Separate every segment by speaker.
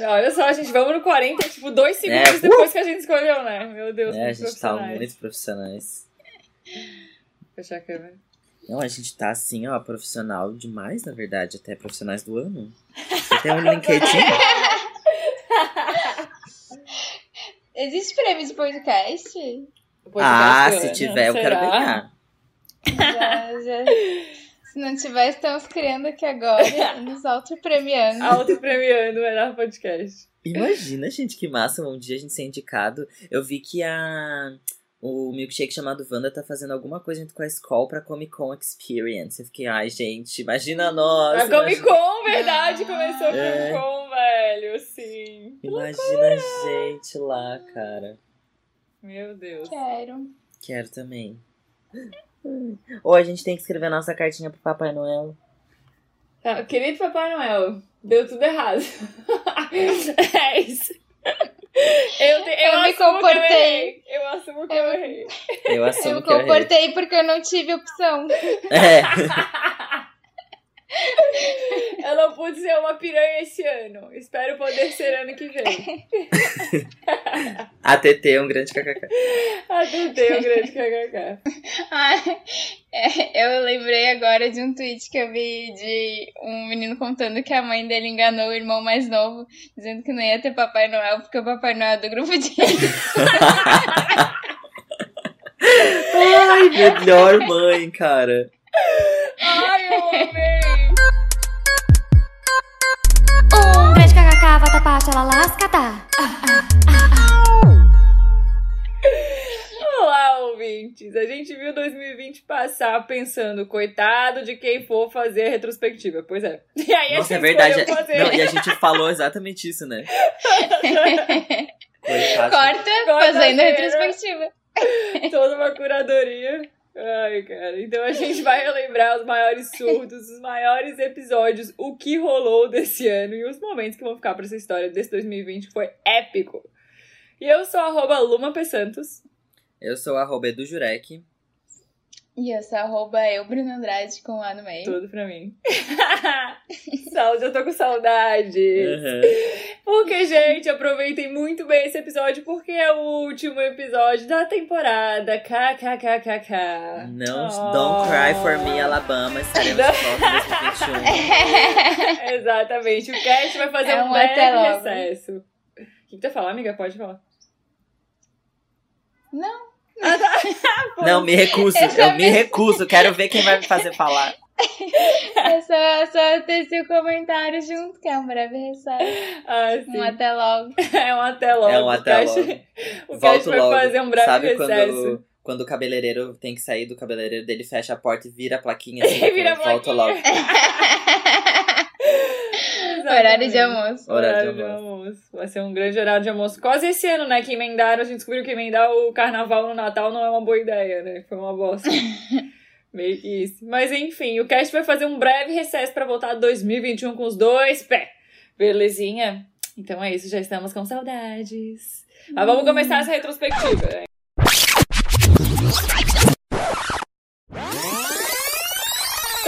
Speaker 1: Não, olha só, a gente vamos no 40, tipo, dois segundos
Speaker 2: É,
Speaker 1: depois que a gente escolheu, né? Meu Deus,
Speaker 2: né? A
Speaker 1: muito
Speaker 2: gente tá
Speaker 1: profissionais.
Speaker 2: muito profissionais.
Speaker 1: Fechar a câmera.
Speaker 2: Não, a gente tá assim, ó, profissional demais, na verdade, até profissionais do ano. Você tem um LinkedIn?
Speaker 3: Existe prêmio de podcast?
Speaker 1: O
Speaker 2: ah,
Speaker 1: podcast do
Speaker 2: se
Speaker 1: ano,
Speaker 2: tiver, eu quero
Speaker 1: será?
Speaker 2: ganhar.
Speaker 3: Já, já. Se não tiver, estamos criando aqui agora. Nos auto-premiando.
Speaker 1: Auto-premiando o melhor podcast.
Speaker 2: Imagina, gente, que massa um dia a gente ser indicado. Eu vi que a o milkshake chamado Wanda tá fazendo alguma coisa junto com a escola pra Comic Con Experience. Eu fiquei, ai, gente, imagina nós.
Speaker 1: a Comic Con, verdade,
Speaker 3: Ah.
Speaker 1: começou a
Speaker 2: É.
Speaker 1: Comic Con, velho, sim.
Speaker 2: Imagina, imagina a gente lá, cara.
Speaker 1: Meu Deus.
Speaker 3: Quero.
Speaker 2: Quero também. Ou a gente tem que escrever a nossa cartinha pro Papai Noel.
Speaker 1: Tá, querido Papai Noel, deu tudo errado. é isso. Eu, te- eu,
Speaker 3: Eu me
Speaker 1: assumo que eu
Speaker 3: comportei.
Speaker 1: errei. Eu assumo que eu,
Speaker 3: Eu-
Speaker 1: errei.
Speaker 2: Eu assumo
Speaker 3: eu me
Speaker 2: que eu errei.
Speaker 3: comportei porque eu não tive opção.
Speaker 2: É.
Speaker 1: Eu não pude ser uma piranha esse ano. Espero poder ser ano que vem.
Speaker 2: A TT é um grande kkk.
Speaker 1: Adorei o grande KKK.
Speaker 3: Ai, é, eu lembrei agora de um tweet que eu vi de um menino contando que a mãe dele enganou o irmão mais novo, dizendo que não ia ter Papai Noel, porque o Papai Noel é do grupo dele.
Speaker 2: Ai, melhor mãe, cara.
Speaker 1: Ai, eu amei.
Speaker 4: Um grande kkk, vatapá, tchalalascatá.
Speaker 1: Olá, ouvintes! A gente viu 2020 passar pensando, coitado de quem for fazer a retrospectiva. Pois é. E aí
Speaker 2: Nossa,
Speaker 1: a gente
Speaker 2: é verdade.
Speaker 1: escolheu fazer.
Speaker 2: Não, e a gente falou exatamente isso, né? Coitado.
Speaker 3: Corta,
Speaker 1: Corta
Speaker 3: fazendo
Speaker 1: a
Speaker 3: a
Speaker 1: cena.
Speaker 3: retrospectiva.
Speaker 1: toda uma curadoria. Ai, cara. Então a gente vai relembrar os maiores surtos, os maiores episódios, o que rolou desse ano e os momentos que vão ficar pra essa história desse 2020 que foi épico. E eu sou arroba Luma P. Santos.
Speaker 2: Eu sou o arroba do Jurek.
Speaker 3: E eu sou arroba eu, Bruno Andrade, com um A no meio.
Speaker 1: Tudo pra mim. Saúde, eu tô com saudade.
Speaker 2: Uhum.
Speaker 1: Porque, gente, aproveitem muito bem esse episódio, porque é o último episódio da temporada.
Speaker 3: Hum.
Speaker 1: KKKKK.
Speaker 2: Uhum. Não,
Speaker 1: Oh.
Speaker 2: don't cry for me, Alabama. Estaremos
Speaker 1: Não.
Speaker 2: de volta em 2021.
Speaker 1: Exatamente. O cast vai fazer
Speaker 3: É
Speaker 1: um
Speaker 3: um até
Speaker 1: breve
Speaker 3: logo.
Speaker 1: recesso. O que que tu ia falar, amiga? Pode falar.
Speaker 3: Não.
Speaker 1: Ah, tá.
Speaker 2: Não, me recuso. Eu me recuso. Quero ver quem vai me fazer falar.
Speaker 3: É só, só tecer o comentário junto, que é um breve recesso.
Speaker 1: Ah, sim.
Speaker 3: Um até logo.
Speaker 1: É um até logo.
Speaker 2: É um até
Speaker 1: o cast,
Speaker 2: logo.
Speaker 1: O cast
Speaker 2: Volto
Speaker 1: vai
Speaker 2: logo.
Speaker 1: fazer um breve
Speaker 2: Sabe
Speaker 1: recesso.
Speaker 2: quando, quando o cabeleireiro tem que sair do cabeleireiro dele, fecha a porta e vira a plaquinha assim,
Speaker 1: E vira a
Speaker 2: volto
Speaker 1: plaquinha.
Speaker 2: logo.
Speaker 3: Horário de
Speaker 1: Exatamente.
Speaker 3: almoço.
Speaker 2: Horário de
Speaker 1: Horário
Speaker 2: almoço.
Speaker 1: Vai ser um grande horário de almoço. Quase esse ano, né? Que emendaram, a gente descobriu que emendar o carnaval no Natal não é uma boa ideia, né? Foi uma bosta. Meio que isso. Mas enfim, o cast vai fazer um breve recesso pra voltar 2021 com os dois pés. Belezinha? Então é isso, já estamos com saudades. Mas vamos começar essa retrospectiva. né?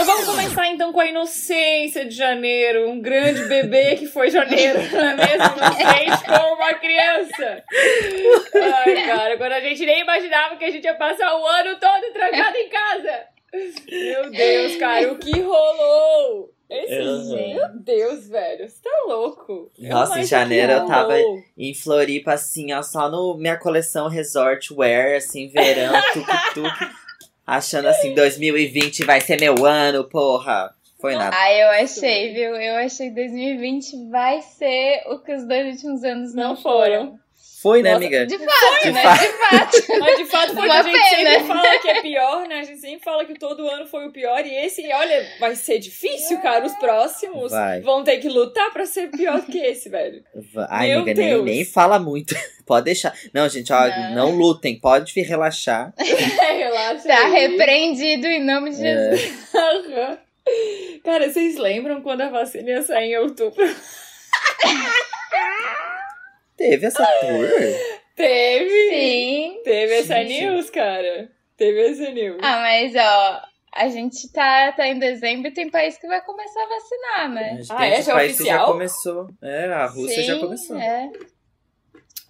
Speaker 1: Então vamos começar então com a inocência de janeiro, um grande bebê que foi janeiro, não é mesmo? Inocente como uma criança. Ai, cara, quando a gente nem imaginava que a gente ia passar o ano todo trancado em casa. Meu Deus, cara, o que rolou? Esse
Speaker 2: Uhum.
Speaker 1: Meu Deus, velho, você tá louco. Eu
Speaker 2: Nossa,
Speaker 1: não
Speaker 2: em janeiro eu tava-
Speaker 1: imaginava.
Speaker 2: Em Floripa, assim, ó, só no minha coleção resort wear, assim, verão, tuk-tuk. achando assim, 2020 vai ser meu ano, porra. Foi nada.
Speaker 3: Ah, eu achei, viu? Eu achei que 2020 vai ser o que os dois últimos anos não,
Speaker 1: Não
Speaker 3: foram.
Speaker 2: Foi, né,
Speaker 1: Nossa,
Speaker 2: amiga?
Speaker 3: De fato,
Speaker 2: De
Speaker 3: né?
Speaker 2: fato.
Speaker 3: De fato.
Speaker 1: Mas de fato foi o que
Speaker 3: Uma
Speaker 1: a gente
Speaker 3: pena.
Speaker 1: sempre fala que é pior, né? A gente sempre fala que todo ano foi o pior. E esse, olha, vai ser difícil, cara. Os próximos
Speaker 2: Vai.
Speaker 1: vão ter que lutar pra ser pior que esse, velho.
Speaker 2: Va- Ai,
Speaker 1: Meu
Speaker 2: amiga, nem,
Speaker 1: Deus.
Speaker 2: nem fala muito. Pode deixar. Não, gente, ó,
Speaker 3: Não.
Speaker 2: não lutem. Pode vir relaxar.
Speaker 1: É, relaxa.
Speaker 3: Tá
Speaker 1: aí.
Speaker 3: repreendido em nome de Jesus.
Speaker 2: É,
Speaker 1: Aham. Cara, vocês lembram quando a vacina ia sair em outubro?
Speaker 2: teve essa
Speaker 1: Ah, é.
Speaker 2: tour?
Speaker 1: Teve!
Speaker 3: Sim.
Speaker 1: Teve essa
Speaker 2: Sim, sim.
Speaker 1: news, cara. Teve essa news.
Speaker 3: Ah, mas ó, a gente tá, tá em dezembro e tem país que vai começar a vacinar, né?
Speaker 2: Mas
Speaker 1: Ah,
Speaker 2: tem
Speaker 1: é?
Speaker 2: uns
Speaker 1: Já é
Speaker 2: países que já
Speaker 1: oficial?
Speaker 2: começou. É, a Rússia
Speaker 3: Sim,
Speaker 2: já começou.
Speaker 3: É.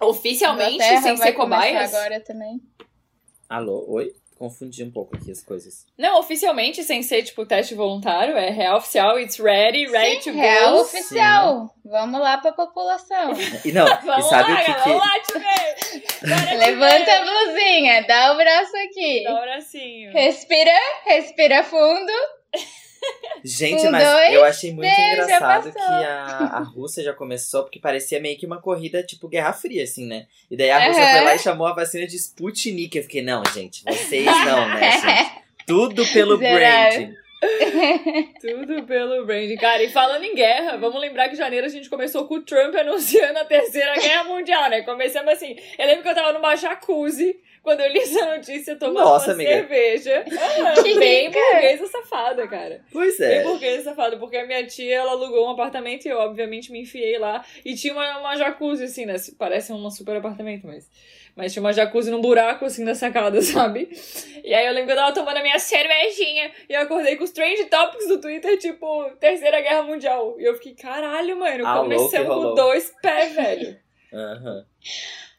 Speaker 1: Oficialmente,
Speaker 3: Inglaterra
Speaker 1: sem
Speaker 3: vai
Speaker 1: ser
Speaker 3: começar
Speaker 1: cobaias?
Speaker 3: agora também.
Speaker 2: Alô, oi? Confundi um pouco aqui as coisas.
Speaker 1: Não, oficialmente, sem ser, tipo, teste voluntário, é real oficial, it's ready, ready
Speaker 3: Sim,
Speaker 1: to
Speaker 3: real
Speaker 1: go.
Speaker 3: oficial. Vamos lá pra população.
Speaker 2: E não, e
Speaker 1: Vamos
Speaker 2: sabe
Speaker 1: lá,
Speaker 2: o que
Speaker 1: galera,
Speaker 2: que...
Speaker 1: vamos lá, te ver. Bora te
Speaker 3: Levanta a
Speaker 1: ver.
Speaker 3: blusinha, dá o braço aqui.
Speaker 1: Dá um abracinho.
Speaker 3: Respira, respira fundo.
Speaker 2: Gente,
Speaker 3: Um,
Speaker 2: mas
Speaker 3: dois,
Speaker 2: eu achei muito
Speaker 3: três, já
Speaker 2: engraçado que
Speaker 3: passou.
Speaker 2: a, a Rússia já começou, porque parecia meio que uma corrida tipo Guerra Fria, assim, né? E daí a Rússia
Speaker 3: Aham.
Speaker 2: foi lá e chamou a vacina de Sputnik. Eu fiquei, não, gente, vocês não, né, gente? Tudo pelo
Speaker 3: Zeraram.
Speaker 2: branding.
Speaker 1: Tudo pelo branding. Cara, e falando em guerra, vamos lembrar que em janeiro a gente começou com o Trump anunciando a terceira guerra mundial, né? Começamos assim. Eu lembro que eu tava numa jacuzzi quando eu li essa notícia tomando
Speaker 2: Nossa,
Speaker 1: uma
Speaker 2: amiga.
Speaker 1: cerveja. Aham,
Speaker 3: Que
Speaker 1: Bem
Speaker 3: rica.
Speaker 1: burguesa safada, cara.
Speaker 2: Pois
Speaker 1: Bem
Speaker 2: é.
Speaker 1: burguesa safada, porque a minha tia, ela alugou um apartamento e eu, obviamente, me enfiei lá. E tinha uma, uma jacuzzi, assim, né? Parece um super apartamento, mas... Mas tinha uma jacuzzi num buraco, assim, na sacada, sabe? E aí eu lembro que eu tava tomando a minha cervejinha e eu acordei com os trend topics do Twitter, tipo, Terceira Guerra Mundial. E eu fiquei, caralho, mano,
Speaker 2: Ah, louco,
Speaker 1: começamos com
Speaker 2: rolou.
Speaker 1: dois pés, velho.
Speaker 2: Aham.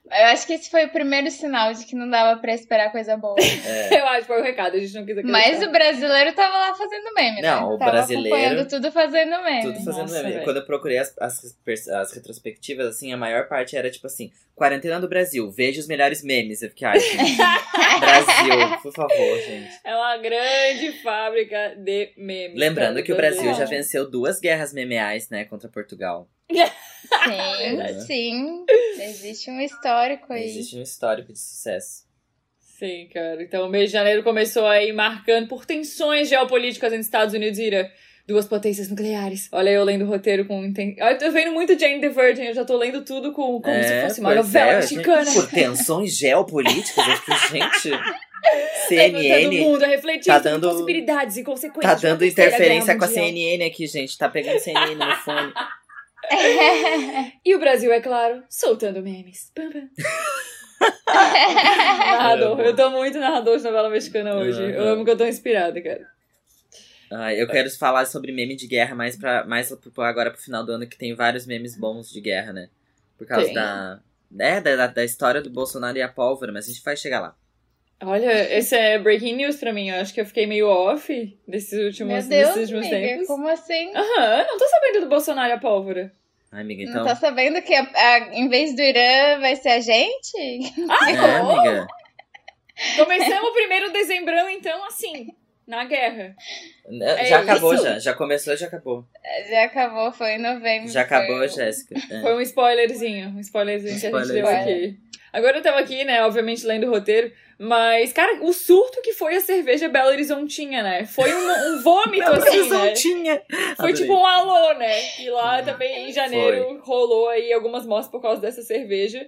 Speaker 3: Eu acho que esse foi o primeiro sinal de que não dava pra esperar coisa boa.
Speaker 2: É.
Speaker 1: Eu acho que foi tipo, o recado, a gente não quis acreditar.
Speaker 3: Mas o brasileiro tava lá fazendo meme, né?
Speaker 2: Não, o
Speaker 3: tava
Speaker 2: brasileiro-
Speaker 3: acompanhando tudo fazendo meme.
Speaker 2: Tudo fazendo
Speaker 1: Nossa,
Speaker 2: meme.
Speaker 1: velho.
Speaker 2: Quando eu procurei as, as, pers- as retrospectivas, assim, a maior parte era tipo assim: Quarentena do Brasil, veja os melhores memes. Eu fiquei, ai, gente, Brasil, por favor, gente.
Speaker 1: É uma grande fábrica de memes. Tá,
Speaker 2: Lembrando
Speaker 3: tá
Speaker 1: cara,
Speaker 2: que o
Speaker 1: do
Speaker 2: Brasil já
Speaker 3: Brasil.
Speaker 2: venceu duas guerras memeais, né, contra Portugal.
Speaker 3: Sim, sim. Existe um histórico aí.
Speaker 2: né? Existe um histórico de sucesso.
Speaker 1: Sim, cara. Então o mês de janeiro começou aí marcando por tensões geopolíticas entre Estados Unidos e Irã. Duas potências nucleares. Olha eu lendo o roteiro com... inten- Olha, Eu tô vendo muito Jane the Virgin, eu já tô lendo tudo com, como se
Speaker 2: É,
Speaker 1: fosse uma
Speaker 2: pois
Speaker 1: novela
Speaker 2: é,
Speaker 1: mexicana.
Speaker 2: gente, Por tensões geopolíticas, eu fiquei, gente,
Speaker 1: Levantando o
Speaker 2: CNN
Speaker 1: Tá mundo, refletindo
Speaker 2: tá
Speaker 1: sobre
Speaker 2: dando-
Speaker 1: possibilidades e consequências.
Speaker 2: tá
Speaker 1: da
Speaker 2: dando
Speaker 1: Terceira
Speaker 2: interferência
Speaker 1: Guerra
Speaker 2: com a
Speaker 1: Mundial.
Speaker 2: CNN aqui, gente. Tá pegando CNN no fone.
Speaker 1: E o Brasil, é claro, soltando memes. Pam, pam. narrador. Eu tô muito narrador de novela mexicana hoje. Eu
Speaker 2: Aham.
Speaker 1: amo que eu tô inspirada, cara.
Speaker 2: Ah, eu quero falar sobre meme de guerra mais, pra, mais pro- agora pro final do ano, que tem vários memes bons de guerra, né? Por causa
Speaker 1: Tem.
Speaker 2: da. É, da, da- da história do Bolsonaro e a pólvora, mas a gente vai chegar lá.
Speaker 1: Olha, esse é breaking news pra mim. Eu acho que eu fiquei meio off desses últimos,
Speaker 3: Meu Deus,
Speaker 1: desses últimos
Speaker 3: amiga,
Speaker 1: tempos.
Speaker 3: como assim?
Speaker 1: Aham, eu não tô sabendo do Bolsonaro e a pólvora.
Speaker 2: Ai, amiga,
Speaker 3: Não
Speaker 2: então.
Speaker 3: tá sabendo que a- a- em vez do Irã vai ser a gente?
Speaker 1: Ai,
Speaker 2: É, amiga.
Speaker 1: Começamos o primeiro dezembrão, então, assim, na guerra. É
Speaker 2: já acabou,
Speaker 1: isso.
Speaker 2: já. Já começou, já acabou.
Speaker 3: Já acabou, foi em novembro.
Speaker 2: Já acabou,
Speaker 3: foi-
Speaker 2: Jéssica. É.
Speaker 1: Foi um spoilerzinho, um spoilerzinho que a gente deu
Speaker 2: Spoilerzinho.
Speaker 1: aqui. Agora eu tava aqui, né, obviamente lendo o roteiro, mas, cara, o surto que foi a cerveja Belo Horizontinha, né? Foi um, um vômito, assim, né? Foi
Speaker 2: Adorei. Uhum.
Speaker 1: tipo um alô, né? E lá também em janeiro rolou aí algumas mortes por causa dessa cerveja.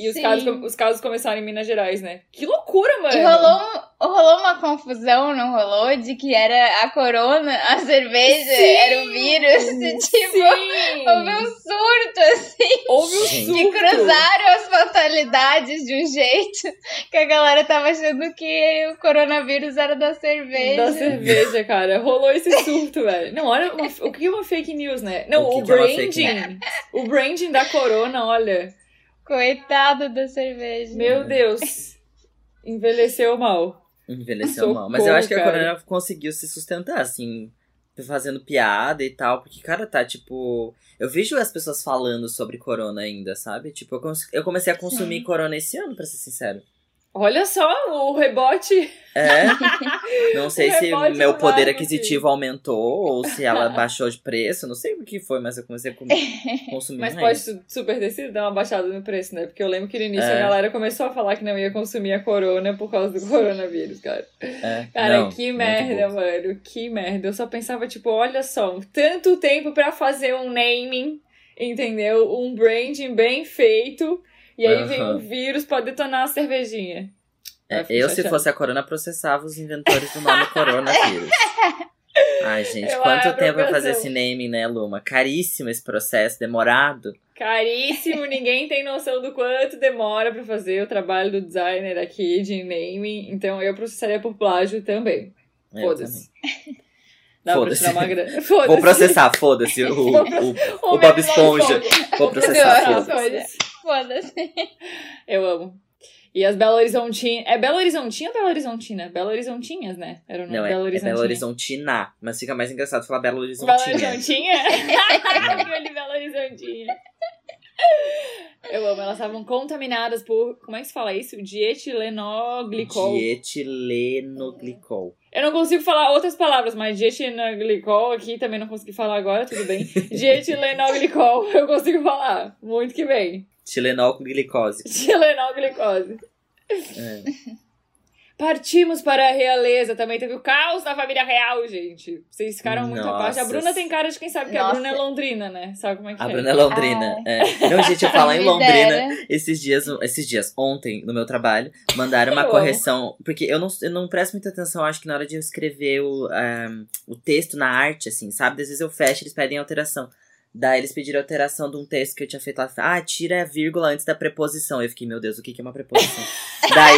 Speaker 1: E os
Speaker 3: Sim.
Speaker 1: casos, os casos começaram em Minas Gerais, né? Que loucura, mano!
Speaker 3: E rolou, um- rolou uma confusão, não rolou? De que era a corona, a cerveja,
Speaker 1: Sim!
Speaker 3: era o vírus. Tipo,
Speaker 1: Sim!
Speaker 3: houve um surto, assim.
Speaker 1: Houve um
Speaker 2: Gente.
Speaker 1: surto.
Speaker 3: Que cruzaram as fatalidades de um jeito que a galera tava achando que o coronavírus era da cerveja.
Speaker 1: Da cerveja, cara. Rolou esse surto, velho. Não, olha uma- o que é uma fake news, né? Não,
Speaker 2: O que
Speaker 1: o,
Speaker 2: que é uma fake
Speaker 1: branding. o branding da corona, olha.
Speaker 3: Coitado da cerveja.
Speaker 1: Meu Deus. Envelheceu mal.
Speaker 2: Envelheceu
Speaker 1: Socorro,
Speaker 2: mal. Mas eu acho que a
Speaker 1: cara.
Speaker 2: Coronel conseguiu se sustentar, assim, fazendo piada e tal. Porque, cara, tá tipo. Eu vejo as pessoas falando sobre Corona ainda, sabe? Tipo, eu, cons- eu comecei a consumir Corona esse ano, pra ser sincero.
Speaker 1: Olha só o rebote.
Speaker 2: É. Não sei
Speaker 1: O
Speaker 2: se o
Speaker 1: rebote
Speaker 2: meu
Speaker 1: do
Speaker 2: poder
Speaker 1: barco,
Speaker 2: aquisitivo aumentou ou se ela baixou de preço. Não sei o que foi, mas eu comecei a com- consumir
Speaker 1: Mas
Speaker 2: mais.
Speaker 1: pode su- super ter sido dar uma baixada no preço, né? Porque eu lembro que no início
Speaker 2: É.
Speaker 1: a galera começou a falar que não ia consumir a corona por causa do coronavírus, cara.
Speaker 2: É,
Speaker 1: Cara,
Speaker 2: não,
Speaker 1: que
Speaker 2: muito
Speaker 1: merda,
Speaker 2: bom.
Speaker 1: mano. Que merda. Eu só pensava, tipo, olha só, tanto tempo pra fazer um naming, entendeu? Um branding bem feito. E aí vem
Speaker 2: Aham.
Speaker 1: um vírus pra detonar a cervejinha.
Speaker 2: É,
Speaker 1: Eu fico
Speaker 2: eu, se
Speaker 1: chateada.
Speaker 2: fosse a Corona, processava os inventores do nome Coronavírus. Ai, gente,
Speaker 1: Eu
Speaker 2: quanto
Speaker 1: abro
Speaker 2: tempo
Speaker 1: meu
Speaker 2: pra fazer
Speaker 1: Deus.
Speaker 2: esse naming, né, Luma? Caríssimo esse processo, demorado.
Speaker 1: Caríssimo, ninguém tem noção do quanto demora pra fazer o trabalho do designer aqui de naming. Então eu processaria por plágio também.
Speaker 2: É, Eu
Speaker 1: Foda-se. Dá pra
Speaker 2: Foda-se.
Speaker 1: tirar uma grana.
Speaker 2: também. Vou
Speaker 1: Foda-se.
Speaker 2: processar, foda-se, o, o, o
Speaker 1: O
Speaker 2: Bob
Speaker 1: meu
Speaker 2: Esponja.
Speaker 1: irmão
Speaker 2: Vou
Speaker 3: Meu
Speaker 2: processar,
Speaker 3: Deus.
Speaker 2: foda-se.
Speaker 1: Foda-se.
Speaker 3: Foda-se.
Speaker 1: Eu amo. E as Belo Horizontina. É Belo Horizontina ou Belo Horizontina? Belo Horizontinhas, né? Era o nome
Speaker 2: Não, é,
Speaker 1: Belo
Speaker 2: é
Speaker 1: Horizontina.
Speaker 2: Belo Horizontina, mas fica mais engraçado falar Belo
Speaker 1: Belo
Speaker 2: Horizontina.
Speaker 1: Horizontinha? Aquele Belo Horizontinha. Eu amo, elas estavam contaminadas por. Como é que se fala isso? Dietilenoglicol.
Speaker 2: Dietilenoglicol.
Speaker 1: Eu não consigo falar outras palavras, mas dietilenoglicol aqui também não consegui falar agora, tudo bem. Dietilenoglicol eu consigo falar. Muito que bem.
Speaker 2: Tilenol com glicose.
Speaker 1: Dietilenoglicose.
Speaker 2: É.
Speaker 1: Partimos para a realeza. Também teve o caos na família real, gente. Vocês ficaram muito à parte. A
Speaker 2: Nossa.
Speaker 1: Bruna tem cara de quem sabe que a
Speaker 3: Nossa.
Speaker 1: Bruna é londrina, né? Sabe como é que
Speaker 2: A
Speaker 1: é?
Speaker 2: Bruna é Londrina. é. Não, gente, eu falo em
Speaker 3: Me
Speaker 2: Londrina.
Speaker 3: dera.
Speaker 2: Esses dias, esses dias, ontem, no meu trabalho, mandaram uma
Speaker 1: Eu amo.
Speaker 2: correção. Porque eu não, eu não presto muita atenção, acho que na hora de eu escrever o, ahm, o texto na arte, assim, sabe? Às vezes eu fecho, eles pedem alteração. Daí eles pediram alteração de um texto que eu tinha feito lá. Ah, tira a vírgula antes da preposição. Eu fiquei, meu Deus, o que, que é uma preposição? Daí.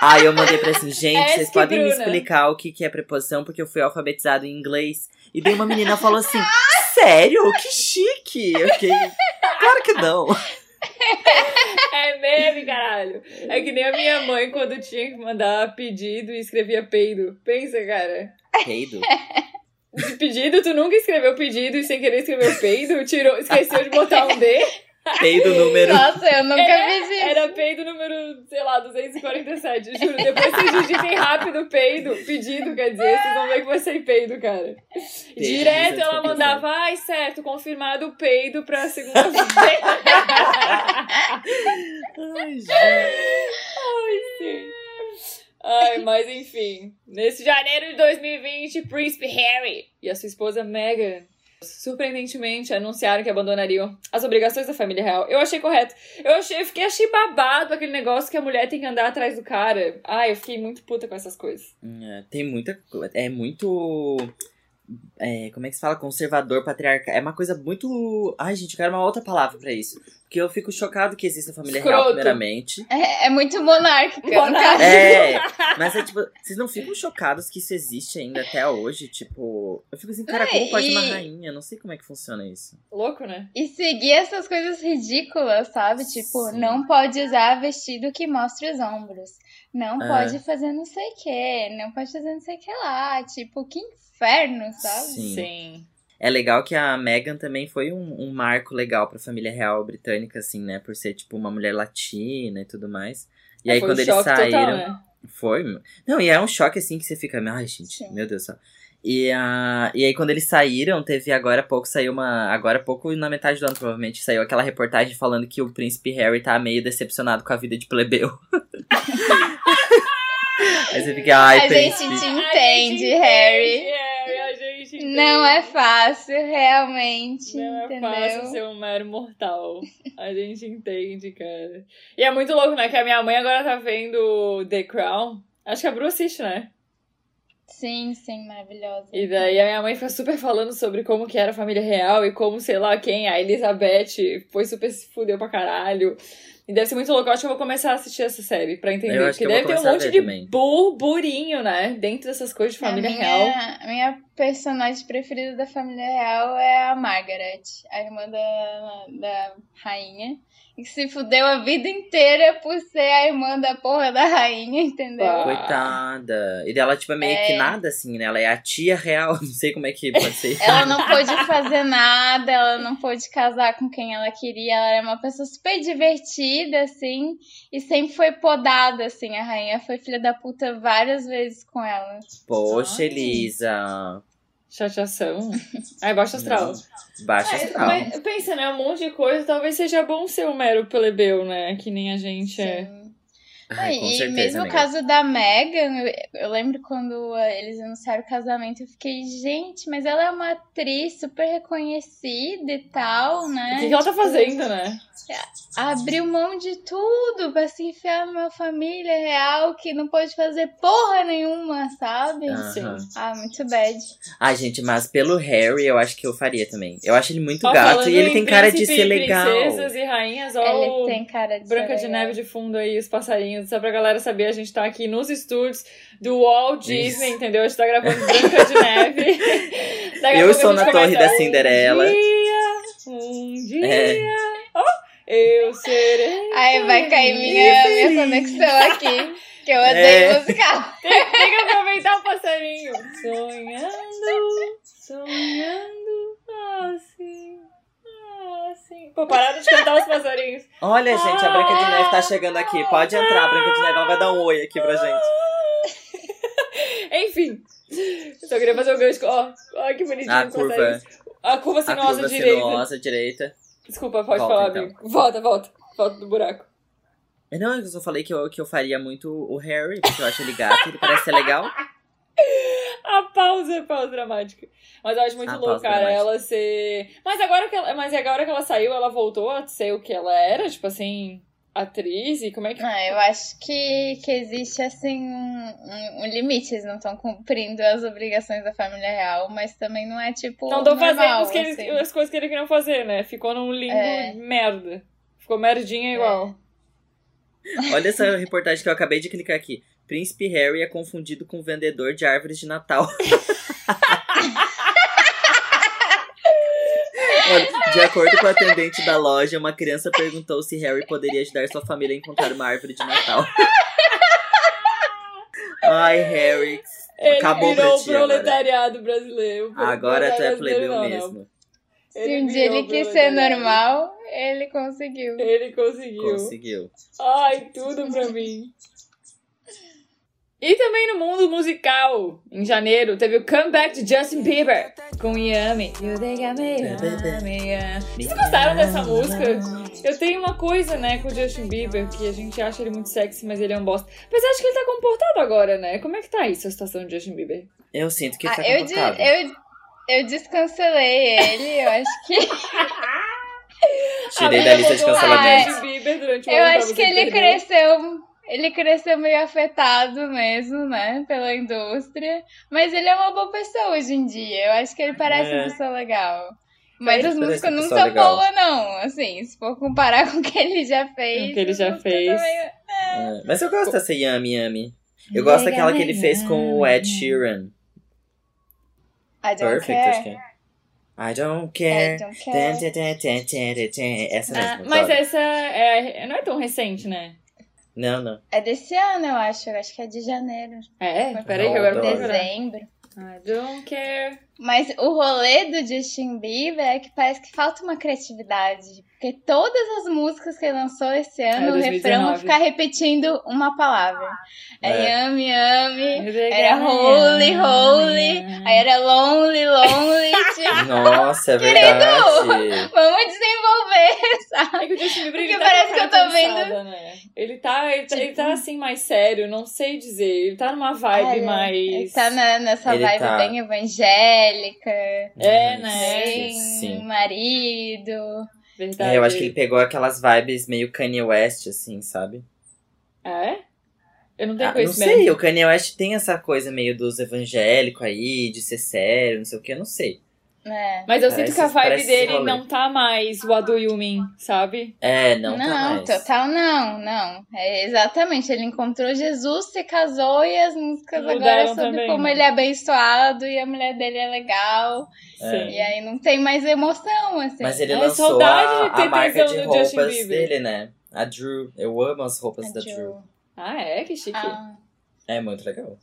Speaker 2: Aí eu mandei pra assim, gente,
Speaker 1: Ask
Speaker 2: vocês podem me
Speaker 1: É Bruna.
Speaker 2: explicar o que, que é preposição, porque eu fui alfabetizado em inglês. E daí uma menina falou assim: Sério? Que chique! Eu fiquei. Claro que não.
Speaker 1: É meme, caralho. É que nem a minha mãe quando tinha que mandar pedido e escrevia peido. Pensa, cara.
Speaker 2: Peido.
Speaker 1: De pedido, tu nunca escreveu pedido e sem querer escreveu peido? Tirou, esqueceu de botar um D?
Speaker 2: Peido número.
Speaker 3: Nossa, eu nunca
Speaker 1: Era-
Speaker 3: fiz isso.
Speaker 1: Era peido número, sei lá, 247, juro. Depois vocês digitem rápido peido, pedido, quer dizer, vocês vão ver que vai sair peido, cara. Direto ela
Speaker 2: 247.
Speaker 1: mandava, ai, certo, confirmado o peido pra segunda-feira.
Speaker 2: Ai, gente.
Speaker 1: Sim. Ai, mas enfim. Nesse janeiro de 2020, Príncipe Harry e a sua esposa Meghan surpreendentemente anunciaram que abandonariam as obrigações da família real. Eu achei correto. Eu achei, eu fiquei achei babado aquele negócio que a mulher tem que andar atrás do cara. Ai, eu fiquei muito puta com essas coisas.
Speaker 2: É, Tem muita coisa. É muito. é, como é que se fala? Conservador, patriarcal. É uma coisa muito. Ai, gente, eu quero uma outra palavra pra isso. Porque eu fico chocado que exista a família real,
Speaker 1: Escroto.
Speaker 2: primeiramente.
Speaker 3: É, é muito monárquica.
Speaker 1: Monárquica.
Speaker 2: É, mas é tipo, vocês não ficam chocados que isso existe ainda até hoje? Tipo, eu fico assim, cara,
Speaker 3: Não,
Speaker 2: como pode
Speaker 3: e-
Speaker 2: uma rainha? Eu Não sei como é que funciona isso.
Speaker 1: Louco, né?
Speaker 3: E seguir essas coisas ridículas, sabe? Tipo,
Speaker 2: Sim.
Speaker 3: não pode usar vestido que mostre os ombros. Não
Speaker 2: É.
Speaker 3: pode fazer não sei o que. Não pode fazer não sei o que lá. Tipo, que inferno, sabe?
Speaker 2: Sim. É legal que a Meghan também foi um, um marco legal pra família real britânica, assim, né? Por ser, tipo, uma mulher latina e tudo mais. E aí,
Speaker 1: Foi um
Speaker 2: quando eles
Speaker 1: choque total,
Speaker 2: saíram.
Speaker 1: né?
Speaker 2: Foi. meu. Não, e é um choque assim que você fica. Ai, gente,
Speaker 3: Sim.
Speaker 2: meu Deus do céu. E, ah, e aí, quando eles saíram, teve agora há pouco, saiu uma. Agora há pouco, na metade do ano, provavelmente, saiu aquela reportagem falando que o príncipe Harry tá meio decepcionado com a vida de plebeu. aí você fica, ai,
Speaker 3: A gente
Speaker 2: príncipe.
Speaker 3: te
Speaker 1: A
Speaker 3: entende,
Speaker 1: gente
Speaker 3: Harry.
Speaker 1: entende, Harry, a gente entende.
Speaker 3: Não é fácil, realmente.
Speaker 1: Não
Speaker 3: entendeu?
Speaker 1: é fácil ser um mero mortal. A gente entende, cara. E é muito louco, né? Que a minha mãe agora tá vendo The Crown. Acho que a Bru assiste, né?
Speaker 3: Sim, sim, maravilhosa.
Speaker 1: E daí a minha mãe fica super falando sobre como que era a família real e como, sei lá, quem, a Elizabeth, foi super se fudeu pra caralho. E deve ser muito louco. Eu acho que eu vou começar a assistir essa série pra entender.
Speaker 2: Eu
Speaker 1: Porque
Speaker 2: acho que eu vou
Speaker 1: deve ter um
Speaker 2: começar a
Speaker 1: monte
Speaker 2: ver
Speaker 1: de
Speaker 2: também.
Speaker 1: burburinho, né? Dentro dessas coisas de família
Speaker 3: É a minha,
Speaker 1: real.
Speaker 3: a minha personagem preferida da família real é a Margaret, a irmã da, da rainha. E que se fudeu a vida inteira por ser a irmã da porra da rainha, entendeu?
Speaker 1: Bah.
Speaker 2: Coitada. E dela, tipo, é meio que
Speaker 3: É.
Speaker 2: nada, assim, né? Ela é a tia real. Não sei como é que pode ser isso.
Speaker 3: Ela não pôde fazer nada, ela não pôde casar com quem ela queria, ela era uma pessoa super divertida, assim, e sempre foi podada, assim, a rainha foi filha da puta várias vezes com ela.
Speaker 2: Poxa,
Speaker 1: Ai.
Speaker 2: Elisa.
Speaker 1: Chateação. Ai, baixa astral.
Speaker 2: Baixa
Speaker 1: É,
Speaker 2: astral.
Speaker 1: mas pensa, né? Um monte de coisa, talvez seja bom ser um mero plebeu, né? Que nem a gente é.
Speaker 3: Sim.
Speaker 2: Ai,
Speaker 3: Ah,
Speaker 2: com
Speaker 3: e
Speaker 2: certeza,
Speaker 3: mesmo o
Speaker 2: amiga.
Speaker 3: caso da Megan, eu, eu lembro quando ah, eles anunciaram o casamento, eu fiquei, gente, mas ela é uma atriz super reconhecida e tal, né?
Speaker 1: O que, que ela tá
Speaker 3: Tipo,
Speaker 1: fazendo, né?
Speaker 3: Abriu mão de tudo pra se enfiar numa família real que não pode fazer porra nenhuma, sabe?
Speaker 2: Aham.
Speaker 3: Ah, muito bad.
Speaker 2: Ah, gente, mas pelo Harry eu acho que eu faria também. Eu acho ele muito
Speaker 1: Ó,
Speaker 2: gato
Speaker 1: falando
Speaker 2: e ele
Speaker 1: em
Speaker 2: tem cara de
Speaker 1: príncipe
Speaker 2: ser
Speaker 1: e
Speaker 2: legal.
Speaker 1: Princesas e rainhas, ó.
Speaker 3: Ele
Speaker 1: o
Speaker 3: tem cara de
Speaker 1: Branca
Speaker 3: ser
Speaker 1: de
Speaker 3: é legal.
Speaker 1: neve de fundo aí, os passarinhos Unidos. Só pra galera saber, a gente tá aqui nos estúdios do Walt Disney, entendeu? A gente tá gravando Branca de Neve. Daqui a pouco
Speaker 2: Eu
Speaker 1: a
Speaker 2: sou
Speaker 1: gente
Speaker 2: na Torre
Speaker 1: começa.
Speaker 2: da Cinderela.
Speaker 1: Um dia, um dia,
Speaker 2: É.
Speaker 1: oh, eu serei.
Speaker 3: Ai, vai cair minha, minha conexão aqui. Que eu odeio
Speaker 2: É.
Speaker 3: musical.
Speaker 1: Tem, tem que aproveitar o passarinho. Sonhando, sonhando, assim, assim. Pô, pararam de cantar os passarinhos.
Speaker 2: Olha, gente, a Branca de
Speaker 1: Ah!
Speaker 2: Neve tá chegando aqui. Pode entrar, Branca de Neve. Ela vai dar um oi aqui pra gente.
Speaker 1: Enfim. Eu só queria fazer o gancho. com- Ó, ó que bonitinho.
Speaker 2: A
Speaker 1: os
Speaker 2: Ah, curva, é.
Speaker 1: passarinhos. A curva
Speaker 2: a
Speaker 1: sinuosa
Speaker 2: curva
Speaker 1: direita.
Speaker 2: sinuosa direita.
Speaker 1: Desculpa, pode
Speaker 2: Volta,
Speaker 1: falar,
Speaker 2: então.
Speaker 1: amigo. Volta, volta. Volta do buraco.
Speaker 2: Não, eu só falei que eu, que eu faria muito o Harry, porque eu acho ele gato, ele parece ser legal.
Speaker 1: A pausa, pausa dramática. Mas eu acho muito
Speaker 2: A
Speaker 1: louco,
Speaker 2: pausa
Speaker 1: cara,
Speaker 2: dramática.
Speaker 1: ela ser. Mas agora que ela. Mas agora que ela saiu, ela voltou a ser o que ela era, tipo assim, atriz e como é que.
Speaker 3: Ah, eu acho que, que existe, assim, um, um- um limite. Eles não estão cumprindo as obrigações da família real, mas também não é, tipo,
Speaker 1: Não tô fazendo
Speaker 3: normal,
Speaker 1: os que eles-
Speaker 3: assim.
Speaker 1: as coisas que ele queria fazer, né? Ficou num limbo
Speaker 3: É.
Speaker 1: merda. Ficou merdinha igual.
Speaker 2: Olha essa reportagem que eu acabei de clicar aqui. Príncipe Harry é confundido com vendedor de árvores de Natal. Olha, de acordo com o atendente da loja, uma criança perguntou se Harry poderia ajudar sua família a encontrar uma árvore de Natal. Ai, Harry.
Speaker 1: Ele
Speaker 2: Acabou pra
Speaker 1: virou o
Speaker 2: ti agora.
Speaker 1: proletariado brasileiro. O
Speaker 2: Agora tu é
Speaker 1: proletariado
Speaker 2: plebeu
Speaker 1: brasileiro, não, não.
Speaker 2: mesmo.
Speaker 3: Se um dia ele
Speaker 1: virou
Speaker 3: quis
Speaker 1: o
Speaker 3: ser
Speaker 1: proletariado.
Speaker 3: normal, ele conseguiu.
Speaker 1: Ele conseguiu.
Speaker 2: Conseguiu.
Speaker 1: Ai, tudo pra mim. E também no mundo musical, em janeiro, teve o comeback de Justin Bieber com Yami. You think I'm Yami, yeah. Vocês gostaram dessa música? Eu tenho uma coisa, né, com o Justin Bieber, que a gente acha ele muito sexy, mas ele é um bosta. Mas acho que ele tá comportado agora, né? Como é que tá isso, a situação de Justin Bieber?
Speaker 2: Eu sinto que
Speaker 3: Ah,
Speaker 2: tá
Speaker 3: eu, de-
Speaker 2: comportado.
Speaker 3: eu, eu descancelei ele, eu acho que.
Speaker 2: Tirei
Speaker 1: A vida
Speaker 2: da lista de
Speaker 1: botou o
Speaker 2: cancelamentos.
Speaker 1: Justin Bieber durante o
Speaker 3: Eu
Speaker 1: ano pra
Speaker 3: acho
Speaker 1: você
Speaker 3: que
Speaker 1: perder.
Speaker 3: ele cresceu, ele cresceu meio afetado mesmo, né, pela indústria. Mas ele é uma boa pessoa hoje em dia. Eu acho que ele parece
Speaker 2: É.
Speaker 3: uma pessoa legal. Mas
Speaker 2: Ele
Speaker 3: as
Speaker 2: parece
Speaker 3: músicas
Speaker 2: uma
Speaker 3: não
Speaker 2: pessoa
Speaker 3: são
Speaker 2: legal.
Speaker 3: boas, não. Assim, se for comparar com o que ele já fez.
Speaker 1: Com o que ele
Speaker 3: as
Speaker 1: já
Speaker 3: músicas
Speaker 1: fez.
Speaker 3: também-
Speaker 2: É, mas eu gosto dessa Yami Yami. Eu gosto daquela que ele fez com o Ed Sheeran.
Speaker 3: I don't
Speaker 2: Perfect, acho
Speaker 3: care.
Speaker 2: que é. I don't
Speaker 3: I
Speaker 2: care.
Speaker 3: don't
Speaker 2: Tan, tan,
Speaker 3: care.
Speaker 2: tan, tan, tan, tan, tan. Essa
Speaker 1: Ah,
Speaker 2: mesmo.
Speaker 1: mas
Speaker 2: adoro.
Speaker 1: essa é, não é tão recente, né?
Speaker 2: Não, não.
Speaker 3: É desse ano, eu acho. Eu acho que é de janeiro.
Speaker 1: É? Peraí
Speaker 2: Peraí
Speaker 1: que
Speaker 2: que
Speaker 1: agora eu
Speaker 2: agora
Speaker 1: vou
Speaker 2: eu tô
Speaker 1: procurar.
Speaker 3: Dezembro.
Speaker 1: I don't care.
Speaker 3: Mas o rolê do Justin Bieber é que parece que falta uma criatividade. Porque todas as músicas que ele lançou esse ano,
Speaker 1: É,
Speaker 3: o refrão
Speaker 1: 2019.
Speaker 3: vai ficar repetindo uma palavra. É Yami, Yami. Era
Speaker 1: Era
Speaker 3: Holy, Holy. Aí era Lonely, Lonely. tipo,
Speaker 2: Nossa, é verdade.
Speaker 3: vamos desenvolver.
Speaker 1: É que o Justin Bieber, ele
Speaker 3: Porque
Speaker 1: tá
Speaker 3: parece
Speaker 1: com a
Speaker 3: que eu tô
Speaker 1: cara cansada, né? Ele tá, ele, tá, ele tá assim mais sério, não sei dizer. Ele tá numa vibe
Speaker 3: Olha, Ele
Speaker 1: mais...
Speaker 3: tá na- nessa
Speaker 2: Ele
Speaker 3: vibe
Speaker 2: tá.
Speaker 3: bem evangélica.
Speaker 1: É, né?
Speaker 3: Sem
Speaker 2: Sim.
Speaker 3: marido.
Speaker 1: Verdade.
Speaker 2: É, eu acho que ele pegou aquelas vibes meio Kanye West, assim, sabe?
Speaker 1: É? Eu não tenho
Speaker 2: Ah, não
Speaker 1: conhecimento.
Speaker 2: sei, o Kanye West tem essa coisa meio dos evangélicos aí, de ser sério, não sei o que, eu não sei.
Speaker 3: né?
Speaker 1: Mas eu sinto
Speaker 2: Parece-
Speaker 1: que a vibe
Speaker 2: parece
Speaker 1: dele
Speaker 2: rolê.
Speaker 1: não tá mais o Adu Yumin, sabe?
Speaker 2: É, não, tá mais.
Speaker 3: total não, não. É, exatamente, ele encontrou Jesus, se casou e as músicas agora é
Speaker 1: Mudaram
Speaker 3: sobre
Speaker 1: também,
Speaker 3: como
Speaker 1: né?
Speaker 3: ele é abençoado e a mulher dele é legal.
Speaker 2: É.
Speaker 3: E aí não tem mais emoção, assim.
Speaker 2: Mas ele
Speaker 1: É,
Speaker 2: lançou
Speaker 1: saudade
Speaker 2: a,
Speaker 1: de ter
Speaker 2: a marca
Speaker 1: tesão
Speaker 2: de
Speaker 1: do Justin
Speaker 2: roupas
Speaker 1: Bieber.
Speaker 2: dele, né? A Drew. Eu amo as roupas da Drew.
Speaker 1: Ah, é? Que chique.
Speaker 3: Ah,
Speaker 2: É muito legal.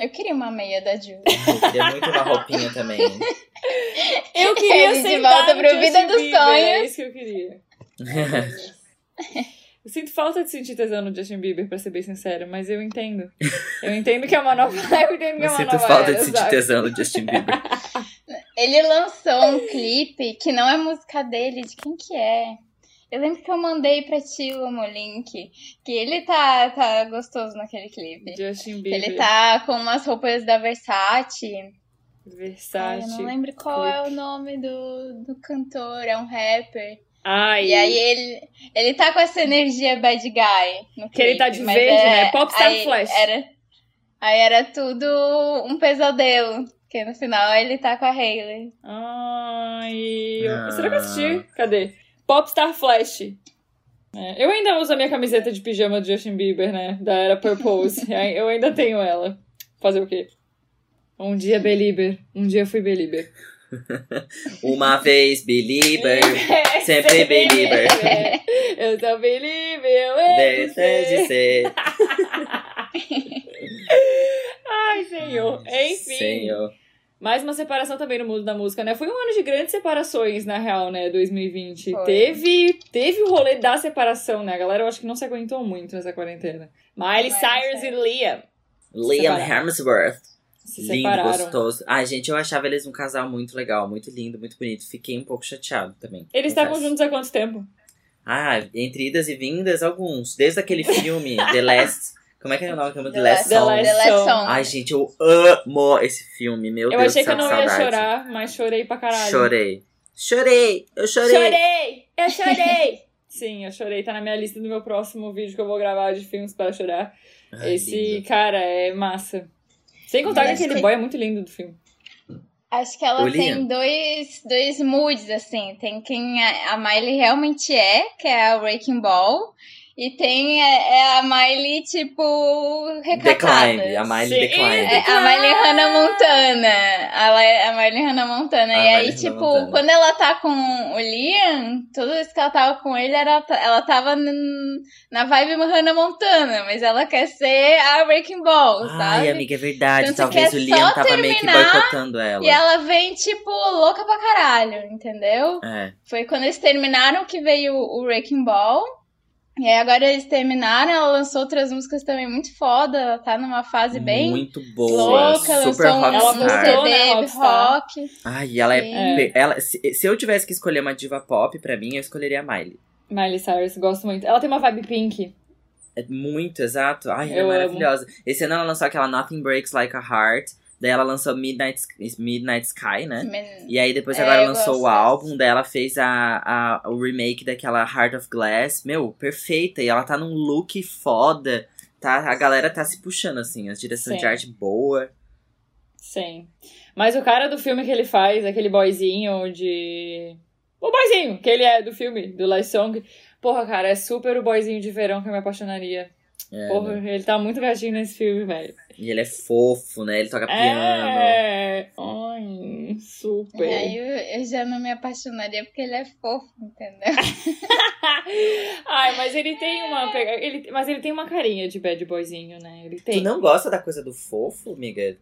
Speaker 3: eu queria uma meia da Drew.
Speaker 2: Eu queria muito uma roupinha também.
Speaker 1: Eu queria
Speaker 3: Ele de
Speaker 1: sentar
Speaker 3: volta
Speaker 1: no
Speaker 3: pro
Speaker 1: Justin
Speaker 3: Vida dos
Speaker 1: Bieber, É
Speaker 3: Sonhos.
Speaker 1: isso que eu queria. Eu sinto falta de sentir tesão no Justin Bieber, pra ser bem sincero, mas eu entendo. Eu entendo que é uma nova eu entendo que é
Speaker 2: Eu
Speaker 1: uma
Speaker 2: sinto
Speaker 1: nova
Speaker 2: falta
Speaker 1: era,
Speaker 2: de sentir
Speaker 1: sabe?
Speaker 2: tesão no Justin Bieber.
Speaker 3: Ele lançou um clipe que não é música dele, de quem que é? Eu lembro que eu mandei pra ti, Lamo, o link, que ele tá, tá gostoso naquele clipe.
Speaker 1: Justin Bieber.
Speaker 3: Ele tá com umas roupas da Versace. Ai, eu
Speaker 1: Versace.
Speaker 3: não lembro qual
Speaker 1: Clipe.
Speaker 3: é o nome do, do cantor, é um rapper.
Speaker 1: Ai.
Speaker 3: E aí ele, ele tá com essa energia bad guy. No
Speaker 1: Que ele tá
Speaker 3: clipe,
Speaker 1: de
Speaker 3: mas
Speaker 1: verde,
Speaker 3: é-
Speaker 1: né? Popstar
Speaker 3: aí
Speaker 1: Flash.
Speaker 3: Era, aí era tudo um pesadelo. Porque no final ele tá com a Hayley.
Speaker 1: Ai. eu-
Speaker 2: Ah.
Speaker 1: Será que eu assisti? Cadê? Popstar Flash. É, eu ainda uso a minha camiseta de pijama do Justin Bieber, né? Da era Purpose. Ai, eu ainda tenho ela. Fazer o quê? Um dia Belieber. Um dia fui Belieber.
Speaker 2: Uma vez belieber, sempre
Speaker 1: Sempre
Speaker 2: belieber.
Speaker 1: É, eu sou Belieber, eu hei de
Speaker 2: Desde
Speaker 1: ser.
Speaker 2: de ser.
Speaker 1: Ai, senhor. Enfim.
Speaker 2: Senhor.
Speaker 1: Mais uma separação também no mundo da música, né? Foi um ano de grandes separações, na real, né? 2020.
Speaker 3: Foi.
Speaker 1: Teve, teve o rolê da separação, né? A galera eu acho que não se aguentou muito nessa quarentena. Miley
Speaker 3: Miley
Speaker 1: Cyrus e Liam
Speaker 2: Liam
Speaker 1: Separaram.
Speaker 2: Hemsworth.
Speaker 1: se
Speaker 2: Lindo,
Speaker 1: separaram.
Speaker 2: gostoso. Ai, gente, eu achava eles um casal muito legal, muito lindo, muito bonito. Fiquei um pouco chateado também.
Speaker 1: Eles estavam
Speaker 2: confesso.
Speaker 1: juntos há quanto tempo?
Speaker 2: Ah, entre idas e vindas, alguns. Desde aquele filme, The Last. Como é que era o nome? do filme? The,
Speaker 3: The
Speaker 2: Last
Speaker 3: Last-
Speaker 1: The
Speaker 2: Song.
Speaker 1: Last
Speaker 3: The Last
Speaker 1: Song.
Speaker 3: Song.
Speaker 2: Ai, gente, eu amo esse filme. Meu
Speaker 1: eu
Speaker 2: Deus
Speaker 1: achei
Speaker 2: do
Speaker 1: que
Speaker 2: céu,
Speaker 1: eu não ia
Speaker 2: saudade.
Speaker 1: chorar, mas chorei pra caralho.
Speaker 2: Chorei. Chorei! Eu chorei!
Speaker 1: Chorei! Eu chorei! Sim, eu chorei. Tá na minha lista do meu próximo vídeo que eu vou gravar de filmes para chorar.
Speaker 2: Ai,
Speaker 1: Esse
Speaker 2: Ah, lindo.
Speaker 1: cara é massa. Sem contar que
Speaker 3: Mas
Speaker 1: aquele
Speaker 3: que-
Speaker 1: boy é muito lindo do filme.
Speaker 3: Acho que ela
Speaker 2: Ô, Liam.
Speaker 3: tem dois, dois moods, assim. Tem quem a, a Miley realmente é, que é a Wrecking Ball. E tem é, é a Miley, tipo, recatada.
Speaker 2: Decline. A Miley
Speaker 1: Sim.
Speaker 2: Decline.
Speaker 3: né? É, a Miley Hannah Montana. Ela é a Miley Hannah Montana.
Speaker 2: A
Speaker 3: e aí,
Speaker 2: Miley Hannah
Speaker 3: tipo,
Speaker 2: Montana.
Speaker 3: quando ela tá com o Liam, toda vez que ela tava com ele, era- ela tava n- na vibe Hannah Montana, mas ela quer ser a Wrecking Ball, sabe?
Speaker 2: Ai, amiga, é verdade.
Speaker 3: Tanto
Speaker 2: Talvez
Speaker 3: que
Speaker 2: o
Speaker 3: é
Speaker 2: Liam
Speaker 3: só
Speaker 2: tava meio que
Speaker 3: terminar
Speaker 2: boicotando ela.
Speaker 3: E ela vem, tipo, louca pra caralho, entendeu?
Speaker 2: É.
Speaker 3: Foi quando eles terminaram que veio o Wrecking Ball. E aí agora eles terminaram, ela lançou outras músicas também muito foda, ela tá numa fase bem
Speaker 2: Muito boa.
Speaker 3: louca,
Speaker 2: É super
Speaker 3: lançou um- um
Speaker 1: rockstar.
Speaker 3: CD
Speaker 1: Ela né,
Speaker 3: de
Speaker 1: rockstar.
Speaker 3: rock.
Speaker 2: Ai, ela é.
Speaker 3: Sim.
Speaker 2: pe- Ela, se, se eu tivesse que escolher uma diva pop pra mim, eu escolheria a Miley.
Speaker 1: Miley Cyrus, gosto muito. Ela tem uma vibe pink.
Speaker 2: É muito, exato. Ai, ela é
Speaker 1: Eu amo.
Speaker 2: maravilhosa. Esse ano ela lançou aquela Nothing Breaks Like a Heart. Daí ela lançou Midnight, Midnight Sky, né?
Speaker 3: Men-
Speaker 2: E aí depois
Speaker 3: É,
Speaker 2: agora
Speaker 3: eu
Speaker 2: lançou o
Speaker 3: gosto.
Speaker 2: álbum, daí ela fez a, a, o remake daquela Heart of Glass. Meu, perfeita. E ela tá num look foda. Tá, a galera tá se puxando, assim. A direção
Speaker 1: Sim.
Speaker 2: de arte boa.
Speaker 1: Sim. Mas o cara do filme que ele faz, aquele boyzinho de. O boyzinho, que ele é do filme, do Last Song. Porra, cara, é super o boyzinho de verão que eu me apaixonaria.
Speaker 2: É,
Speaker 1: Porra, ele tá muito gatinho nesse filme, velho.
Speaker 2: E ele é fofo, né? Ele toca piano.
Speaker 1: É, ai, super.
Speaker 3: Aí eu, eu já não me apaixonaria porque ele é fofo, entendeu?
Speaker 1: ai, mas ele tem uma. pega- Ele, mas ele tem uma carinha de bad boyzinho, né? Ele tem.
Speaker 2: Tu não gosta da coisa do fofo, amiga?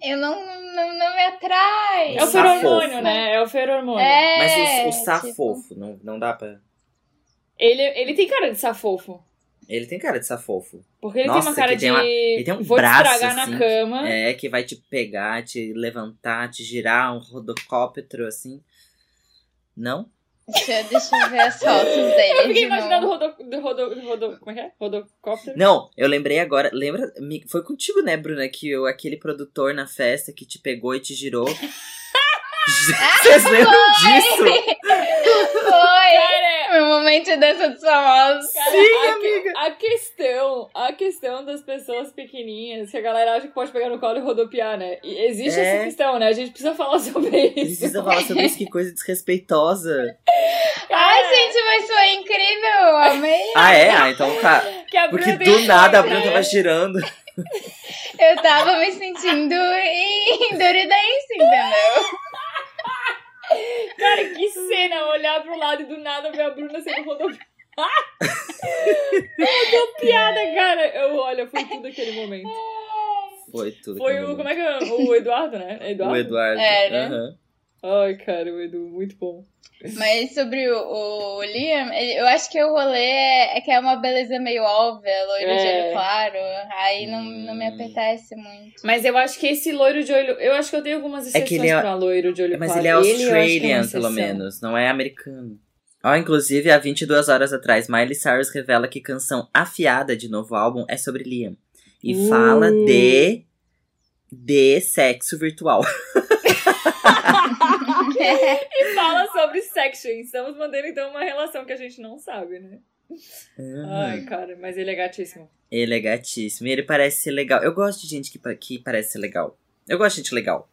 Speaker 3: Eu não, não, não me atrai.
Speaker 1: É o
Speaker 2: Safofo.
Speaker 1: feromônio, né? É o feromônio.
Speaker 3: É,
Speaker 2: Mas o, o
Speaker 3: tipo,
Speaker 2: safofo, não, não dá pra.
Speaker 1: Ele, ele tem cara de safofo.
Speaker 2: Ele tem cara de safofo.
Speaker 1: Porque ele
Speaker 2: Nossa,
Speaker 1: tem uma cara
Speaker 2: que
Speaker 1: de.
Speaker 2: tem uma- ele tem um
Speaker 1: Vou
Speaker 2: braço,
Speaker 1: te estragar
Speaker 2: assim,
Speaker 1: na cama.
Speaker 2: É, que vai te pegar, te levantar, te girar um rodocóptero, assim. Não?
Speaker 3: Deixa, eu- deixa eu ver as fotos dele.
Speaker 1: Eu fiquei
Speaker 3: de novo.
Speaker 1: imaginando o rodo, do rodo, do rodo. Como é que é? Rodocóptero?
Speaker 2: Não, eu lembrei agora. Lembra? mi- Foi contigo, né, Bruna? Que o, aquele produtor na festa que te pegou e te girou. Vocês lembram disso?
Speaker 3: Foi!
Speaker 1: Cara,
Speaker 3: Meu momento de dança dos famosos.
Speaker 1: Cara,
Speaker 2: Sim,
Speaker 1: a, que-
Speaker 2: amiga.
Speaker 1: a questão, a questão das pessoas pequenininhas, que a galera acha que pode pegar no colo e rodopiar, né? E existe
Speaker 2: É.
Speaker 1: essa questão, né? A gente precisa falar sobre isso.
Speaker 2: Precisa falar sobre isso, que coisa desrespeitosa.
Speaker 1: É.
Speaker 3: Ai,
Speaker 1: Cara,
Speaker 3: gente, mas foi incrível. Eu amei.
Speaker 2: Ah, é? Ah, então tá.
Speaker 1: que a
Speaker 2: Porque
Speaker 1: Bruna
Speaker 2: do
Speaker 1: tem
Speaker 2: nada a
Speaker 1: coisa,
Speaker 2: Bruna
Speaker 1: né?
Speaker 2: tava girando.
Speaker 3: Eu tava me sentindo em Doridense, entendeu?
Speaker 1: Cara, que cena, olhar pro lado e do nada ver a Bruna sendo rodopiada. rodopiada, cara. Eu, olha, foi tudo aquele momento.
Speaker 2: Foi tudo.
Speaker 1: Foi
Speaker 2: aquele
Speaker 1: o, como
Speaker 2: momento.
Speaker 1: é que é? O Eduardo, né? É né? Eduardo?
Speaker 2: O Eduardo.
Speaker 3: Era.
Speaker 2: aham.
Speaker 1: Ai, cara, o Edu, muito bom.
Speaker 3: Mas sobre o, o Liam, ele- eu acho que o rolê é, é que é uma beleza meio óbvia, loiro de
Speaker 1: É.
Speaker 3: olho claro. Aí não, não me
Speaker 2: Hum.
Speaker 3: apetece muito.
Speaker 1: Mas eu acho que esse loiro de olho. Eu acho que eu tenho algumas
Speaker 2: que
Speaker 1: exceções
Speaker 2: ele é-
Speaker 1: pra loiro de olho
Speaker 2: Mas
Speaker 1: claro.
Speaker 2: ele é
Speaker 1: eu acho que é uma
Speaker 2: australian, pelo
Speaker 1: exceção.
Speaker 2: menos, não é americano. Ó, inclusive, há 22 horas atrás, Miley Cyrus revela que canção Afiada de novo álbum é sobre Liam. E
Speaker 1: Uh.
Speaker 2: fala de. de sexo virtual.
Speaker 1: E fala sobre sexo. Estamos mantendo então uma relação que a gente não sabe, né?
Speaker 2: Uhum.
Speaker 1: Ai, cara, mas ele é gatíssimo.
Speaker 2: Ele é gatíssimo. E ele parece ser legal. Eu gosto de gente que, pa- que parece ser legal. Eu gosto de gente legal.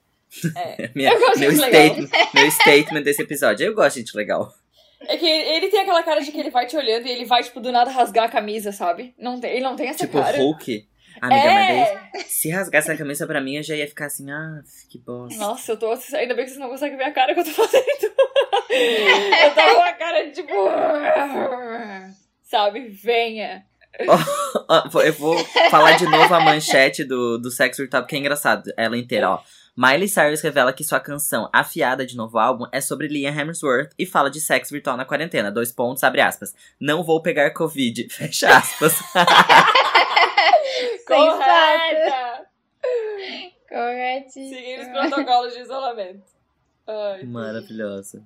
Speaker 1: É.
Speaker 2: Minha-
Speaker 1: Eu gosto de
Speaker 2: meu,
Speaker 1: gente legal.
Speaker 2: statement, meu statement desse episódio. Eu gosto de gente legal.
Speaker 1: É que ele tem aquela cara de que ele vai te olhando e ele vai, tipo, do nada rasgar a camisa, sabe? Não tem, ele não tem essa
Speaker 2: Tipo,
Speaker 1: cara.
Speaker 2: Hulk. Amiga, mas
Speaker 1: é!
Speaker 2: daí, se rasgasse a camisa pra mim, eu já ia ficar assim, ah, que bosta.
Speaker 1: Nossa, eu tô. Ainda bem que vocês não conseguem ver a cara que eu tô fazendo. eu tô com a cara de tipo. Sabe? Venha.
Speaker 2: Ó, Ah, vou- Eu vou falar de novo a manchete do, do Sex Top, porque é engraçado, ela inteira, ó. Miley Cyrus revela que sua canção Afiada de novo álbum é sobre Liam Hemsworth e fala de sexo virtual na quarentena. Dois pontos, abre aspas. Não vou pegar Covid, fecha aspas.
Speaker 3: Sensato.
Speaker 1: Correta! Seguir os
Speaker 3: Corretíssimo.
Speaker 1: protocolos de isolamento. Ai,
Speaker 2: Maravilhosa.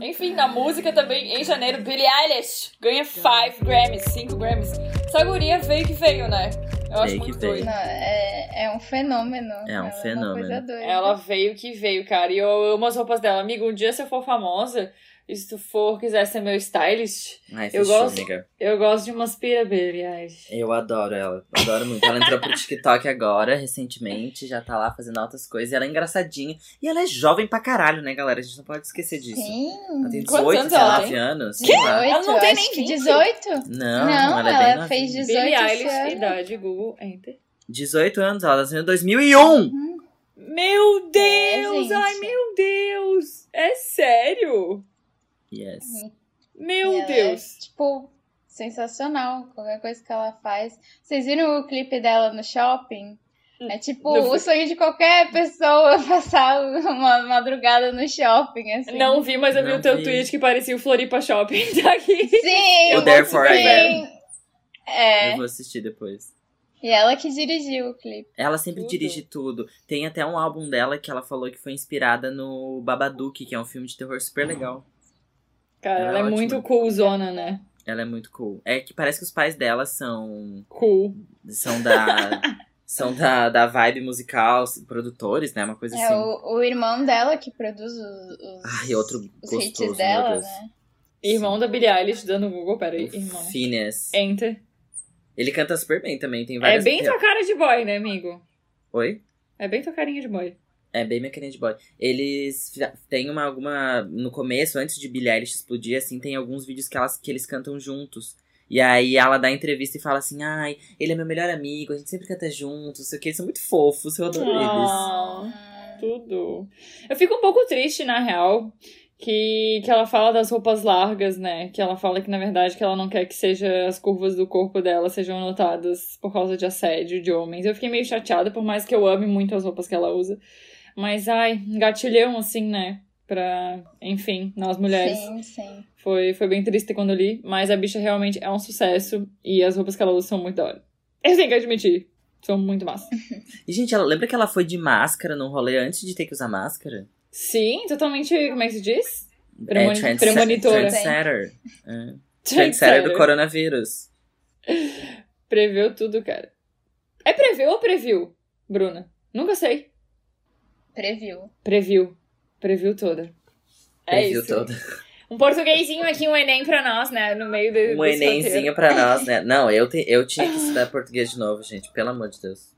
Speaker 1: Enfim, na música também, em janeiro, Billie Eilish ganha 5 Grammys, 5 Grammys. Essa guria veio que veio, né? Eu acho
Speaker 2: Veio que
Speaker 1: muito
Speaker 2: veio.
Speaker 1: doido.
Speaker 3: Não, é, é um fenômeno.
Speaker 2: É um
Speaker 3: Ela
Speaker 2: fenômeno.
Speaker 3: É uma coisa doida.
Speaker 1: Ela veio que veio, cara. E eu amo as roupas dela. Amigo, um dia se eu for famosa, e se tu for, quiser ser meu stylist,
Speaker 2: Ai,
Speaker 1: Eu
Speaker 2: fechou,
Speaker 1: gosto-
Speaker 2: amiga.
Speaker 1: eu gosto de umas pira Billie Eilish.
Speaker 2: Eu adoro ela, adoro muito. Ela entrou pro TikTok agora, recentemente, já tá lá fazendo altas coisas. E ela é engraçadinha. E ela é jovem pra caralho, né, galera? A gente não pode esquecer disso.
Speaker 3: Sim.
Speaker 2: Ela tem
Speaker 1: Quantos
Speaker 2: 18,
Speaker 1: anos ela
Speaker 2: 19 anos. sei lá.
Speaker 3: 18,
Speaker 1: Ela não tem
Speaker 3: acho
Speaker 1: nem
Speaker 3: que
Speaker 1: 20.
Speaker 3: 18?
Speaker 2: Não,
Speaker 3: Não,
Speaker 2: ela, é
Speaker 3: ela
Speaker 2: bem novinha.
Speaker 3: fez 18
Speaker 1: Billie
Speaker 3: esse
Speaker 1: Eilish,
Speaker 3: ano.
Speaker 1: idade, Google, enter.
Speaker 2: 18 anos, ela tá nasceu em 2001!
Speaker 3: Uhum.
Speaker 1: Meu Deus!
Speaker 3: É, gente.
Speaker 1: ai, meu Deus! É sério?
Speaker 2: Yes.
Speaker 1: Meu
Speaker 3: Ela é,
Speaker 1: Deus!
Speaker 3: tipo, sensacional. Qualquer coisa que ela faz. Vocês viram o clipe dela no shopping?
Speaker 1: Hum.
Speaker 3: É tipo
Speaker 1: Não vi.
Speaker 3: o sonho de qualquer pessoa passar uma madrugada no shopping, assim.
Speaker 1: Não vi, mas eu vi
Speaker 2: Não
Speaker 1: o teu
Speaker 2: vi.
Speaker 1: tweet que parecia o Floripa Shopping daqui.
Speaker 3: Sim!
Speaker 2: O Therefore I
Speaker 3: sim. É.
Speaker 2: Eu vou assistir depois.
Speaker 3: E ela que dirigiu o clipe.
Speaker 2: Ela sempre
Speaker 1: Tudo.
Speaker 2: dirige tudo. Tem até um álbum dela que ela falou que foi inspirada no Babadook, que é um filme de terror super legal.
Speaker 1: Cara,
Speaker 2: Ela é
Speaker 1: ela é
Speaker 2: ótima.
Speaker 1: muito coolzona, né?
Speaker 2: Ela é muito cool. É que parece que os pais dela são.
Speaker 1: Cool.
Speaker 2: são da. são da, da vibe musical, produtores, né? Uma coisa
Speaker 3: É
Speaker 2: assim.
Speaker 3: o, o irmão dela que produz os, os,
Speaker 2: Ai, Ah, outro
Speaker 3: os
Speaker 2: gostoso,
Speaker 3: hits
Speaker 2: meu
Speaker 3: dela,
Speaker 2: Deus.
Speaker 3: né?
Speaker 1: Irmão da Billie Eilish, dando o Google, peraí, irmão.
Speaker 2: O Phineas.
Speaker 1: Enter.
Speaker 2: Ele canta super bem também, tem
Speaker 1: É
Speaker 2: várias.
Speaker 1: bem tua cara de boy, né, amigo?
Speaker 2: Oi?
Speaker 1: É bem tua carinha de boy.
Speaker 2: É bem minha carinha de boy. Eles fi- tem uma alguma no começo, antes de Billie Eilish explodir, assim, tem alguns vídeos que elas que eles cantam juntos. E aí ela dá entrevista e fala assim: "Ai, ele é meu melhor amigo, a gente sempre canta juntos, sei o que, eles são muito fofos, eu adoro eles".
Speaker 1: Ah, tudo. Eu fico um pouco triste, na real, que, que ela fala das roupas largas, né? Que ela fala que, na verdade, que ela não quer que seja as curvas do corpo dela sejam notadas por causa de assédio de homens. Eu fiquei meio chateada, por mais que eu ame muito as roupas que ela usa. Mas, ai, gatilhão, assim, né? Pra, enfim, nós mulheres.
Speaker 3: Sim, sim.
Speaker 1: Foi, foi bem triste quando eu li, mas a bicha realmente é um sucesso e as roupas que ela usa são muito da hora. Eu tenho que admitir, são muito massa.
Speaker 2: E gente, ela lembra que ela foi de máscara num rolê antes de ter que usar máscara?
Speaker 1: Sim, totalmente, como é que se diz?
Speaker 2: É,
Speaker 1: Premoni- premonitora.
Speaker 2: Trendsetter. É. Trendsetter do coronavírus.
Speaker 1: Preveu tudo, cara. É preveu ou previu, Bruna? Nunca sei.
Speaker 3: Previu.
Speaker 1: Previu. Previu toda. É
Speaker 2: Previu
Speaker 1: isso.
Speaker 2: todo.
Speaker 1: Um portuguesinho aqui, um Enem pra nós, né? No meio do.
Speaker 2: Um
Speaker 1: desse roteiro.
Speaker 2: enemzinho pra nós, né? Não, eu, te- eu tinha que estudar português de novo, gente, pelo amor de Deus.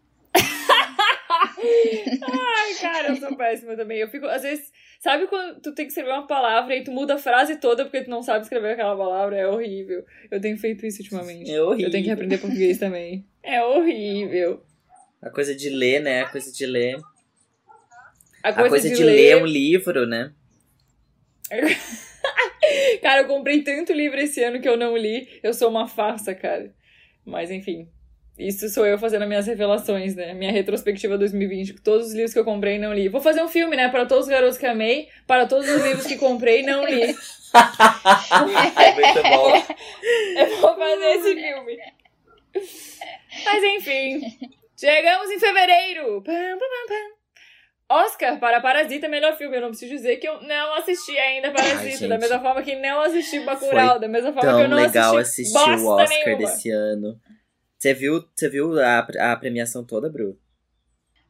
Speaker 1: Ai, cara, eu sou péssima também. Eu fico, às vezes, sabe quando tu tem que escrever uma palavra e tu muda a frase toda porque tu não sabe escrever aquela palavra? É horrível. Eu tenho feito isso ultimamente.
Speaker 2: É horrível.
Speaker 1: Eu tenho que aprender português também. É horrível.
Speaker 2: A coisa de ler, né? A coisa de ler.
Speaker 1: A
Speaker 2: A coisa, de, ler... um livro, né?
Speaker 1: Cara, eu comprei tanto livro esse ano que eu não li. Eu sou uma farsa, cara. Mas enfim. Isso sou eu fazendo as minhas revelações, né? Minha retrospectiva 2020. Todos os livros que eu comprei e não li. Vou fazer um filme, né? Para todos os garotos que amei, para todos os livros que comprei e não li.
Speaker 2: É muito bom.
Speaker 1: Eu vou fazer esse filme. Mas enfim. Chegamos em fevereiro. Pam, pam, pam, pam. Oscar para Parasita, melhor filme. Eu não preciso dizer que eu não assisti ainda Parasita.
Speaker 2: gente.
Speaker 1: da mesma forma que não assisti Bacurau. Da mesma forma que eu
Speaker 2: Tão
Speaker 1: não
Speaker 2: legal
Speaker 1: assisti
Speaker 2: assistir o
Speaker 1: bosta
Speaker 2: Oscar
Speaker 1: nenhuma.
Speaker 2: desse ano. Você viu, você viu a, a premiação toda, Bru?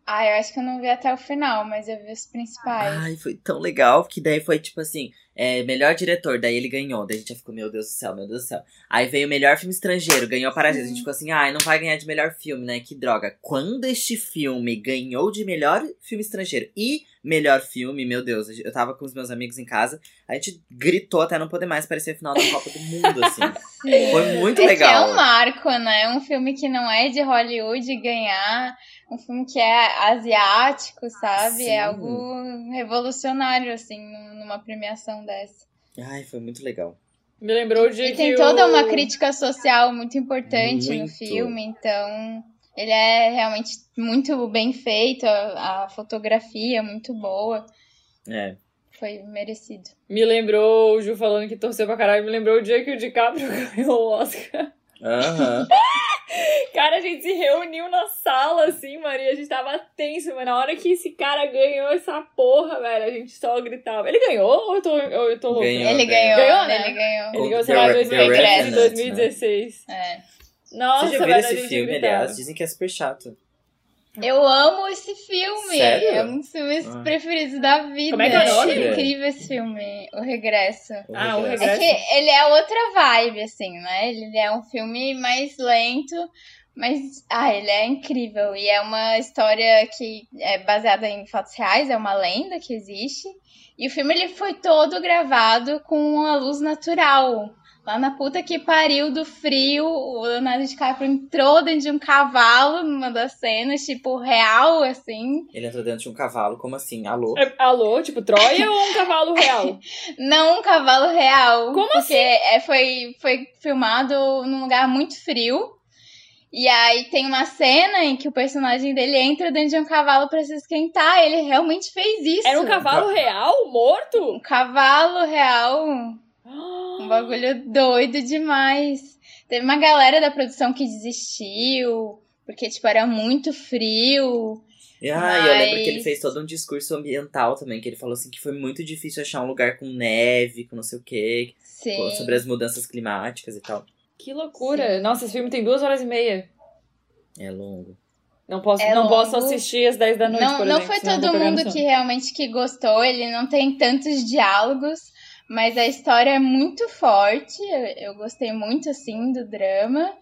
Speaker 3: Ah, eu acho que eu não vi até o final, mas eu vi os principais.
Speaker 2: Ai, foi tão legal, que daí foi tipo assim, é, melhor diretor, daí ele ganhou. Daí a gente já ficou, meu Deus do céu, meu Deus do céu. Aí veio o melhor filme estrangeiro, ganhou Parasita. A gente ficou assim, ai, não vai ganhar de melhor filme, né? Que droga. Quando este filme ganhou de melhor filme estrangeiro e melhor filme, meu Deus, eu tava com os meus amigos em casa, a gente gritou até não poder mais, parecia a final da Copa do Mundo, assim. Foi muito
Speaker 3: é que é
Speaker 2: legal.
Speaker 3: um marco, né? Um filme que não é de Hollywood ganhar, um filme que é asiático, sabe?
Speaker 2: Sim.
Speaker 3: É algo revolucionário, assim, num- numa premiação dessa.
Speaker 2: Ai, foi muito legal.
Speaker 1: Me lembrou de.
Speaker 3: E
Speaker 1: que
Speaker 3: tem
Speaker 1: o-
Speaker 3: toda uma crítica social muito importante no
Speaker 2: Muito.
Speaker 3: filme, então ele é realmente muito bem feito, a, a fotografia é muito boa,
Speaker 2: É.
Speaker 3: foi merecido.
Speaker 1: Me lembrou, o Ju falando que torceu pra caralho, me lembrou o dia que o DiCaprio ganhou o Oscar.
Speaker 2: Aham.
Speaker 1: Cara, a gente se reuniu na sala, assim, Maria, a gente tava tenso, mas na hora que esse cara ganhou essa porra, velho, a gente só gritava. Ele ganhou ou eu tô, ou eu tô louca?
Speaker 2: Ganhou.
Speaker 3: Ele ganhou,
Speaker 1: Ganhou,
Speaker 3: né?
Speaker 1: né?
Speaker 3: Ele ganhou.
Speaker 1: Ele ganhou, sei lá, em
Speaker 2: The Re- The
Speaker 1: 2015,
Speaker 3: Revenant,
Speaker 1: 2016.
Speaker 3: É.
Speaker 1: Nossa,
Speaker 2: Vocês já
Speaker 1: velho,
Speaker 2: viram
Speaker 1: a
Speaker 2: esse
Speaker 1: gente
Speaker 2: filme,
Speaker 1: gritava.
Speaker 2: aliás? Dizem que é super chato.
Speaker 3: É. Eu amo esse filme.
Speaker 2: Sério?
Speaker 3: É um dos filmes
Speaker 2: Ah.
Speaker 3: preferidos da vida.
Speaker 1: Como é que é o
Speaker 2: nome?
Speaker 3: incrível esse filme, O Regresso.
Speaker 1: Ah, o
Speaker 3: É
Speaker 1: Regresso.
Speaker 3: que ele é outra vibe, assim, né? Ele é um filme mais lento, mas ah, ele é incrível. E é uma história que é baseada em fatos reais, é uma lenda que existe. E o filme ele foi todo gravado com a luz natural. Lá na puta que pariu do frio, o Leonardo DiCaprio entrou dentro de um cavalo numa das cenas, tipo, real, assim.
Speaker 2: Ele entrou dentro de um cavalo, como assim? Alô?
Speaker 1: É, Alô, tipo, Troia ou um cavalo real?
Speaker 3: Não um cavalo real.
Speaker 1: Como assim?
Speaker 3: porque é, foi, foi filmado num lugar muito frio. E aí tem uma cena em que o personagem dele entra dentro de um cavalo pra se esquentar. Ele realmente fez isso.
Speaker 1: Era um cavalo real, morto?
Speaker 3: Um cavalo real. Um bagulho doido demais. Teve uma galera da produção que desistiu. Porque, tipo, era muito frio.
Speaker 2: Ah, e eu lembro
Speaker 3: Mas-
Speaker 2: que ele fez todo um discurso ambiental também, que ele falou assim que foi muito difícil achar um lugar com neve, com não sei o quê,
Speaker 3: Sim.
Speaker 2: com- sobre as mudanças climáticas e tal.
Speaker 1: Que loucura. Nossa, esse filme tem duas horas e meia.
Speaker 2: É longo.
Speaker 1: Não posso,
Speaker 3: É
Speaker 1: não posso
Speaker 3: longo.
Speaker 1: assistir às 10 da noite,
Speaker 3: não,
Speaker 1: por
Speaker 3: não
Speaker 1: exemplo,
Speaker 3: foi
Speaker 1: senão eu vou
Speaker 3: todo
Speaker 1: pegar no
Speaker 3: mundo
Speaker 1: sono.
Speaker 3: que realmente que gostou, ele não tem tantos diálogos, mas a história é muito forte, eu, eu gostei muito, assim, do drama.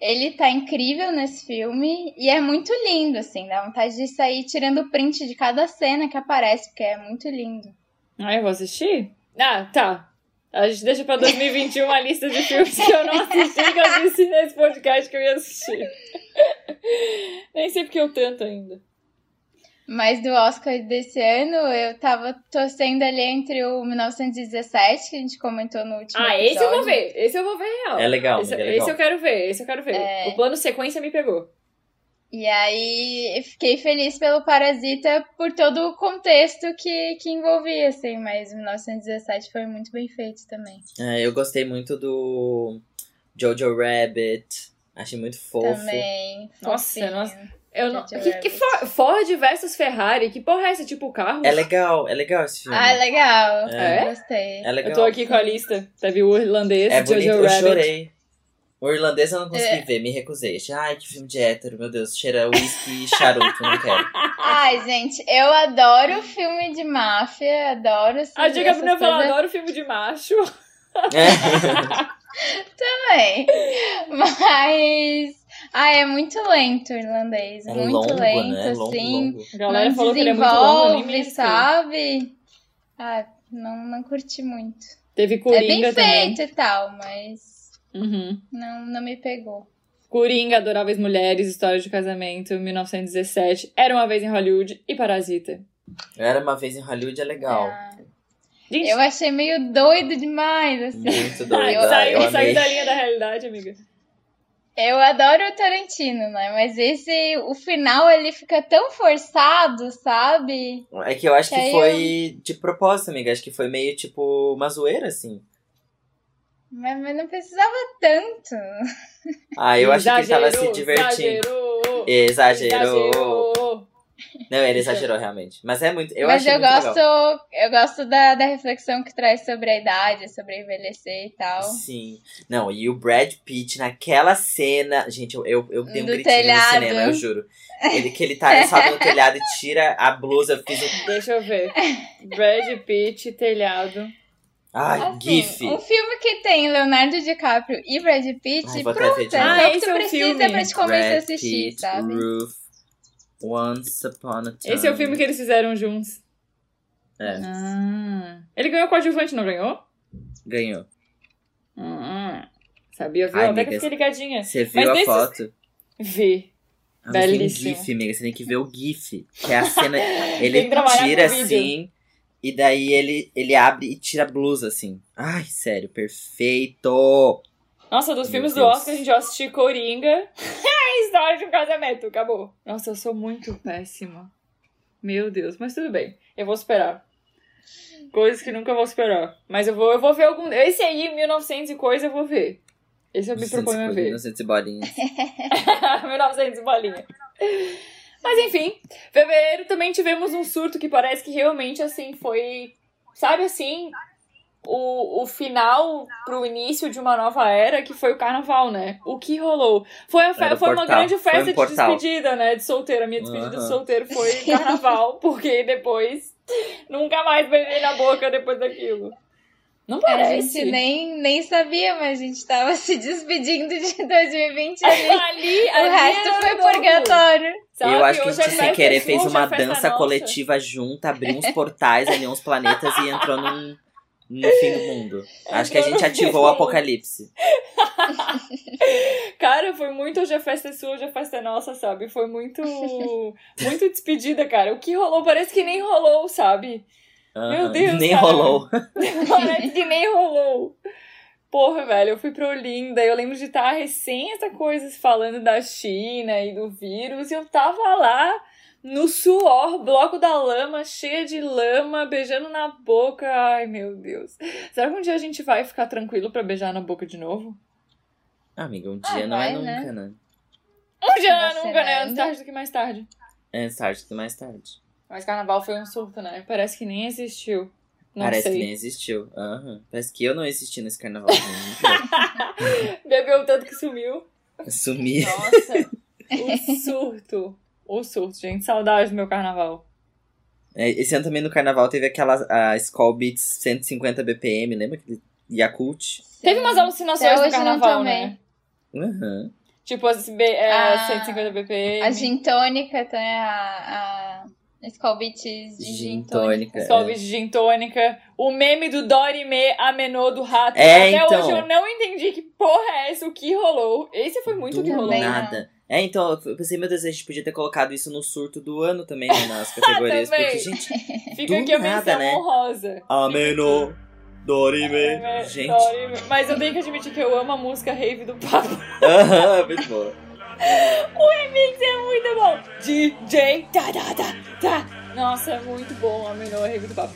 Speaker 3: Ele tá incrível nesse filme e é muito lindo, assim, dá vontade de sair tirando print de cada cena que aparece, porque é muito lindo.
Speaker 1: Ah, eu vou assistir? Ah, tá. A gente deixa pra 2021 a lista de filmes que eu não assisti, que eu assisti nesse podcast que eu ia assistir. Nem sei porque eu tanto
Speaker 3: Um
Speaker 1: ainda.
Speaker 3: Mas do Oscar desse ano, eu tava torcendo ali entre o 1917, que a gente comentou no último
Speaker 1: Ah, esse eu vou
Speaker 3: episódio.
Speaker 1: ver. Esse eu vou ver real.
Speaker 2: É legal,
Speaker 1: esse,
Speaker 2: amiga, é legal.
Speaker 1: esse eu quero ver, esse eu quero ver.
Speaker 3: É.
Speaker 1: O plano sequência me pegou.
Speaker 3: E aí eu fiquei feliz pelo Parasita por todo o contexto que, que envolvia, assim, mas 1917 foi muito bem feito também.
Speaker 2: É, eu gostei muito do Jojo Rabbit. Achei muito fofo.
Speaker 3: Também.
Speaker 1: Nossa,
Speaker 3: fofinho.
Speaker 1: nossa. Eu não...
Speaker 3: Jojo
Speaker 1: Que, que
Speaker 3: Rabbit.
Speaker 1: Fo- Ford versus Ferrari? Que porra é essa? Tipo, o carro?
Speaker 2: É legal, é legal esse filme.
Speaker 3: Ah, legal.
Speaker 1: É?
Speaker 3: Gostei.
Speaker 2: É legal.
Speaker 1: Eu tô aqui com a lista. Teve o irlandês,
Speaker 2: É bonito,
Speaker 1: Jojo
Speaker 2: eu
Speaker 1: Rabbit. É.
Speaker 2: chorei. O irlandês eu não consegui ver, me recusei. Achei, ai, que filme de hétero, meu Deus, cheira uísque e charuto, não quero.
Speaker 3: Ai, gente, eu adoro filme de máfia, adoro essas,
Speaker 1: A Ah, Diga
Speaker 3: essas
Speaker 1: Bruna falou,
Speaker 3: coisas
Speaker 1: adoro filme de macho.
Speaker 2: É.
Speaker 3: também. Mas. Ah, é muito lento o irlandês.
Speaker 2: É
Speaker 3: muito
Speaker 2: longo,
Speaker 3: lento,
Speaker 2: né? Longo,
Speaker 3: assim.
Speaker 2: longo.
Speaker 1: A galera
Speaker 3: não
Speaker 1: falou que ele é muito longo, eu nem
Speaker 3: desenvolve,
Speaker 1: me arrisquei.
Speaker 3: sabe? Ah, não, não curti muito.
Speaker 1: Teve Coringa
Speaker 3: é bem
Speaker 1: também.
Speaker 3: feito e tal, mas
Speaker 1: Uhum.
Speaker 3: não, não me pegou.
Speaker 1: Coringa, Adoráveis Mulheres, História de Casamento, 1917, Era Uma Vez em Hollywood e Parasita.
Speaker 2: Era uma vez em Hollywood, é legal.
Speaker 3: Ah,
Speaker 1: Gente,
Speaker 3: eu achei meio doido demais, assim.
Speaker 2: Muito doido.
Speaker 1: ai,
Speaker 2: ai,
Speaker 3: eu-
Speaker 1: saiu,
Speaker 2: eu
Speaker 1: saiu
Speaker 2: amei.
Speaker 1: da linha da realidade, amiga.
Speaker 3: Eu adoro o Tarantino, né? Mas esse, o final, ele fica tão forçado, sabe?
Speaker 2: É que eu acho que
Speaker 3: Saiu.
Speaker 2: foi de propósito, amiga. Acho que foi meio tipo uma zoeira, assim.
Speaker 3: Mas, mas não precisava tanto.
Speaker 2: Ah, eu acho que ele tava se
Speaker 1: Exagerou,
Speaker 2: divertindo.
Speaker 1: Exagerou.
Speaker 2: Exagerou.
Speaker 1: Exagerou.
Speaker 2: Não, ele exagerou realmente. Mas é muito. Eu
Speaker 3: mas
Speaker 2: achei
Speaker 3: eu
Speaker 2: muito
Speaker 3: gosto,
Speaker 2: legal.
Speaker 3: eu gosto da, da reflexão que traz sobre a idade, sobre envelhecer e tal.
Speaker 2: Sim. Não, e o Brad Pitt naquela cena. Gente, eu, eu, eu dei um
Speaker 3: Do
Speaker 2: gritinho
Speaker 3: telhado.
Speaker 2: no cinema, eu juro. Ele que ele tá sobe no telhado e tira a blusa, eu fiz um, o.
Speaker 1: Deixa eu ver. Brad Pitt, telhado.
Speaker 2: Ai,
Speaker 3: Assim,
Speaker 2: GIF.
Speaker 3: um filme que tem Leonardo DiCaprio e Brad Pitt,
Speaker 2: Ai, vou
Speaker 3: pronto,
Speaker 2: atrás de novo.
Speaker 3: é só
Speaker 1: Ah,
Speaker 3: o que
Speaker 1: esse
Speaker 3: tu
Speaker 1: é um
Speaker 3: precisa
Speaker 1: filme.
Speaker 3: pra te convencer a
Speaker 2: Brad
Speaker 3: assistir,
Speaker 2: Pitt,
Speaker 3: sabe?
Speaker 2: Roof, Once Upon a Time.
Speaker 1: Esse é o filme que eles fizeram juntos.
Speaker 2: É,
Speaker 1: Ah. Ele ganhou coadjuvante, não ganhou?
Speaker 2: ganhou.
Speaker 1: Ah. Sabia, viu?
Speaker 2: Ai,
Speaker 1: Até
Speaker 2: amiga,
Speaker 1: que fiquei ligadinha.
Speaker 2: Você viu a
Speaker 1: desses-
Speaker 2: foto?
Speaker 1: Vê.
Speaker 2: Ah, mas tem
Speaker 1: Belíssimo.
Speaker 2: GIF, amiga. Você tem que ver o GIF. Que é a cena.
Speaker 1: Tem
Speaker 2: Ele
Speaker 1: que trabalhar
Speaker 2: tira
Speaker 1: com vídeo.
Speaker 2: assim. E daí ele, ele abre e tira a blusa assim. Ai, sério, perfeito!
Speaker 1: Nossa, dos
Speaker 2: Meu
Speaker 1: filmes do
Speaker 2: Deus.
Speaker 1: Oscar, a gente já assistiu Coringa. É História de um casamento, acabou. Nossa, eu sou muito péssima. Meu Deus, mas tudo bem. Eu vou esperar. Coisas que nunca vou esperar. Mas eu vou, eu vou ver algum. Esse aí, 1900 e coisa, eu vou ver. Esse eu me proponho a ver.
Speaker 2: 900 bolinhas.
Speaker 1: 1900 bolinha. Mas enfim, fevereiro também tivemos um surto que parece que realmente assim foi, sabe assim, o, o final pro início de uma nova era, que foi o carnaval, né? O que rolou? Foi, a fe-
Speaker 2: Era o
Speaker 1: foi uma
Speaker 2: portal,
Speaker 1: grande
Speaker 2: foi um
Speaker 1: festa de
Speaker 2: portal.
Speaker 1: despedida, né? De solteira. Minha despedida de
Speaker 2: Aham.
Speaker 1: solteiro foi carnaval, porque depois nunca mais beijei na boca depois daquilo. Não
Speaker 3: A
Speaker 1: parece.
Speaker 3: gente nem, nem sabia, mas a gente tava se despedindo de 2020 ali.
Speaker 1: Ali, ali
Speaker 3: um. o resto
Speaker 1: era
Speaker 3: foi
Speaker 1: novo.
Speaker 3: purgatório.
Speaker 1: Sabe?
Speaker 2: Eu acho que a
Speaker 1: Hoje é
Speaker 2: gente, sem
Speaker 1: festa
Speaker 2: querer,
Speaker 1: sua,
Speaker 2: fez
Speaker 1: hoje é
Speaker 2: uma
Speaker 1: festa
Speaker 2: dança
Speaker 1: nossa.
Speaker 2: coletiva junta, abriu uns portais, ali uns planetas e entrou num, no fim do mundo. Acho que a
Speaker 1: Entrou no
Speaker 2: gente
Speaker 1: fim do
Speaker 2: ativou o
Speaker 1: mundo.
Speaker 2: apocalipse.
Speaker 1: Cara, foi muito hoje a festa é sua, hoje a festa é nossa, sabe? Foi muito. muito despedida, cara. O que rolou parece que nem rolou, sabe?
Speaker 2: Aham.
Speaker 1: Deus,
Speaker 2: Nem
Speaker 1: cara.
Speaker 2: rolou.
Speaker 1: Parece que nem rolou. Porra, velho, eu fui pra Olinda. Eu lembro de estar recém essa coisa falando da China e do vírus. E eu tava lá no suor, bloco da lama, cheia de lama, beijando na boca. Ai, meu Deus. Será que um dia a gente vai ficar tranquilo pra beijar na boca de novo?
Speaker 2: Ah, Amiga, um
Speaker 3: Ah,
Speaker 2: dia não é
Speaker 3: vai, né?
Speaker 2: nunca, né?
Speaker 1: Um dia
Speaker 3: Nossa,
Speaker 1: nunca, né?
Speaker 3: né?
Speaker 1: Antes tarde do que mais tarde.
Speaker 2: É tarde que mais tarde.
Speaker 1: Mas carnaval foi um surto, né? Parece que nem existiu. Não
Speaker 2: Parece
Speaker 1: sei.
Speaker 2: que nem existiu. Aham. Parece que eu não existi nesse carnaval. gente.
Speaker 1: Bebeu tanto que sumiu.
Speaker 2: Sumi.
Speaker 1: Nossa, o surto. O surto, gente. Saudade do meu carnaval.
Speaker 2: É, Esse ano também no carnaval teve aquela a Skull Beats 150 BPM, lembra? Aquele Yakult.
Speaker 1: Teve umas alucinações
Speaker 3: Até
Speaker 1: no
Speaker 3: hoje não
Speaker 1: carnaval,
Speaker 3: tomei.
Speaker 1: né?
Speaker 2: Aham.
Speaker 1: Tipo as B, é,
Speaker 3: Ah,
Speaker 1: 150 BPM.
Speaker 3: A gin tônica, tá? a, a Skull Beats de
Speaker 1: então,
Speaker 3: gin
Speaker 2: Gin
Speaker 3: tônica.
Speaker 2: tônica.
Speaker 1: Sobe de gin tônica. O meme do Dorime Amenô do rato.
Speaker 2: É,
Speaker 1: Até
Speaker 2: então.
Speaker 1: hoje eu não entendi que porra é essa, o que rolou. Esse foi muito né? o que
Speaker 2: Do
Speaker 1: rolou.
Speaker 3: Também não.
Speaker 2: nada. É, então, eu pensei, meu Deus, a gente podia ter colocado isso no surto do ano também, né, nas categorias.
Speaker 1: Também.
Speaker 2: porque, gente,
Speaker 1: Fica
Speaker 2: Do
Speaker 1: aqui a menção
Speaker 2: nada, né?
Speaker 1: honrosa.
Speaker 2: ameno,
Speaker 1: É,
Speaker 2: dorime. Gente,
Speaker 1: Dorime. É, Mas eu tenho que admitir que eu amo a música rave do Pablo.
Speaker 2: aham, muito bom.
Speaker 1: remix é muito bom. DJ tá, tá, tá, tá. Nossa, é muito bom a menor rave do papo.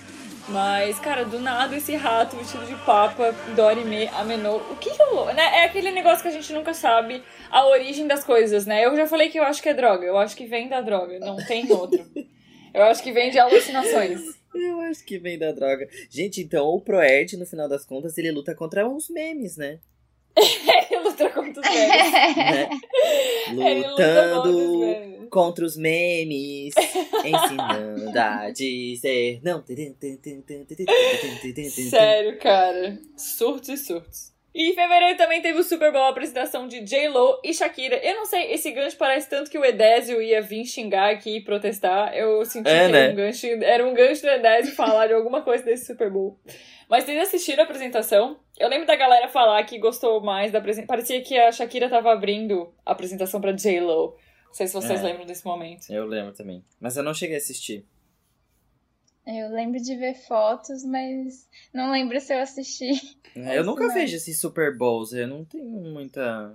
Speaker 1: Mas, cara, do nada esse rato vestido de papa, Dorime, Amenô. O que que rolou? Né? É aquele negócio que a gente nunca sabe a origem das coisas, né? Eu já falei que eu acho que é droga. Eu acho que vem da droga. Não tem outro. Eu acho que vem de alucinações.
Speaker 2: Eu acho que vem da droga. Gente, então o Proerd, no final das contas, ele luta contra uns memes, né?
Speaker 1: Ilustra contra os velhos.
Speaker 2: Né?
Speaker 1: É. Ele luta contra os
Speaker 2: Lutando
Speaker 1: velhos.
Speaker 2: contra os memes, ensinando a dizer não.
Speaker 1: Sério, cara. Surtos e surtos. E em fevereiro também teve o Super Bowl, a apresentação de J-Lo e Shakira. Eu não sei, esse gancho parece tanto que o Edésio ia vir xingar aqui e protestar. Eu senti
Speaker 2: É,
Speaker 1: que
Speaker 2: né?
Speaker 1: era, um gancho, era um gancho do Edésio falar de alguma coisa desse Super Bowl. Mas vocês assistiram a apresentação? Eu lembro da galera falar que gostou mais da apresentação. Parecia que a Shakira tava abrindo a apresentação pra J-Lo. Não sei se vocês
Speaker 2: É.
Speaker 1: lembram desse momento.
Speaker 2: Eu lembro também. Mas eu não cheguei a assistir.
Speaker 3: Eu lembro de ver fotos, mas não lembro se eu assisti.
Speaker 2: eu nunca
Speaker 3: não.
Speaker 2: vejo esses Super Bowls, eu não tenho muita.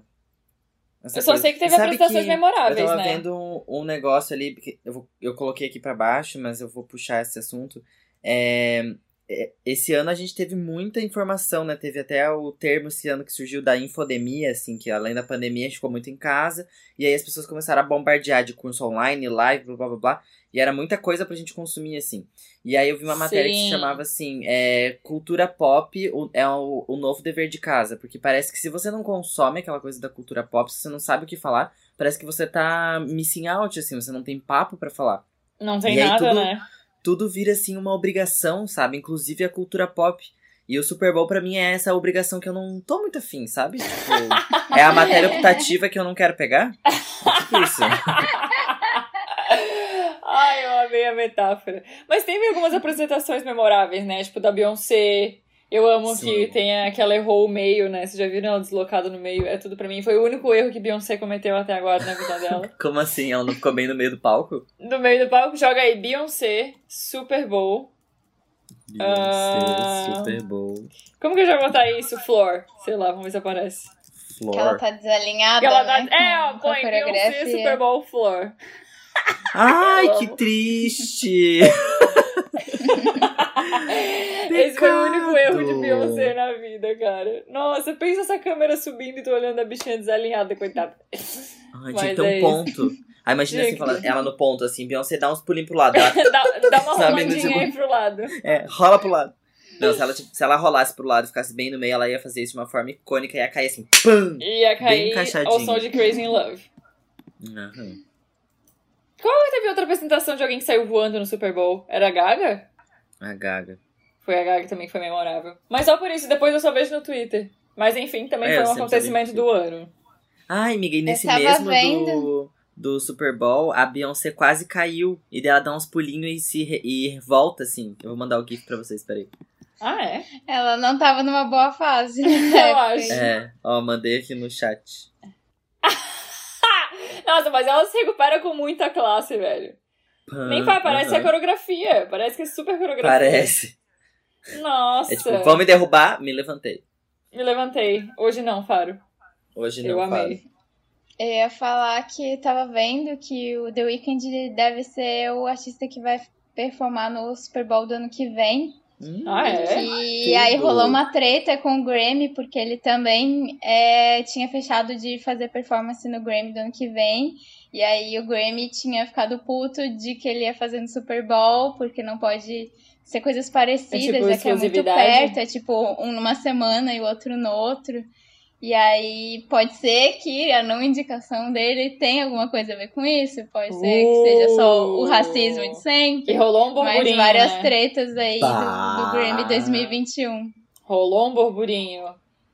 Speaker 2: essa
Speaker 1: Eu só
Speaker 2: coisa.
Speaker 1: sei que teve
Speaker 2: É, Sabe
Speaker 1: apresentações
Speaker 2: que
Speaker 1: memoráveis,
Speaker 2: Eu tava
Speaker 1: né?
Speaker 2: vendo um, um negócio ali, porque eu, vou- eu coloquei aqui pra baixo, mas eu vou puxar esse assunto. É, é, esse ano a gente teve muita informação, né? Teve até o termo esse ano que surgiu da infodemia, assim, que além da pandemia a gente ficou muito em casa, e aí as pessoas começaram a bombardear de curso online, live, blá blá blá, blá e era muita coisa pra gente consumir, assim. E aí eu vi uma matéria que se
Speaker 1: Sim.
Speaker 2: chamava assim: é, Cultura pop o- é o, o novo dever de casa, porque parece que se você não consome aquela coisa da cultura pop, se você não sabe o que falar parece que você tá missing out, assim, você não tem papo pra falar.
Speaker 1: Não tem
Speaker 2: E aí
Speaker 1: nada,
Speaker 2: tudo-
Speaker 1: né?
Speaker 2: Tudo vira, assim, uma obrigação, sabe? Inclusive a cultura pop. E o Super Bowl, pra mim, é essa obrigação que eu não tô muito afim, sabe? Tipo, é a matéria optativa que eu não quero pegar? É tipo isso.
Speaker 1: Ai, eu amei a metáfora. Mas teve algumas apresentações memoráveis, né? Tipo, da Beyoncé. Eu amo
Speaker 2: Sim.
Speaker 1: que tenha que ela errou o meio, né? Vocês já viram ela deslocada no meio? É tudo pra mim. Foi o único erro que Beyoncé cometeu até agora na vida dela.
Speaker 2: Como assim? Ela não ficou bem no meio do palco?
Speaker 1: No meio do palco, joga aí Beyoncé, Super Bowl. Ah.
Speaker 2: Beyoncé, é Super Bowl,
Speaker 1: Como que eu já vou botar isso? Floor. Sei lá, vamos ver se aparece.
Speaker 3: Que ela
Speaker 2: Floor.
Speaker 3: tá desalinhada,
Speaker 1: Ela dá...
Speaker 3: né?
Speaker 1: É, ó,
Speaker 3: com a
Speaker 1: põe Beyoncé,
Speaker 3: coreografia.
Speaker 1: Super Bowl, Floor.
Speaker 2: Ai,
Speaker 1: Eu
Speaker 2: que
Speaker 1: amo.
Speaker 2: triste!
Speaker 1: Esse foi o único erro de
Speaker 2: Pecado.
Speaker 1: Beyoncé na vida, cara. Nossa, pensa essa câmera subindo e tu olhando a bichinha desalinhada, coitada.
Speaker 2: Ai,
Speaker 1: Mas
Speaker 2: tinha que ter um
Speaker 1: é isso.
Speaker 2: ponto. Aí imagina assim,
Speaker 1: Tinha
Speaker 2: fala- ela no ponto, assim, Beyoncé dá uns pulinhos pro lado. Ela
Speaker 1: dá, dá uma
Speaker 2: Sabe, no
Speaker 1: roladinha aí pro lado.
Speaker 2: É, rola pro lado. Não, se ela, tipo, se ela rolasse pro lado e ficasse bem no meio, ela ia fazer isso de uma forma icônica e ia cair assim, pam!
Speaker 1: E ia cair
Speaker 2: encaixadinho.
Speaker 1: ao som de Crazy in Love.
Speaker 2: Aham.
Speaker 1: Mas teve outra apresentação de alguém que saiu voando no Super Bowl. Era a Gaga?
Speaker 2: A gaga.
Speaker 1: Foi a Gaga que também foi memorável. Mas só por isso, depois eu só vejo no Twitter. Mas enfim, também
Speaker 2: É,
Speaker 1: foi
Speaker 2: eu
Speaker 1: um
Speaker 2: sempre sabia
Speaker 1: acontecimento
Speaker 2: que-
Speaker 1: do ano.
Speaker 2: Ai, amiga, e nesse
Speaker 3: tava
Speaker 2: mesmo
Speaker 3: vendo.
Speaker 2: do, do Super Bowl, a Beyoncé quase caiu. E daí ela dá uns pulinhos e se re- e volta, assim. Eu vou mandar o GIF pra vocês, peraí.
Speaker 1: Ah, é?
Speaker 3: Ela não tava numa boa fase. né?
Speaker 1: Eu acho.
Speaker 2: É, ó, mandei aqui no chat.
Speaker 1: Nossa, mas ela se recupera com muita classe, velho.
Speaker 2: Pam,
Speaker 1: Nem pá, parece
Speaker 2: aham.
Speaker 1: a coreografia. Parece que é super coreografia.
Speaker 2: Parece.
Speaker 1: Nossa.
Speaker 2: É tipo, vão me derrubar, me levantei.
Speaker 1: Me levantei. Hoje não, Faro.
Speaker 2: Hoje não
Speaker 1: Eu amei.
Speaker 3: Eu ia falar que tava vendo que o The Weeknd deve ser o artista que vai performar no Super Bowl do ano que vem.
Speaker 2: falo. Hum,
Speaker 1: Ah, é?
Speaker 3: E
Speaker 2: tudo.
Speaker 3: aí rolou uma treta com o Grammy, porque ele também é, tinha fechado de fazer performance no Grammy do ano que vem. E aí o Grammy tinha ficado puto de que ele ia fazer no Super Bowl, porque não pode ser coisas parecidas,
Speaker 1: É tipo
Speaker 3: já que é muito
Speaker 1: exclusividade.
Speaker 3: perto, é tipo um numa semana e o outro no outro. E aí pode ser que a não indicação dele tenha alguma coisa a ver com isso, pode ser que seja só o
Speaker 1: Uh.
Speaker 3: racismo de sempre.
Speaker 1: E rolou um
Speaker 3: Mais
Speaker 1: burburinho.
Speaker 3: várias
Speaker 1: né?
Speaker 3: tretas aí do, do
Speaker 2: Bah.
Speaker 3: Grammy 2021.
Speaker 1: Rolou um burburinho.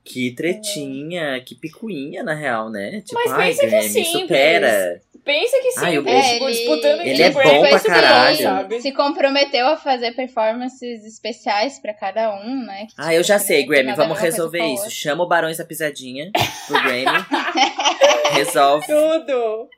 Speaker 2: Que tretinha, que picuinha, na real, né? Tipo,
Speaker 1: Mas
Speaker 2: ai,
Speaker 1: pensa que é
Speaker 2: Grammy,
Speaker 1: simples.
Speaker 2: supera.
Speaker 1: Pensa que sim,
Speaker 2: Ai, Ah, eu
Speaker 1: porque,
Speaker 2: vejo-
Speaker 1: tipo, disputando
Speaker 2: ele
Speaker 1: entre
Speaker 2: é
Speaker 1: o
Speaker 2: bom
Speaker 1: Brady
Speaker 2: pra
Speaker 1: e o Super Bowl,
Speaker 2: caralho.
Speaker 1: sabe?
Speaker 3: Se comprometeu a fazer performances especiais pra cada um, né? Que,
Speaker 2: Ah, eu
Speaker 3: tipo,
Speaker 2: já
Speaker 3: que
Speaker 2: sei,
Speaker 3: não
Speaker 2: Grammy,
Speaker 3: nada a
Speaker 2: vamos
Speaker 3: ver uma coisa
Speaker 2: resolver
Speaker 3: com a
Speaker 2: isso.
Speaker 3: outra.
Speaker 2: Chama o Barões da Pisadinha pro Grammy. Resolve.
Speaker 1: Tudo.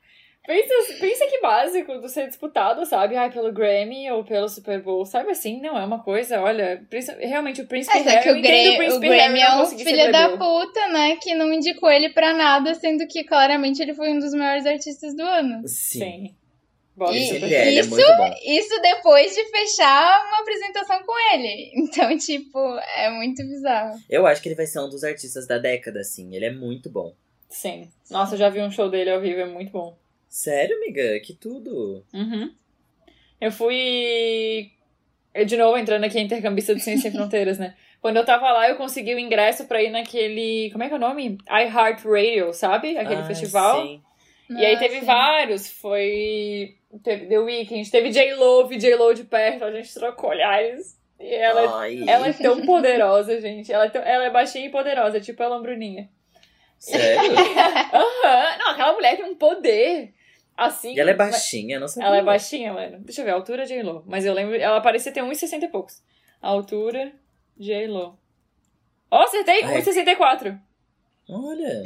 Speaker 1: Pensa, pensa que básico do ser disputado, sabe? Ai, pelo Grammy ou pelo Super Bowl. Sabe assim? Não, é uma coisa, olha. princi- Realmente, o Príncipe
Speaker 3: Mas é
Speaker 1: Harry.
Speaker 3: que
Speaker 1: eu
Speaker 3: o,
Speaker 1: entendo
Speaker 3: Gra- o
Speaker 1: Príncipe Harry
Speaker 3: Grammy
Speaker 1: não
Speaker 3: é um
Speaker 1: conseguir ser
Speaker 3: filho da
Speaker 1: plebeu.
Speaker 3: puta, né? Que não indicou ele pra nada, sendo que claramente ele foi um dos maiores artistas do ano.
Speaker 2: Sim.
Speaker 1: Sim. Bota
Speaker 3: E-
Speaker 2: Ele
Speaker 1: Super
Speaker 2: sempre é, ele é
Speaker 3: isso-
Speaker 2: muito bom.
Speaker 3: Isso depois de fechar uma apresentação com ele. Então, tipo, é muito bizarro.
Speaker 2: Eu acho que ele vai ser um dos artistas da década, assim. Ele é muito bom.
Speaker 1: Sim. Nossa, eu já vi um show dele ao vivo, é muito bom.
Speaker 2: Sério, amiga? Que tudo.
Speaker 1: Uhum. Eu fui. Eu, de novo, entrando aqui, intercambista do Ciência Sem Fronteiras, né? Quando eu tava lá, eu consegui o ingresso pra ir naquele. Como é que é o nome? I Heart Radio, sabe? Aquele
Speaker 2: Ai,
Speaker 1: festival.
Speaker 2: Ah, sim. Ah,
Speaker 1: E aí teve
Speaker 3: Nossa.
Speaker 1: vários. Foi. Teve The Weeknd, teve J-Lo, vi J-Lo de perto, a gente trocou olhares. E ela,
Speaker 2: Ai,
Speaker 1: ela é tão poderosa, gente. Ela é, tão- ela é baixinha e poderosa, tipo a Lombruninha.
Speaker 2: Sério?
Speaker 1: Aham. Não, aquela mulher tem um poder. Assim.
Speaker 2: E ela é
Speaker 1: mas-
Speaker 2: baixinha, não sabia.
Speaker 1: ela é baixinha, mano. Deixa eu ver, a altura de J-Lo. Mas eu lembro, ela parecia ter 1,60 e poucos. A altura de J-Lo. Ó, acertei!
Speaker 2: Ai.
Speaker 1: 1,64.
Speaker 2: Olha.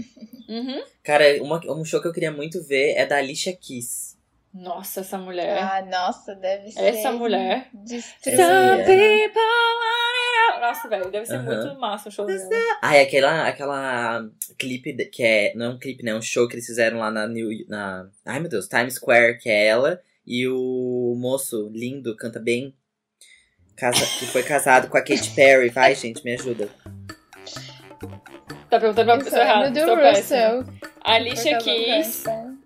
Speaker 1: Uhum.
Speaker 2: Cara, uma- um show que eu queria muito ver é da Alicia Keys.
Speaker 1: Nossa, essa mulher.
Speaker 3: Ah, nossa, deve ser.
Speaker 1: né? essa mulher.
Speaker 3: Destruída.
Speaker 1: Some
Speaker 2: Sim, é.
Speaker 1: people want it all. Nossa, velho, deve ser
Speaker 2: Aham.
Speaker 1: muito massa o show dela.
Speaker 2: Ah, é aquela, aquela clipe de- que é. Não é um clipe, né? É um show que eles fizeram lá na New. Na, ai, meu Deus, Times Square, que é ela. E o moço lindo, canta bem. casa- que foi casado com a Katy Perry. Vai, gente, me ajuda. é.
Speaker 1: Tá perguntando pra
Speaker 3: Eu
Speaker 1: pessoa errada.
Speaker 3: lembro do
Speaker 1: sou péssima.
Speaker 3: Russell.
Speaker 1: Alicia
Speaker 3: Por causa do
Speaker 1: Keys,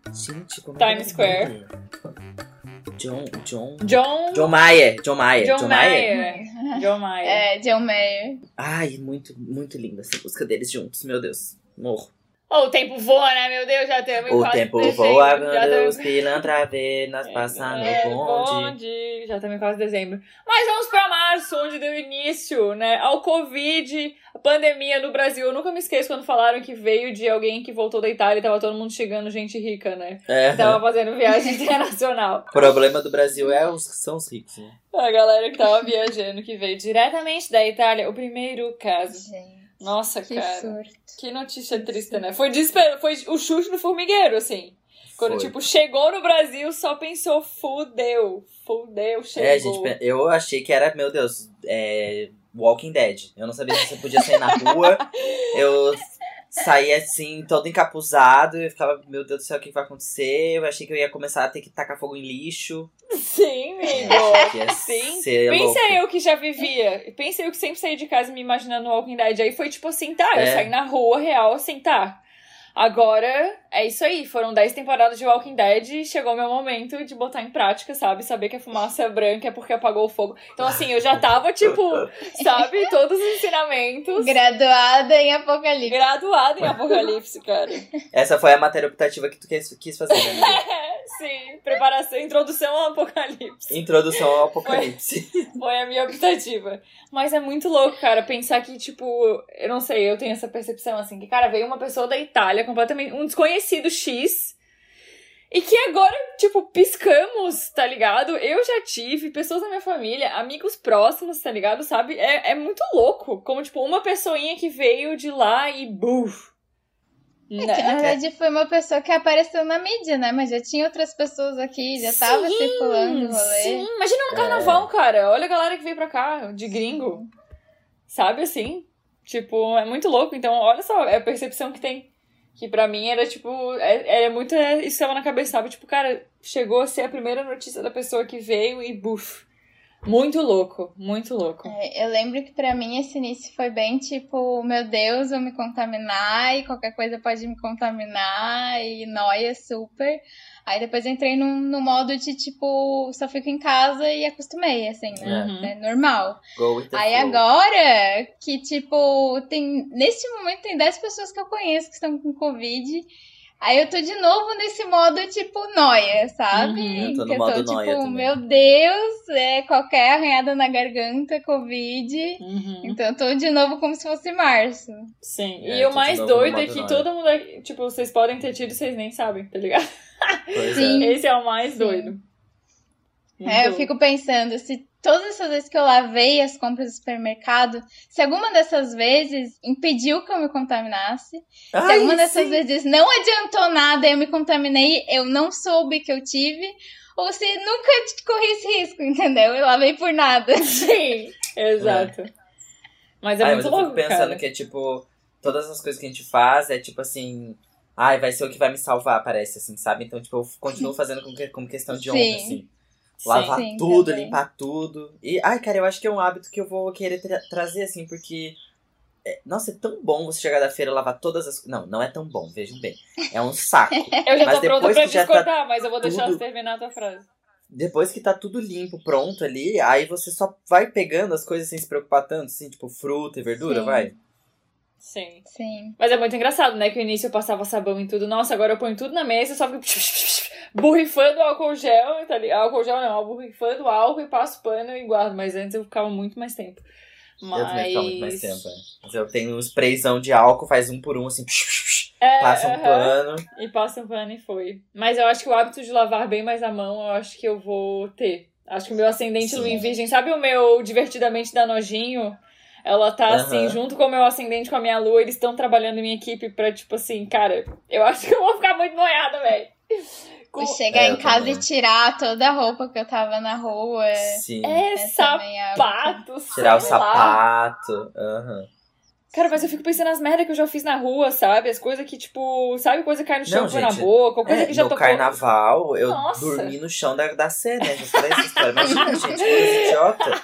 Speaker 3: Russell.
Speaker 2: Gente, como
Speaker 1: Times
Speaker 2: é que é o nome dele? John. John.
Speaker 1: John.
Speaker 2: John Mayer. John Mayer.
Speaker 1: John Mayer. John Mayer.
Speaker 3: né? É, John Mayer.
Speaker 2: Ai, muito, muito linda essa música deles juntos. Meu Deus. Morro.
Speaker 1: Ou o tempo voa, né? Meu Deus, já temos
Speaker 2: O
Speaker 1: quase
Speaker 2: tempo
Speaker 1: dezembro.
Speaker 2: voa
Speaker 1: já
Speaker 2: quando
Speaker 1: temos...
Speaker 2: os pilantra vê nós passar
Speaker 1: É,
Speaker 2: no bonde.
Speaker 1: bonde, Já estamos em quase dezembro. Mas vamos para março, onde deu início, né? Ao Covid, a pandemia no Brasil. Eu nunca me esqueço quando falaram que veio de alguém que voltou da Itália e tava todo mundo chegando gente rica, né?
Speaker 2: É.
Speaker 1: Tava fazendo viagem internacional.
Speaker 2: O problema do Brasil é os, são os ricos, né?
Speaker 1: A galera que tava viajando, que veio diretamente da Itália. O primeiro caso.
Speaker 3: Gente,
Speaker 1: Nossa,
Speaker 3: que
Speaker 1: cara.
Speaker 3: surto.
Speaker 1: Que notícia triste, né? Foi desespero, foi o chute no formigueiro, assim. Quando,
Speaker 2: Foi.
Speaker 1: tipo, chegou no Brasil, só pensou, fudeu, fudeu, chegou.
Speaker 2: É, gente, pe- eu achei que era, meu Deus, é, Walking Dead. Eu não sabia se você podia sair na rua. Eu saía assim, todo encapuzado. Eu ficava, meu Deus do céu, o que vai acontecer? Eu achei que eu ia começar a ter que tacar fogo em lixo.
Speaker 1: Sim,
Speaker 2: Eu
Speaker 1: amigo.
Speaker 2: ia
Speaker 1: Sim.
Speaker 2: ser louco.
Speaker 1: Pensa eu que já vivia, pensa eu que sempre saí de casa me imaginando Walking Dead. Aí foi tipo assim, tá, eu
Speaker 2: É.
Speaker 1: saí na rua real assim, tá. Agora é isso aí, foram 10 temporadas de Walking Dead e chegou meu momento de botar em prática, sabe? Saber que a fumaça é branca é porque apagou o fogo. Então, assim, eu já tava, tipo, sabe, todos os ensinamentos.
Speaker 3: Graduada em Apocalipse.
Speaker 1: Graduada em Apocalipse, cara.
Speaker 2: Essa foi a matéria optativa que tu quis, quis fazer, né? amiga?
Speaker 1: Sim, preparação, introdução ao Apocalipse.
Speaker 2: Introdução ao apocalipse.
Speaker 1: Foi a minha optativa. Mas é muito louco, cara, pensar que, tipo, eu não sei, eu tenho essa percepção, assim, que, cara, veio uma pessoa da Itália, completamente, um desconhecido X. E que agora, tipo, piscamos, tá ligado? Eu já tive pessoas da minha família, amigos próximos, tá ligado? Sabe? É, é muito louco. Como, tipo, uma pessoinha que veio de lá e. Buf!
Speaker 3: Que na verdade foi uma pessoa que apareceu na mídia, né? Mas já tinha outras pessoas aqui, já tava
Speaker 1: Sim,
Speaker 3: circulando o rolê.
Speaker 1: Hum, Sim, imagina no carnaval, cara. Olha a galera que veio pra cá, de gringo. Sabe assim? Tipo, é muito louco. Então, olha só, é a percepção que tem. Que pra mim era tipo. É, era muito. é, isso estava na cabeça, sabe? Tipo, cara, chegou a ser a primeira notícia da pessoa que veio e buf. Muito louco, muito louco.
Speaker 3: É, Eu lembro que pra mim esse início foi bem tipo, meu Deus, vou me contaminar e qualquer coisa pode me contaminar e nóia super. Aí depois eu entrei num, num modo de tipo, só fico em casa e acostumei, assim, né?
Speaker 1: Uhum.
Speaker 3: É normal.
Speaker 2: Go with the
Speaker 3: Aí
Speaker 2: flow.
Speaker 3: agora que, tipo, tem. Neste momento tem 10 pessoas que eu conheço que estão com Covid. Aí eu tô de novo nesse modo, tipo, noia, sabe?
Speaker 1: Uhum,
Speaker 2: eu tô no
Speaker 3: que eu
Speaker 2: modo
Speaker 3: tô,
Speaker 2: nóia
Speaker 3: tipo,
Speaker 2: também.
Speaker 3: meu Deus, é qualquer arranhada na garganta, Covid.
Speaker 1: Uhum.
Speaker 3: Então eu tô de novo como se fosse março.
Speaker 1: Sim.
Speaker 2: É,
Speaker 1: e o
Speaker 2: tudo
Speaker 1: mais
Speaker 2: novo,
Speaker 1: doido é
Speaker 2: modo
Speaker 1: que
Speaker 2: nóia.
Speaker 1: todo mundo. é- Tipo, vocês podem ter tido e vocês nem sabem, tá ligado?
Speaker 2: Pois
Speaker 3: Sim.
Speaker 1: Esse é o mais
Speaker 3: Sim.
Speaker 1: doido.
Speaker 3: É,
Speaker 2: Uhum.
Speaker 3: eu
Speaker 1: Muito-
Speaker 3: fico pensando, se todas essas vezes que eu lavei as compras do supermercado, se alguma dessas vezes impediu que eu me contaminasse,
Speaker 2: É.
Speaker 3: Se alguma
Speaker 2: Ai,
Speaker 3: dessas
Speaker 2: sim.
Speaker 3: vezes não adiantou nada, eu me contaminei, eu não soube que eu tive, ou se nunca corri esse risco, entendeu? Eu lavei por nada.
Speaker 1: Sim, exato. Mas é
Speaker 2: Ai,
Speaker 1: muito
Speaker 2: mas eu
Speaker 1: louco,
Speaker 2: fico pensando
Speaker 1: cara.
Speaker 2: que é tipo, todas as coisas que a gente faz é tipo assim. Ai, vai ser o que vai me salvar, parece, assim, sabe? Então, tipo, eu continuo fazendo com, que- com questão de honra,
Speaker 3: Sim.
Speaker 2: assim.
Speaker 1: Sim.
Speaker 2: Lavar
Speaker 3: Sim,
Speaker 2: tudo,
Speaker 3: também.
Speaker 2: limpar tudo. E, ai, cara, eu acho que é um hábito que eu vou querer tra- trazer, assim, porque. é, nossa, é tão bom você chegar da feira e lavar todas as. Não, não é tão bom, vejam bem. É um saco.
Speaker 1: Eu já
Speaker 2: Mas
Speaker 1: tô pronta
Speaker 2: depois
Speaker 1: pra
Speaker 2: que já
Speaker 1: te
Speaker 2: tá
Speaker 1: cortar, mas eu vou deixar
Speaker 2: tudo-
Speaker 1: você terminar a tua frase.
Speaker 2: depois que tá tudo limpo, pronto ali, aí você só vai pegando as coisas sem se preocupar tanto, assim, tipo fruta e verdura,
Speaker 3: Sim.
Speaker 2: vai.
Speaker 1: Sim.
Speaker 3: Sim.
Speaker 1: Mas é muito engraçado, né? Que no início eu passava sabão em tudo. Nossa, agora eu ponho tudo na mesa, só fico borrifando álcool gel, tá ligado? Álcool gel não, borrifando álcool e passo pano e guardo. Mas antes eu ficava muito mais tempo. Mas...
Speaker 2: Eu também ficava muito mais tempo. é. Mas eu tenho um sprayzão de álcool, faz um por um, assim,
Speaker 1: É,
Speaker 2: passa um
Speaker 1: aham.
Speaker 2: pano.
Speaker 1: E passa um pano e foi. Mas eu acho que o hábito de lavar bem mais a mão, eu acho que eu vou ter. Acho que o meu ascendente
Speaker 2: Sim.
Speaker 1: lua em virgem, sabe o meu divertidamente da nojinho? Ela tá
Speaker 2: Aham.
Speaker 1: assim, junto com o meu ascendente, com a minha lua, eles estão trabalhando em minha equipe pra, tipo assim, cara, eu acho que eu vou ficar muito noiada, velho. Com...
Speaker 3: Vou chegar
Speaker 2: É, eu
Speaker 3: em casa
Speaker 2: também.
Speaker 3: e tirar toda a roupa que eu tava na rua.
Speaker 2: Sim.
Speaker 1: É
Speaker 3: Essa
Speaker 1: sapato,
Speaker 3: também é-
Speaker 2: Tirar o
Speaker 1: sei lá.
Speaker 2: sapato. aham.
Speaker 1: Cara, mas eu fico pensando nas merdas que eu já fiz na rua, sabe? As coisas que, tipo, sabe, coisa que cai no chão,
Speaker 2: Não,
Speaker 1: foi na
Speaker 2: gente,
Speaker 1: boca, ou coisa
Speaker 2: É,
Speaker 1: que já
Speaker 2: no
Speaker 1: tocou.
Speaker 2: carnaval, eu
Speaker 1: Nossa.
Speaker 2: dormi no chão da, da Sé, né? Já falei essa história. Imagina, gente, coisa idiota.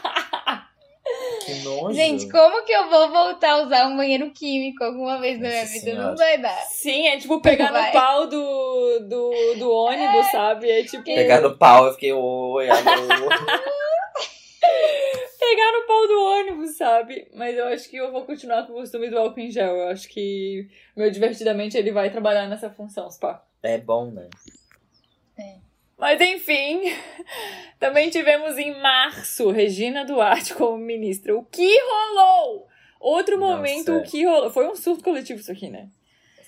Speaker 2: Que nojo.
Speaker 3: Gente, como que eu vou voltar a usar um banheiro químico alguma vez na minha
Speaker 2: Nossa
Speaker 3: vida?
Speaker 2: Senhora.
Speaker 3: Não vai dar.
Speaker 1: Sim, é tipo pegar no
Speaker 3: Vai.
Speaker 1: pau do, do, do ônibus, sabe? É tipo.
Speaker 2: Pegar no pau, eu fiquei, oi, alô.
Speaker 1: pegar no pau do ônibus, sabe? Mas eu acho que eu vou continuar com o costume do álcool em gel. Eu acho que meu divertidamente ele vai trabalhar nessa função, spa.
Speaker 2: É bom, né?
Speaker 1: Mas enfim, também tivemos em março Regina Duarte como ministra. O que rolou? Outro
Speaker 2: Nossa,
Speaker 1: momento,
Speaker 2: é.
Speaker 1: o que rolou? Foi um surto coletivo isso aqui, né?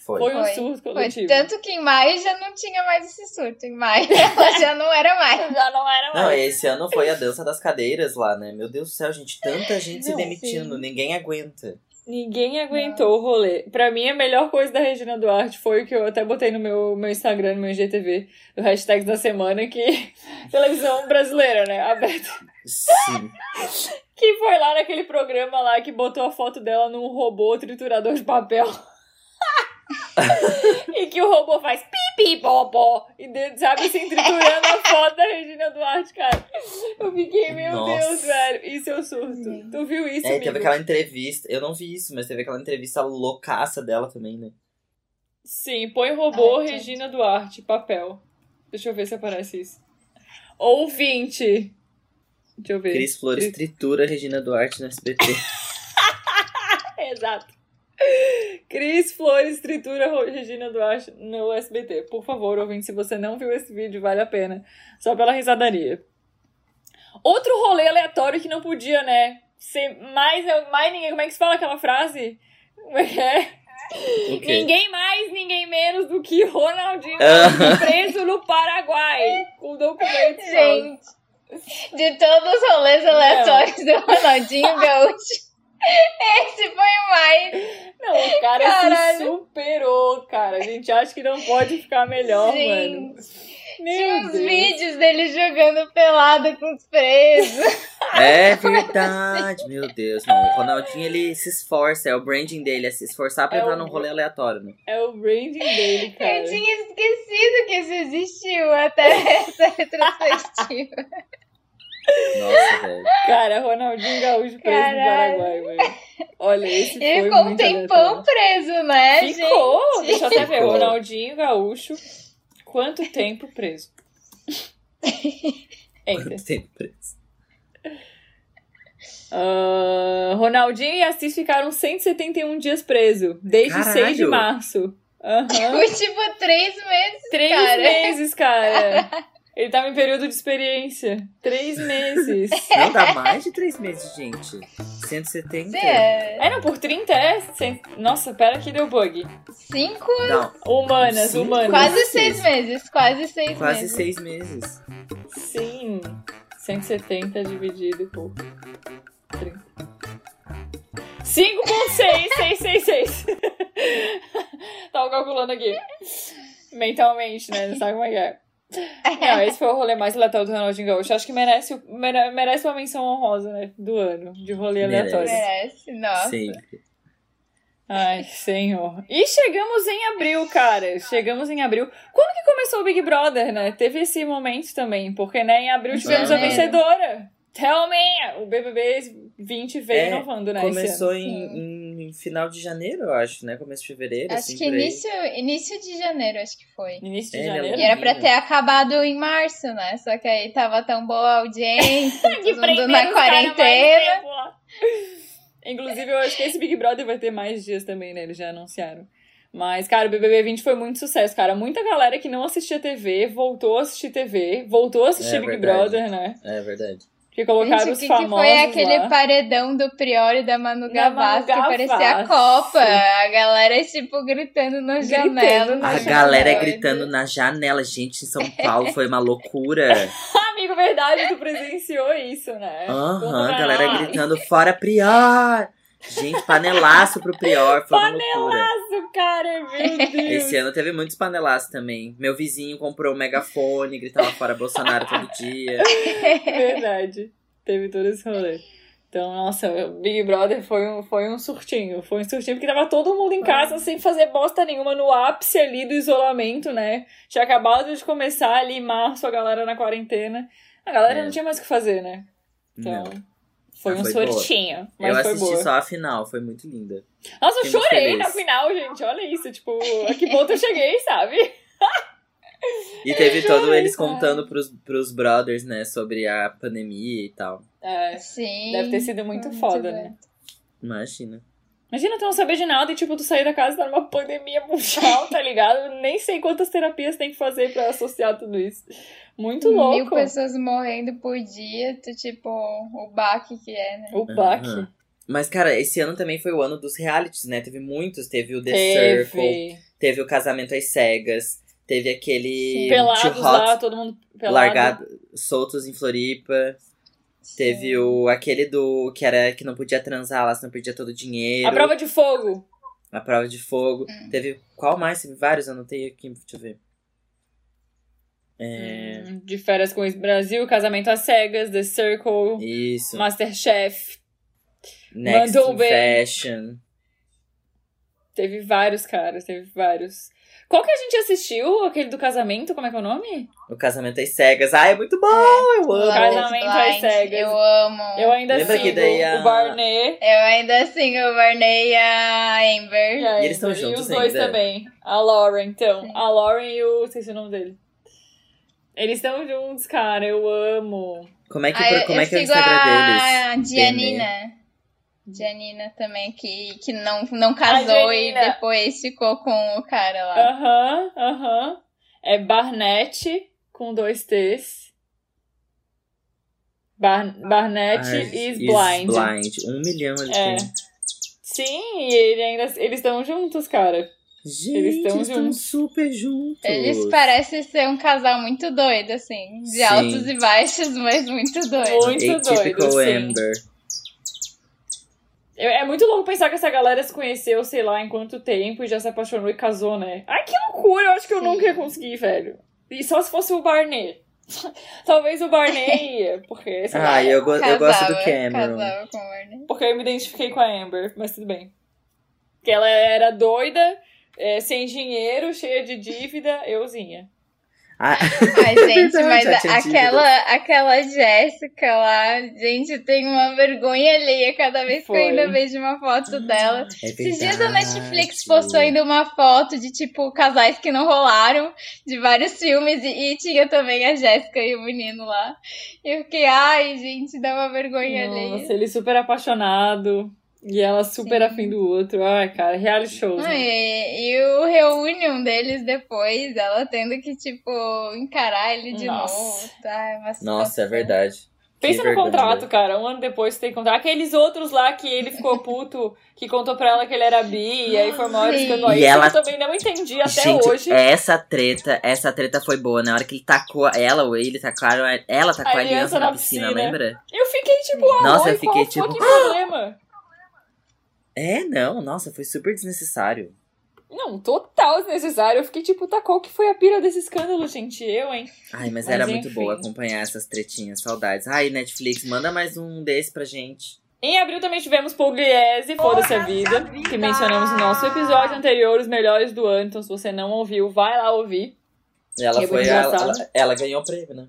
Speaker 2: Foi.
Speaker 1: Foi, um
Speaker 3: Foi.
Speaker 1: surto
Speaker 3: Foi
Speaker 1: coletivo.
Speaker 3: tanto que em maio já não tinha mais esse surto. Em maio ela já não era mais.
Speaker 1: Já não era
Speaker 2: Não,
Speaker 1: mais.
Speaker 2: esse ano foi a dança das cadeiras lá, né? Meu Deus do céu, gente, tanta gente se
Speaker 1: Não,
Speaker 2: demitindo, ninguém aguenta.
Speaker 1: Ninguém aguentou o rolê. Pra mim, a melhor coisa da Regina Duarte foi o que eu até botei no meu, meu Instagram, no meu IGTV, do hashtag da semana, que televisão brasileira, né? Aberta.
Speaker 2: Sim.
Speaker 1: Que foi lá naquele programa lá que botou a foto dela num robô triturador de papel. e que o robô faz pipi bobó e de- sabe assim triturando a foto da Regina Duarte, cara. Eu fiquei, meu
Speaker 2: Nossa.
Speaker 1: Deus, velho, isso é um surto. Tu viu isso,
Speaker 2: É,
Speaker 1: amigo?
Speaker 2: teve aquela entrevista, eu não vi isso, mas teve aquela entrevista loucaça dela também, né?
Speaker 1: Sim, põe robô
Speaker 3: Ai, gente.
Speaker 1: Regina Duarte, papel. Deixa eu ver se aparece isso. Ouvinte. Deixa eu ver.
Speaker 2: Cris Flores tritura Regina Duarte no SBT.
Speaker 1: Exato. Cris Flores tritura Ro- Regina Duarte no SBT. Por favor, ouvinte, se você não viu esse vídeo, vale a pena. Só pela risadaria. Outro rolê aleatório que não podia, né? Ser mais, mais ninguém. Como é que se fala aquela frase? Como é que é?
Speaker 2: O quê?
Speaker 1: Ninguém mais, ninguém menos do que Ronaldinho
Speaker 2: Aham.
Speaker 1: preso no Paraguai. Com documentos. falsos.
Speaker 3: Gente, de todos os rolês aleatórios do Ronaldinho Gaúcho, esse foi o mais.
Speaker 1: Não, o cara se
Speaker 3: Caralho.
Speaker 1: superou, cara. A gente acha que não pode ficar melhor,
Speaker 3: Gente.
Speaker 1: mano.
Speaker 3: Tinha
Speaker 1: Meu
Speaker 3: uns
Speaker 1: Deus.
Speaker 3: vídeos dele jogando pelada com os presos.
Speaker 2: É
Speaker 3: assim.
Speaker 2: verdade, meu Deus, não. O Ronaldinho ele se esforça, é o branding dele, é se esforçar pra
Speaker 1: É
Speaker 2: entrar
Speaker 1: o-
Speaker 2: num rolê aleatório, né?
Speaker 1: É o branding dele, cara.
Speaker 3: Eu tinha esquecido que isso existiu até essa retrospectiva.
Speaker 2: Nossa, velho.
Speaker 1: Cara, Ronaldinho Gaúcho preso
Speaker 3: Caralho.
Speaker 1: no Paraguai, velho. Olha, esse foi
Speaker 3: Ele ficou um
Speaker 1: muito
Speaker 3: tempão
Speaker 1: aleatório.
Speaker 3: preso, né, gente?
Speaker 1: Ficou, deixa eu até ver.
Speaker 2: Ficou.
Speaker 1: Ronaldinho Gaúcho, quanto tempo preso? Enter.
Speaker 2: Quanto tempo preso.
Speaker 1: Ah, Ronaldinho e Assis ficaram 171 dias preso, desde
Speaker 2: Caralho.
Speaker 1: 6 de março. Aham.
Speaker 3: Foi tipo três meses.
Speaker 1: Três
Speaker 3: Cara.
Speaker 1: meses, cara. Ele tava em período de experiência. Três meses.
Speaker 2: Não dá mais de três meses, gente. 170?
Speaker 3: É,
Speaker 1: É, não, por 30 é. cem- Nossa, pera que deu bug.
Speaker 3: cinco,
Speaker 2: Não,
Speaker 1: Humanas,
Speaker 2: Sim.
Speaker 1: humanas.
Speaker 3: quase
Speaker 2: seis.
Speaker 3: seis meses. Quase seis
Speaker 2: quase
Speaker 3: meses.
Speaker 2: seis meses.
Speaker 1: Sim. 170 dividido por 30. 5.6666. Tava calculando aqui. Mentalmente, né? Não sabe como é que é. Não, esse foi o rolê mais aleatório do Ronaldinho Gaúcho. Acho que merece, o- mere- merece uma menção honrosa, né? Do ano, de rolê
Speaker 2: Merece.
Speaker 1: aleatório.
Speaker 3: Merece, nossa.
Speaker 2: Sim.
Speaker 1: Ai, senhor. E chegamos em abril, cara. Chegamos em abril. Quando que começou o Big Brother, né? Teve esse momento também, porque, né, em abril tivemos
Speaker 2: é
Speaker 1: a
Speaker 3: Janeiro.
Speaker 1: vencedora. Tell me! O BBB 20 veio
Speaker 2: É,
Speaker 1: inovando, né? esse ano.
Speaker 3: assim.
Speaker 2: Começou em, em final de janeiro, eu acho, né? Começo de fevereiro,
Speaker 3: Acho
Speaker 2: assim,
Speaker 3: que
Speaker 2: por aí.
Speaker 3: início, início de janeiro, acho que foi.
Speaker 1: Início de
Speaker 2: É, né,
Speaker 1: janeiro.
Speaker 3: E era pra
Speaker 2: Menina.
Speaker 3: ter acabado em março, né? Só que aí tava tão boa a audiência,
Speaker 1: Que
Speaker 3: todo mundo
Speaker 1: prenderam
Speaker 3: na
Speaker 1: os caras mais
Speaker 3: quarentena.
Speaker 1: tempo lá. Inclusive, eu acho que esse Big Brother vai ter mais dias também, né? Eles já anunciaram. Mas, cara, o BBB 20 foi muito sucesso, cara. Muita galera que não assistia TV voltou a assistir TV, voltou a assistir
Speaker 2: É
Speaker 1: Big
Speaker 2: verdade.
Speaker 1: Brother, né?
Speaker 2: É verdade.
Speaker 1: Que colocaram
Speaker 3: Gente, o
Speaker 1: os
Speaker 3: que, que
Speaker 1: famosos
Speaker 3: foi aquele
Speaker 1: lá.
Speaker 3: paredão do Prior e da Manu
Speaker 1: Da
Speaker 3: Gavassi que
Speaker 1: Manu
Speaker 3: parecia a
Speaker 1: Gavassi.
Speaker 3: Copa? A galera, tipo, gritando na
Speaker 1: Gritando
Speaker 3: janela.
Speaker 1: na
Speaker 2: A
Speaker 1: Nossa,
Speaker 2: galera
Speaker 3: doido.
Speaker 2: gritando na janela, gente, em São Paulo foi uma loucura.
Speaker 1: É. Amigo, verdade, tu presenciou isso, né?
Speaker 2: Aham,
Speaker 1: Conta pra
Speaker 2: galera
Speaker 1: nós.
Speaker 2: gritando fora Prior! Gente, panelaço pro Prior, foi uma loucura.
Speaker 1: Nossa, cara, é meu Deus.
Speaker 2: Esse ano teve muitos panelaços também. Meu vizinho comprou um megafone, gritava fora Bolsonaro todo dia.
Speaker 1: Verdade. Teve todo esse rolê. Então, nossa, o Big Brother foi um, foi um surtinho. Foi um surtinho porque tava todo mundo em casa sem fazer bosta nenhuma no ápice ali do isolamento, né? Tinha acabado de começar ali em março a galera na quarentena. A galera
Speaker 2: É.
Speaker 1: não tinha mais o que fazer, né? Então,
Speaker 2: Não.
Speaker 1: foi
Speaker 2: Ah,
Speaker 1: um
Speaker 2: foi boa.
Speaker 1: surtinho. Mas
Speaker 2: Eu
Speaker 1: foi
Speaker 2: assisti
Speaker 1: boa.
Speaker 2: só a final, foi muito linda.
Speaker 1: Nossa, eu
Speaker 2: Fiquei muito
Speaker 1: chorei
Speaker 2: feliz.
Speaker 1: na final, gente. Olha isso. Tipo, a que ponto eu cheguei, sabe?
Speaker 2: E teve todo eles contando pros, pros brothers, né, sobre a pandemia e tal.
Speaker 1: É,
Speaker 3: Sim.
Speaker 1: deve ter sido muito foda, né?
Speaker 2: Imagina.
Speaker 1: Imagina tu não saber de nada e, tipo, tu sair da casa e tá numa pandemia mundial, tá ligado? Nem sei quantas terapias tem que fazer pra associar tudo isso. Muito
Speaker 3: Mil
Speaker 1: louco.
Speaker 3: pessoas morrendo por dia, tu, tipo, o baque que é, né?
Speaker 1: O baque.
Speaker 2: Aham. Mas, cara, esse ano também foi o ano dos realities, né? Teve muitos. Teve o The Circle,
Speaker 1: Teve.
Speaker 2: teve o Casamento às Cegas, teve aquele.
Speaker 1: Pelados
Speaker 2: Too
Speaker 1: lá,
Speaker 2: Hot,
Speaker 1: todo mundo pelado.
Speaker 2: largado, soltos em Floripa. Teve o aquele do que era que não podia transar lá, senão perdia todo o dinheiro.
Speaker 1: A prova de fogo.
Speaker 2: A prova de fogo.
Speaker 1: Hum.
Speaker 2: Teve. Qual mais? Teve vários, eu anotei aqui, deixa eu ver. É.
Speaker 1: Hum, De férias com o Brasil, casamento às cegas, The Circle,
Speaker 2: Isso.
Speaker 1: Masterchef.
Speaker 2: Next
Speaker 1: mandou um
Speaker 2: in
Speaker 1: bem.
Speaker 2: Fashion.
Speaker 1: Teve vários caras, teve vários. Qual que a gente assistiu? Aquele do casamento, como é que é o nome?
Speaker 2: O Casamento às Cegas. Ai, é muito bom! Eu amo.
Speaker 1: Cara, Casamento às
Speaker 3: Blind,
Speaker 1: cegas.
Speaker 3: Eu amo.
Speaker 1: Eu ainda
Speaker 2: É. Lembra que
Speaker 1: sigo
Speaker 2: daí a-
Speaker 1: o Barney.
Speaker 3: Eu ainda assim, eu Barney e a
Speaker 1: E,
Speaker 3: Amber.
Speaker 1: a
Speaker 2: eles tão
Speaker 1: Amber,
Speaker 2: juntos
Speaker 1: os dois
Speaker 2: ainda?
Speaker 1: também. A Lauren, então. A Lauren e o... Esqueci o nome dele. Eles estão juntos, cara. Eu amo.
Speaker 2: Como é que,
Speaker 3: Ah,
Speaker 2: como é, que é o
Speaker 3: sigo
Speaker 2: Instagram deles?
Speaker 3: a Gianina. Gianina também, que, que não, não casou
Speaker 1: A
Speaker 3: e
Speaker 1: Gianina.
Speaker 3: depois ficou com o cara lá.
Speaker 1: Aham, aham. É Barnett, com dois T's. Bar Barnett
Speaker 2: Eyes
Speaker 1: is, blind.
Speaker 2: Um milhão ele
Speaker 1: É.
Speaker 2: tem.
Speaker 1: Sim, e ele ainda... eles estão juntos, cara.
Speaker 2: Gente,
Speaker 1: Eles
Speaker 2: eles
Speaker 1: estão
Speaker 2: estão
Speaker 1: juntos.
Speaker 2: super juntos.
Speaker 3: É, Eles parecem ser um casal muito doido, assim. De
Speaker 2: Sim.
Speaker 3: altos e baixos, mas muito doido.
Speaker 1: Muito
Speaker 2: Atypical
Speaker 1: doidos, sim.
Speaker 2: Amber.
Speaker 1: Eu- É muito louco pensar que essa galera se conheceu, sei lá, em quanto tempo e já se apaixonou e casou, né? Ai, que loucura! Eu acho que eu
Speaker 3: Sim.
Speaker 1: nunca ia conseguir, velho. E só se fosse o Barney. Talvez o Barney ia, porque, sei lá,
Speaker 2: Ah, eu, go- eu gosto do
Speaker 3: Casava,
Speaker 2: Cameron.
Speaker 3: Casava né? com o Barney.
Speaker 1: porque eu me identifiquei com a Amber, mas tudo bem. Porque ela era doida, é, sem dinheiro, cheia de dívida, euzinha.
Speaker 2: Ah,
Speaker 3: Ai, gente,
Speaker 2: Verdade,
Speaker 3: mas
Speaker 2: já tinha
Speaker 3: a-
Speaker 2: dívida.
Speaker 3: aquela, aquela Jéssica lá, gente, tem uma vergonha alheia cada vez que
Speaker 1: Foi.
Speaker 3: eu ainda vejo uma foto dela.
Speaker 2: é
Speaker 3: Esses dias a
Speaker 2: verdade.
Speaker 3: Netflix postou ainda uma foto de, tipo, casais que não rolaram, de vários filmes, e, e tinha também a Jéssica e o menino lá. E eu fiquei, ai, gente, dá uma vergonha alheia.
Speaker 1: Nossa, ele super apaixonado. E ela super
Speaker 3: é. Sim.
Speaker 1: afim do outro. Ai, cara, reality shows.
Speaker 3: Ah,
Speaker 1: né?
Speaker 3: e, e o reunion deles depois, ela tendo que, tipo, encarar ele de
Speaker 1: Nossa.
Speaker 3: novo. Tá, É uma
Speaker 2: Nossa, é
Speaker 3: situação.
Speaker 2: verdade.
Speaker 1: Pensa
Speaker 2: Que
Speaker 1: no
Speaker 2: vergonha.
Speaker 1: contrato, cara. Um ano depois tem contrato. Aqueles outros lá que ele ficou puto, que contou pra ela que ele era bi, e aí foi uma hora
Speaker 3: Sim.
Speaker 1: ficando aí.
Speaker 2: E ela-
Speaker 1: Eu também não entendi até
Speaker 2: Gente, é
Speaker 1: hoje.
Speaker 2: essa treta, essa treta foi boa. Na hora que ele tacou ela, ou ele tacaram, ela tacou a aliança, na, piscina, lembra?
Speaker 1: Eu fiquei tipo, ah,
Speaker 2: Nossa,
Speaker 1: oi,
Speaker 2: eu fiquei
Speaker 1: qual
Speaker 2: tipo,
Speaker 1: foi que problema?
Speaker 2: É, não, nossa, foi super desnecessário.
Speaker 1: Não, total desnecessário. Eu fiquei tipo, tá, qual que foi a pira desse escândalo, gente? Eu, hein?
Speaker 2: Ai, mas,
Speaker 1: Mas
Speaker 2: era
Speaker 1: enfim.
Speaker 2: muito boa acompanhar essas tretinhas, saudades. Ai, Netflix, manda mais um desse pra gente.
Speaker 1: Em abril também tivemos Pugliese, Foda-se a vida, que mencionamos no nosso episódio anterior, os melhores do ano. Então, se você não ouviu, vai lá ouvir.
Speaker 2: E ela
Speaker 1: É
Speaker 2: foi.
Speaker 1: muito
Speaker 2: Ela,
Speaker 1: engraçado.
Speaker 2: ela- ela ganhou o prêmio, né?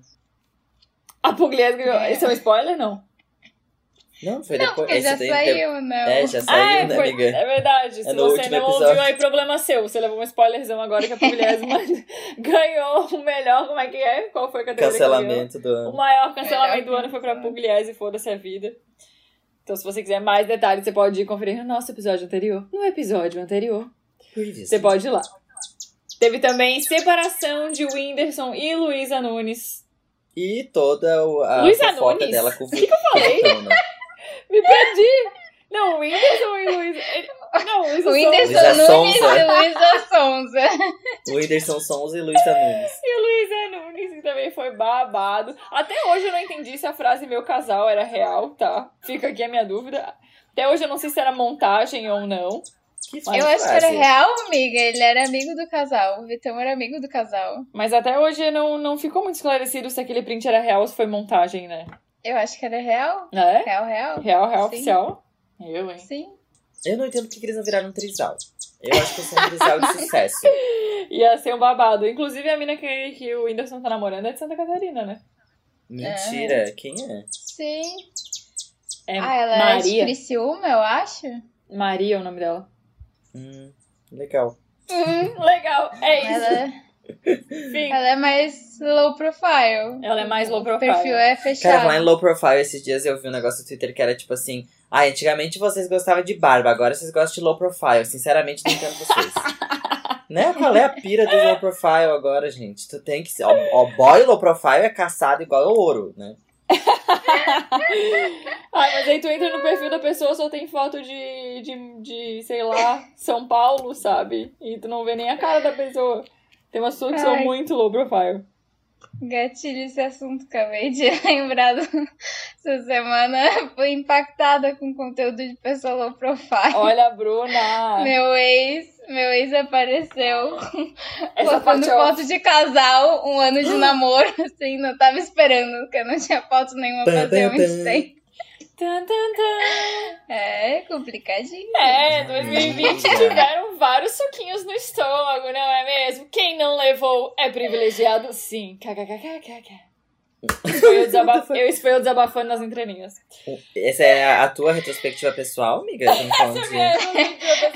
Speaker 1: A Pugliese ganhou. Esse é um spoiler, não?
Speaker 2: Não, foi
Speaker 3: Não,
Speaker 2: depois.
Speaker 3: porque já
Speaker 2: esse tem-
Speaker 3: saiu, Ah, não.
Speaker 2: É, já saiu,
Speaker 1: é,
Speaker 2: né,
Speaker 1: foi-
Speaker 2: amiga?
Speaker 1: é verdade. Se
Speaker 2: no
Speaker 1: você
Speaker 2: último
Speaker 1: não ouviu,
Speaker 2: episódio.
Speaker 1: aí problema seu. Você levou um spoilerzão agora que a Pugliese manda- ganhou o melhor. Como é que é? Qual foi a categoria? que ganhou?
Speaker 2: Cancelamento do
Speaker 1: O
Speaker 2: ano.
Speaker 1: maior cancelamento
Speaker 3: Melhor
Speaker 1: do ano foi pra
Speaker 3: cancelamento.
Speaker 1: Pugliese, foda-se a vida. Então, se você quiser mais detalhes, você pode ir conferir no nosso episódio anterior. No episódio anterior. Você pode ir lá. Teve também separação de Whindersson e Luísa Nunes.
Speaker 2: E toda o- a
Speaker 1: Luísa
Speaker 2: fofoca
Speaker 1: Nunes?
Speaker 2: dela com o
Speaker 1: Que que eu falei?
Speaker 2: Vitão, né?
Speaker 1: Me perdi! Não, Whindersson e Luísa. ele- Não, Luísa
Speaker 3: O
Speaker 1: só-
Speaker 3: Whindersson
Speaker 2: Luísa
Speaker 3: Nunes
Speaker 2: Sonza.
Speaker 3: e Luísa Sonza.
Speaker 2: Whindersson Sons e Luísa Nunes.
Speaker 1: E Luísa Nunes que também foi babado. Até hoje eu não entendi se a frase meu casal era real, tá? Fica aqui a minha dúvida. Até hoje eu não sei se era montagem ou não.
Speaker 2: Que
Speaker 3: Eu
Speaker 2: frase.
Speaker 3: acho que era real, amiga. Ele era amigo do casal. O Vitão era amigo do casal.
Speaker 1: Mas até hoje não, não ficou muito esclarecido se aquele print era real ou se foi montagem, né?
Speaker 3: Eu acho que era real.
Speaker 1: Né?
Speaker 3: Real, real.
Speaker 1: Real, real
Speaker 3: Sim.
Speaker 1: oficial. Eu, hein?
Speaker 3: Sim.
Speaker 2: Eu não entendo porque que eles não viraram um trisal. Eu acho que eu sou um trisal de sucesso.
Speaker 1: Ia ser um babado. Inclusive a mina que, que o Whindersson tá namorando é de Santa Catarina, né?
Speaker 2: Mentira, quem é?
Speaker 3: Sim.
Speaker 1: É
Speaker 3: Ah, ela era de
Speaker 1: Maria.
Speaker 3: Criciúma, eu acho.
Speaker 1: Maria é o nome dela.
Speaker 2: Hum, legal.
Speaker 1: Legal, é isso.
Speaker 3: Ela...
Speaker 1: Enfim,
Speaker 3: Ela é mais low profile.
Speaker 1: ela é mais low
Speaker 3: O
Speaker 1: profile.
Speaker 3: perfil é
Speaker 2: Cara,
Speaker 3: fechado.
Speaker 2: falando em low profile, esses dias eu vi um negócio no Twitter que era tipo assim: ah, antigamente vocês gostavam de barba, agora vocês gostam de low profile. Sinceramente, não entendo vocês. né? Qual é a pira do low profile agora, gente? Tu tem que ser. Ó, ó, boy low profile é caçado igual ao ouro, né?
Speaker 1: Ah, mas aí tu entra no perfil da pessoa, só tem foto de, de, de, sei lá, São Paulo, sabe? E tu não vê nem a cara da pessoa. Tem umas pessoas que são
Speaker 3: Ai.
Speaker 1: muito low profile.
Speaker 3: Gatilho esse assunto, acabei de lembrar do- essa semana. Fui impactada com conteúdo de pessoa low profile.
Speaker 1: Olha a Bruna!
Speaker 3: Meu ex, meu ex apareceu
Speaker 1: Essa
Speaker 3: colocando
Speaker 1: parte é
Speaker 3: foto de casal, um ano de namoro, assim, não tava esperando, porque eu não tinha foto nenhuma pra
Speaker 2: Tan,
Speaker 3: fazer
Speaker 2: tan,
Speaker 3: muito
Speaker 2: tan.
Speaker 3: tempo.
Speaker 1: Tan, tan, tan.
Speaker 3: É complicadinho.
Speaker 1: É, 2020
Speaker 2: Amiga.
Speaker 1: tiveram vários suquinhos no estômago, não é mesmo? Quem não levou é privilegiado, sim. KKKKKK. Esse foi eu desabaf- eu- Esse foi eu desabafando nas entrelinhas.
Speaker 2: Essa é a tua retrospectiva pessoal, amiga? Eu tô me falando de-
Speaker 1: É tá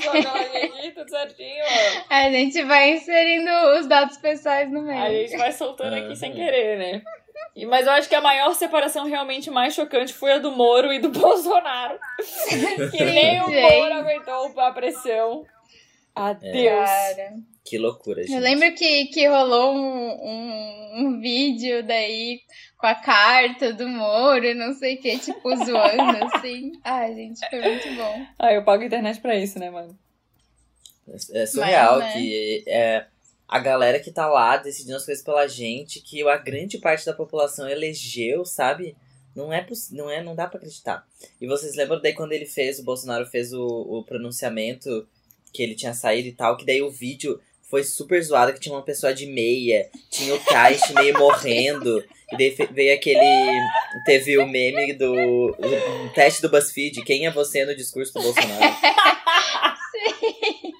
Speaker 1: tudo certinho.
Speaker 3: A gente vai inserindo os dados pessoais no meio.
Speaker 1: A gente vai soltando
Speaker 2: Uhum.
Speaker 1: aqui sem querer, né? E- Mas eu acho que a maior separação realmente mais chocante foi a do Moro e do Bolsonaro. que nem o
Speaker 3: Gente.
Speaker 1: Moro aguentou a pressão. Adeus.
Speaker 3: Cara.
Speaker 2: Que loucura, gente.
Speaker 3: Eu lembro que, que rolou um, um, um vídeo daí com a carta do Moro e não sei o que, tipo, zoando assim. Ai, gente, foi muito bom.
Speaker 1: Ah, eu pago internet pra isso, né, mano?
Speaker 2: É surreal
Speaker 3: Mas, né?
Speaker 2: que é, a galera que tá lá decidindo as coisas pela gente, que a grande parte da população elegeu, sabe? Não é, poss- não é, não dá pra acreditar. E vocês lembram daí quando ele fez, o Bolsonaro fez o, o pronunciamento que ele tinha saído e tal, que daí o vídeo foi super zoado, que tinha uma pessoa de meia, tinha o Taish meio morrendo, e daí fe- veio aquele, teve o meme do o teste do BuzzFeed, quem é você no discurso do Bolsonaro?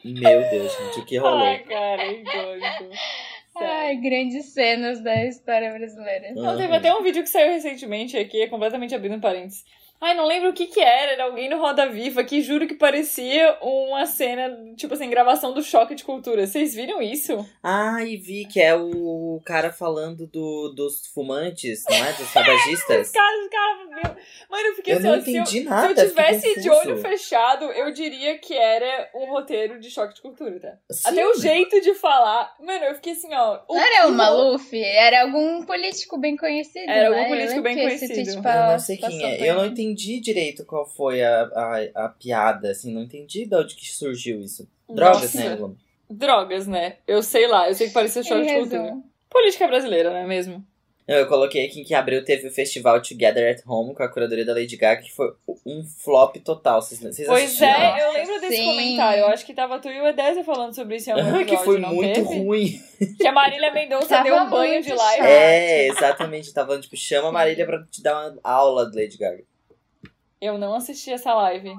Speaker 2: Meu Deus, gente, o que rolou?
Speaker 1: Ai, cara, é doido.
Speaker 3: Ai, grandes cenas da história brasileira.
Speaker 2: Ah.
Speaker 1: Não, teve até um vídeo que saiu recentemente aqui, é completamente abrindo parênteses. Ai, não lembro o que que era, era alguém no Roda Viva que juro que parecia uma cena, tipo assim, gravação do Choque de Cultura. Vocês viram isso?
Speaker 2: Ah, e vi que é o cara falando do, dos fumantes, não é? Dos tabagistas.
Speaker 1: Cara, os caras, meu... Mano, eu fiquei
Speaker 2: Eu
Speaker 1: assim,
Speaker 2: não
Speaker 1: ó, se eu-
Speaker 2: entendi
Speaker 1: se
Speaker 2: nada.
Speaker 1: eu,
Speaker 2: fiquei
Speaker 1: tivesse de
Speaker 2: confuso.
Speaker 1: olho fechado, eu diria que era um roteiro de Choque de Cultura, tá?
Speaker 2: Sim.
Speaker 1: Até o jeito de falar. Mano, eu fiquei assim, ó. o-
Speaker 3: Não era um o Maluf, era algum político bem conhecido.
Speaker 1: Era
Speaker 3: né?
Speaker 1: algum
Speaker 3: Eu
Speaker 1: político
Speaker 3: lembro
Speaker 1: bem
Speaker 3: que esse
Speaker 1: conhecido.
Speaker 3: tweet
Speaker 2: Eu não
Speaker 3: pa-
Speaker 2: sei
Speaker 1: um
Speaker 2: quem
Speaker 3: passou
Speaker 2: é.
Speaker 3: por
Speaker 2: Eu não
Speaker 3: mim.
Speaker 2: entendi direito qual foi a, a, a piada, assim, não entendi de onde que surgiu isso. Drogas,
Speaker 1: Nossa.
Speaker 2: né, Lula?
Speaker 1: Drogas, né? Eu sei lá, eu sei que parecia Choque
Speaker 3: Ele
Speaker 1: de Cultura.
Speaker 3: rezou.
Speaker 1: Política brasileira, não é mesmo?
Speaker 2: Não, Eu coloquei aqui que em abril teve o festival Together at Home com a curadoria da Lady Gaga, que foi um flop total. Vocês, vocês
Speaker 1: Pois
Speaker 2: assistiram?
Speaker 1: é, eu lembro desse
Speaker 3: Sim.
Speaker 1: comentário. Eu acho que tava tu e o Edésia falando sobre isso em algum é um episódio,
Speaker 2: que foi
Speaker 1: não
Speaker 2: muito
Speaker 1: teve?
Speaker 2: ruim.
Speaker 1: Que a Marília Mendonça
Speaker 3: Tava
Speaker 1: deu um banho de
Speaker 3: muito
Speaker 1: live.
Speaker 3: chato.
Speaker 2: É, exatamente. Tava falando, tipo, chama a Marília pra te dar uma aula do Lady Gaga.
Speaker 1: Eu não assisti essa live.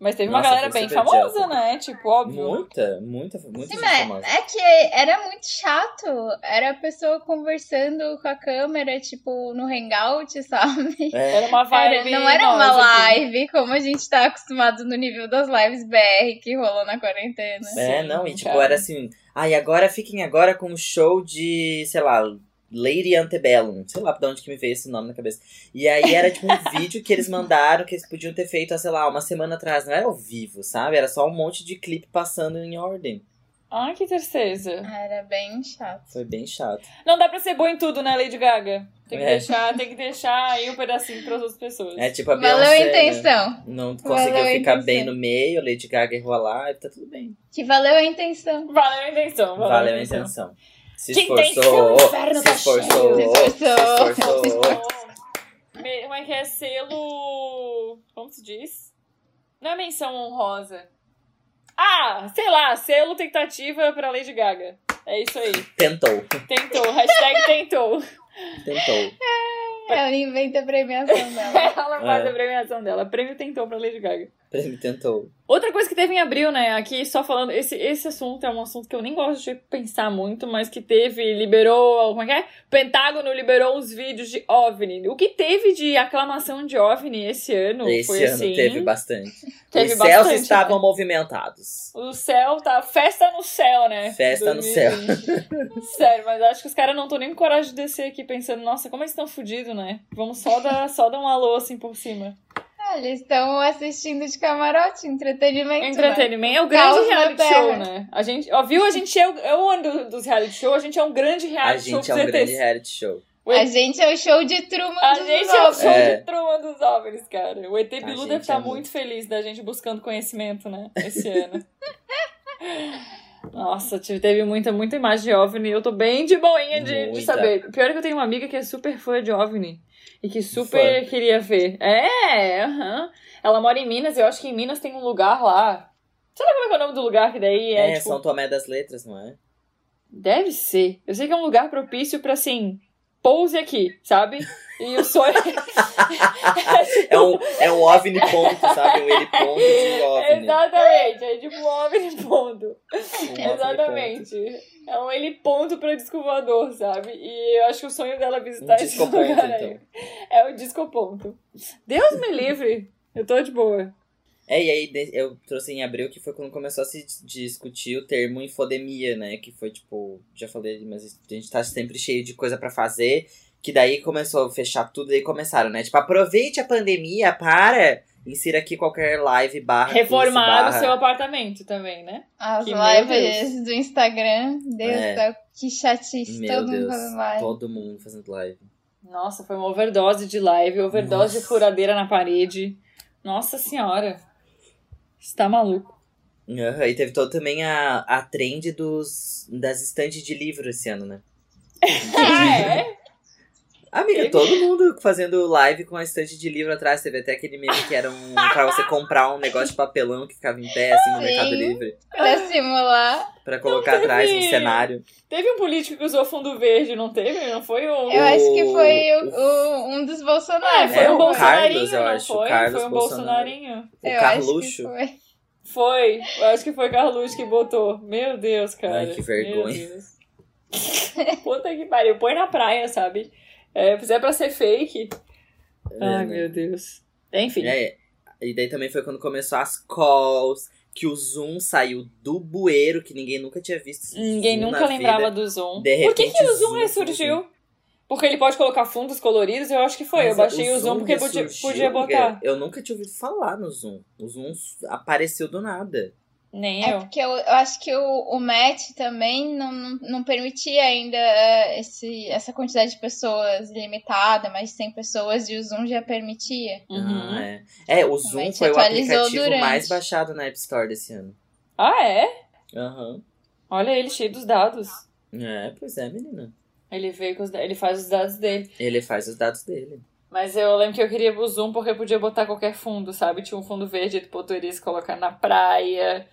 Speaker 1: Mas teve uma
Speaker 2: Nossa,
Speaker 1: galera
Speaker 2: foi
Speaker 1: bem
Speaker 2: super
Speaker 1: famosa,
Speaker 2: idiota.
Speaker 1: né? Tipo, óbvio.
Speaker 2: Muita, muita, muita
Speaker 3: Sim,
Speaker 2: gente
Speaker 3: mas
Speaker 2: famosa.
Speaker 3: é que era muito chato. Era a pessoa conversando com a câmera, tipo, no hangout, sabe?
Speaker 2: É,
Speaker 1: Era uma
Speaker 3: Era-
Speaker 1: vibe.
Speaker 3: não era uma
Speaker 1: nossa, assim.
Speaker 3: live como a gente tá acostumado no nível das lives BR que rolou na quarentena.
Speaker 2: é,
Speaker 1: Sim,
Speaker 2: não, e tipo,
Speaker 1: cara.
Speaker 2: era assim. Ai, agora fiquem agora com um show de, sei lá, Lady Antebellum. Sei lá de onde que me veio esse nome na cabeça. E aí era tipo um vídeo que eles mandaram que eles podiam ter feito, há, sei lá, uma semana atrás. Não era ao vivo, sabe? Era só um monte de clipe passando em ordem.
Speaker 1: Ai, que tristeza.
Speaker 3: Era bem chato.
Speaker 2: Foi bem chato.
Speaker 1: Não dá pra ser boa em tudo, né, Lady Gaga? Tem que
Speaker 2: É.
Speaker 1: deixar, tem que deixar aí um pedacinho pras outras pessoas.
Speaker 2: É tipo a
Speaker 3: Valeu
Speaker 2: Beyoncé.
Speaker 3: a
Speaker 2: né?
Speaker 3: intenção.
Speaker 2: Não
Speaker 3: Valeu
Speaker 2: conseguiu
Speaker 3: a
Speaker 2: ficar
Speaker 3: intenção.
Speaker 2: bem no meio, Lady Gaga errou a live, tá tudo bem.
Speaker 3: Que valeu a intenção.
Speaker 1: Valeu a intenção, valeu,
Speaker 2: Valeu a intenção. Se
Speaker 1: Tá então. Que
Speaker 2: esforçou,
Speaker 1: intenção, inferno
Speaker 2: se
Speaker 1: tá cheio.
Speaker 2: esforçou, se
Speaker 3: Se esforçou.
Speaker 2: esforçou.
Speaker 1: Me- Como é que é selo. Como se diz? Não é menção honrosa. Ah, sei lá, selo tentativa pra Lady Gaga. É isso aí.
Speaker 2: Tentou,
Speaker 1: Tentou, hashtag tentou.
Speaker 2: tentou.
Speaker 3: Ela inventa É, a premiação dela.
Speaker 1: Ela faz
Speaker 2: É.
Speaker 1: a premiação dela. Prêmio tentou pra Lady Gaga.
Speaker 2: Ele tentou.
Speaker 1: Outra coisa que teve em abril, né? Aqui só falando, esse, esse assunto é um assunto que eu nem gosto de pensar muito, mas que teve, liberou, como é que é? Pentágono liberou uns vídeos de OVNI. O que teve de aclamação de OVNI esse ano
Speaker 2: Esse
Speaker 1: foi
Speaker 2: ano
Speaker 1: assim.
Speaker 2: teve bastante.
Speaker 1: teve
Speaker 2: Os céus
Speaker 1: bastante,
Speaker 2: estavam
Speaker 1: né?
Speaker 2: movimentados.
Speaker 1: O céu tá. Festa no céu, né?
Speaker 2: Festa no céu.
Speaker 1: 2020. Sério, mas acho que os caras não estão nem com coragem de descer aqui pensando, nossa, como eles estão fodidos, né? Vamos só dar, só dar um alô assim por cima.
Speaker 3: Ah, eles estão assistindo de camarote, entretenimento. né?
Speaker 1: Entretenimento é o grande
Speaker 3: Caos na
Speaker 1: reality
Speaker 3: Terra.
Speaker 1: show, né? A gente, ó, viu? A gente é, o- é um do- dos reality show, a gente é um grande
Speaker 2: A
Speaker 1: reality show
Speaker 2: gente é
Speaker 1: pros
Speaker 2: um grande
Speaker 1: ETs.
Speaker 2: reality show.
Speaker 3: A gente é o show de Truman
Speaker 1: A
Speaker 3: dos
Speaker 1: gente é o
Speaker 3: novos.
Speaker 1: show
Speaker 2: É.
Speaker 1: de Truman dos OVNIs, cara. O ET
Speaker 2: A
Speaker 1: Bilu
Speaker 2: gente
Speaker 1: deve estar
Speaker 2: é
Speaker 1: muito...
Speaker 2: muito-
Speaker 1: feliz da gente buscando conhecimento, né? Esse ano. Nossa, tive- teve muita, muita imagem de OVNI. Eu tô bem de boinha de, de
Speaker 2: Muita.
Speaker 1: saber. Pior é que eu tenho uma amiga que é super fã de OVNI. E que super
Speaker 2: Fã.
Speaker 1: queria ver. É, aham. Ela mora em Minas. Eu acho que em Minas tem um lugar lá. Será como é que é o nome do lugar que daí é,
Speaker 2: É,
Speaker 1: tipo,
Speaker 2: São Tomé das Letras, não é?
Speaker 1: Deve ser. Eu sei que é um lugar propício pra, assim, pose aqui, sabe? E o sonho...
Speaker 2: É um, é um OVNI ponto, sabe? Um ele ponto de OVNI.
Speaker 1: Exatamente, é tipo um homem de ponto.
Speaker 2: Um OVNI
Speaker 1: Exatamente. É um ele ponto pra disco voador, sabe? E eu acho que o sonho dela é
Speaker 2: ponto. Um
Speaker 1: visitar esse
Speaker 2: disco ponto,
Speaker 1: lugar aí.
Speaker 2: então.
Speaker 1: É o disco ponto. Deus me livre. Eu tô de boa.
Speaker 2: É, e aí de- eu trouxe em abril que foi quando começou a se dis- discutir o termo infodemia, né? Que foi tipo, já falei, mas a gente tá sempre cheio de coisa pra fazer. Que daí começou a fechar tudo, daí começaram, né? Tipo, aproveite a pandemia para. Insira aqui qualquer live barra. curso,
Speaker 1: Reformar o
Speaker 2: Ah, barra.
Speaker 1: seu apartamento também, né?
Speaker 3: As
Speaker 1: Que, meu
Speaker 3: lives do Instagram. Deus do
Speaker 2: É.
Speaker 3: céu, que chatice.
Speaker 2: Meu
Speaker 3: todo mundo
Speaker 2: Deus,
Speaker 3: fazendo live.
Speaker 2: todo mundo fazendo live.
Speaker 1: Nossa, foi uma overdose de live, overdose de furadeira na parede. Nossa senhora. Está maluco.
Speaker 2: Aham, e teve todo também a, a trend dos, das estantes de livro esse ano, né?
Speaker 1: Ah, é?
Speaker 2: Amiga, todo mundo fazendo live com a estante de livro atrás. Teve até aquele meme que era um pra você comprar um negócio de papelão que ficava em pé, assim, no
Speaker 3: Sim.
Speaker 2: Mercado Livre.
Speaker 3: Pra simular.
Speaker 2: Pra colocar atrás um
Speaker 1: teve.
Speaker 2: cenário.
Speaker 1: Teve um político que usou fundo verde, não teve? Não foi um.
Speaker 3: Eu
Speaker 2: O-
Speaker 3: acho que foi o- o- um dos Bolsonaro.
Speaker 1: É, foi
Speaker 2: É,
Speaker 1: um
Speaker 2: o
Speaker 1: bolsonarinho,
Speaker 2: Carlos, eu
Speaker 1: não
Speaker 2: acho,
Speaker 1: foi?
Speaker 2: o Carlos
Speaker 1: foi um
Speaker 2: Bolsonaro.
Speaker 1: bolsonarinho.
Speaker 2: O
Speaker 3: Eu
Speaker 2: Carluxo.
Speaker 3: acho que foi.
Speaker 1: Foi, eu acho que foi Carluxo que botou. Meu Deus, cara.
Speaker 2: Ai, que vergonha.
Speaker 1: Meu Deus. Puta que pariu, põe na praia, sabe? É, fizer pra ser fake. Ai,
Speaker 2: É, né?
Speaker 1: meu Deus. Enfim.
Speaker 2: É, e daí também foi quando começou as calls, que o Zoom saiu do bueiro, que ninguém nunca tinha visto. esse
Speaker 1: Ninguém
Speaker 2: Zoom
Speaker 1: nunca
Speaker 2: na
Speaker 1: lembrava
Speaker 2: vida.
Speaker 1: do Zoom.
Speaker 2: De
Speaker 1: Por que,
Speaker 2: repente,
Speaker 1: que o
Speaker 2: o
Speaker 1: Zoom
Speaker 2: Zoom
Speaker 1: ressurgiu? Porque ele pode colocar fundos coloridos? Eu acho que foi. eu
Speaker 2: Mas é,
Speaker 1: baixei o Zoom, porque podia,
Speaker 2: ressurgiu,
Speaker 1: podia botar.
Speaker 2: amiga. Eu nunca tinha ouvido falar no Zoom. O Zoom apareceu do nada.
Speaker 1: Nem
Speaker 3: É
Speaker 1: eu.
Speaker 3: porque eu, eu acho que o, o match também não, não, não permitia ainda eh, esse, essa quantidade de pessoas limitada, mais de 100 pessoas, e o Zoom já permitia.
Speaker 1: Uhum.
Speaker 2: Ah, é. É, o Zoom
Speaker 3: Mas
Speaker 2: foi o
Speaker 3: atualizou
Speaker 2: aplicativo
Speaker 3: durante.
Speaker 2: mais baixado na App Store desse ano.
Speaker 1: Ah, é?
Speaker 2: Aham.
Speaker 1: Olha ele cheio dos dados.
Speaker 2: É, pois é, menina.
Speaker 1: Ele veio com os, da- ele faz os dados dele.
Speaker 2: Ele faz os dados dele.
Speaker 1: Mas eu lembro que eu queria o Zoom porque eu podia botar qualquer fundo, sabe? Tinha um fundo verde do Potoris colocar na praia.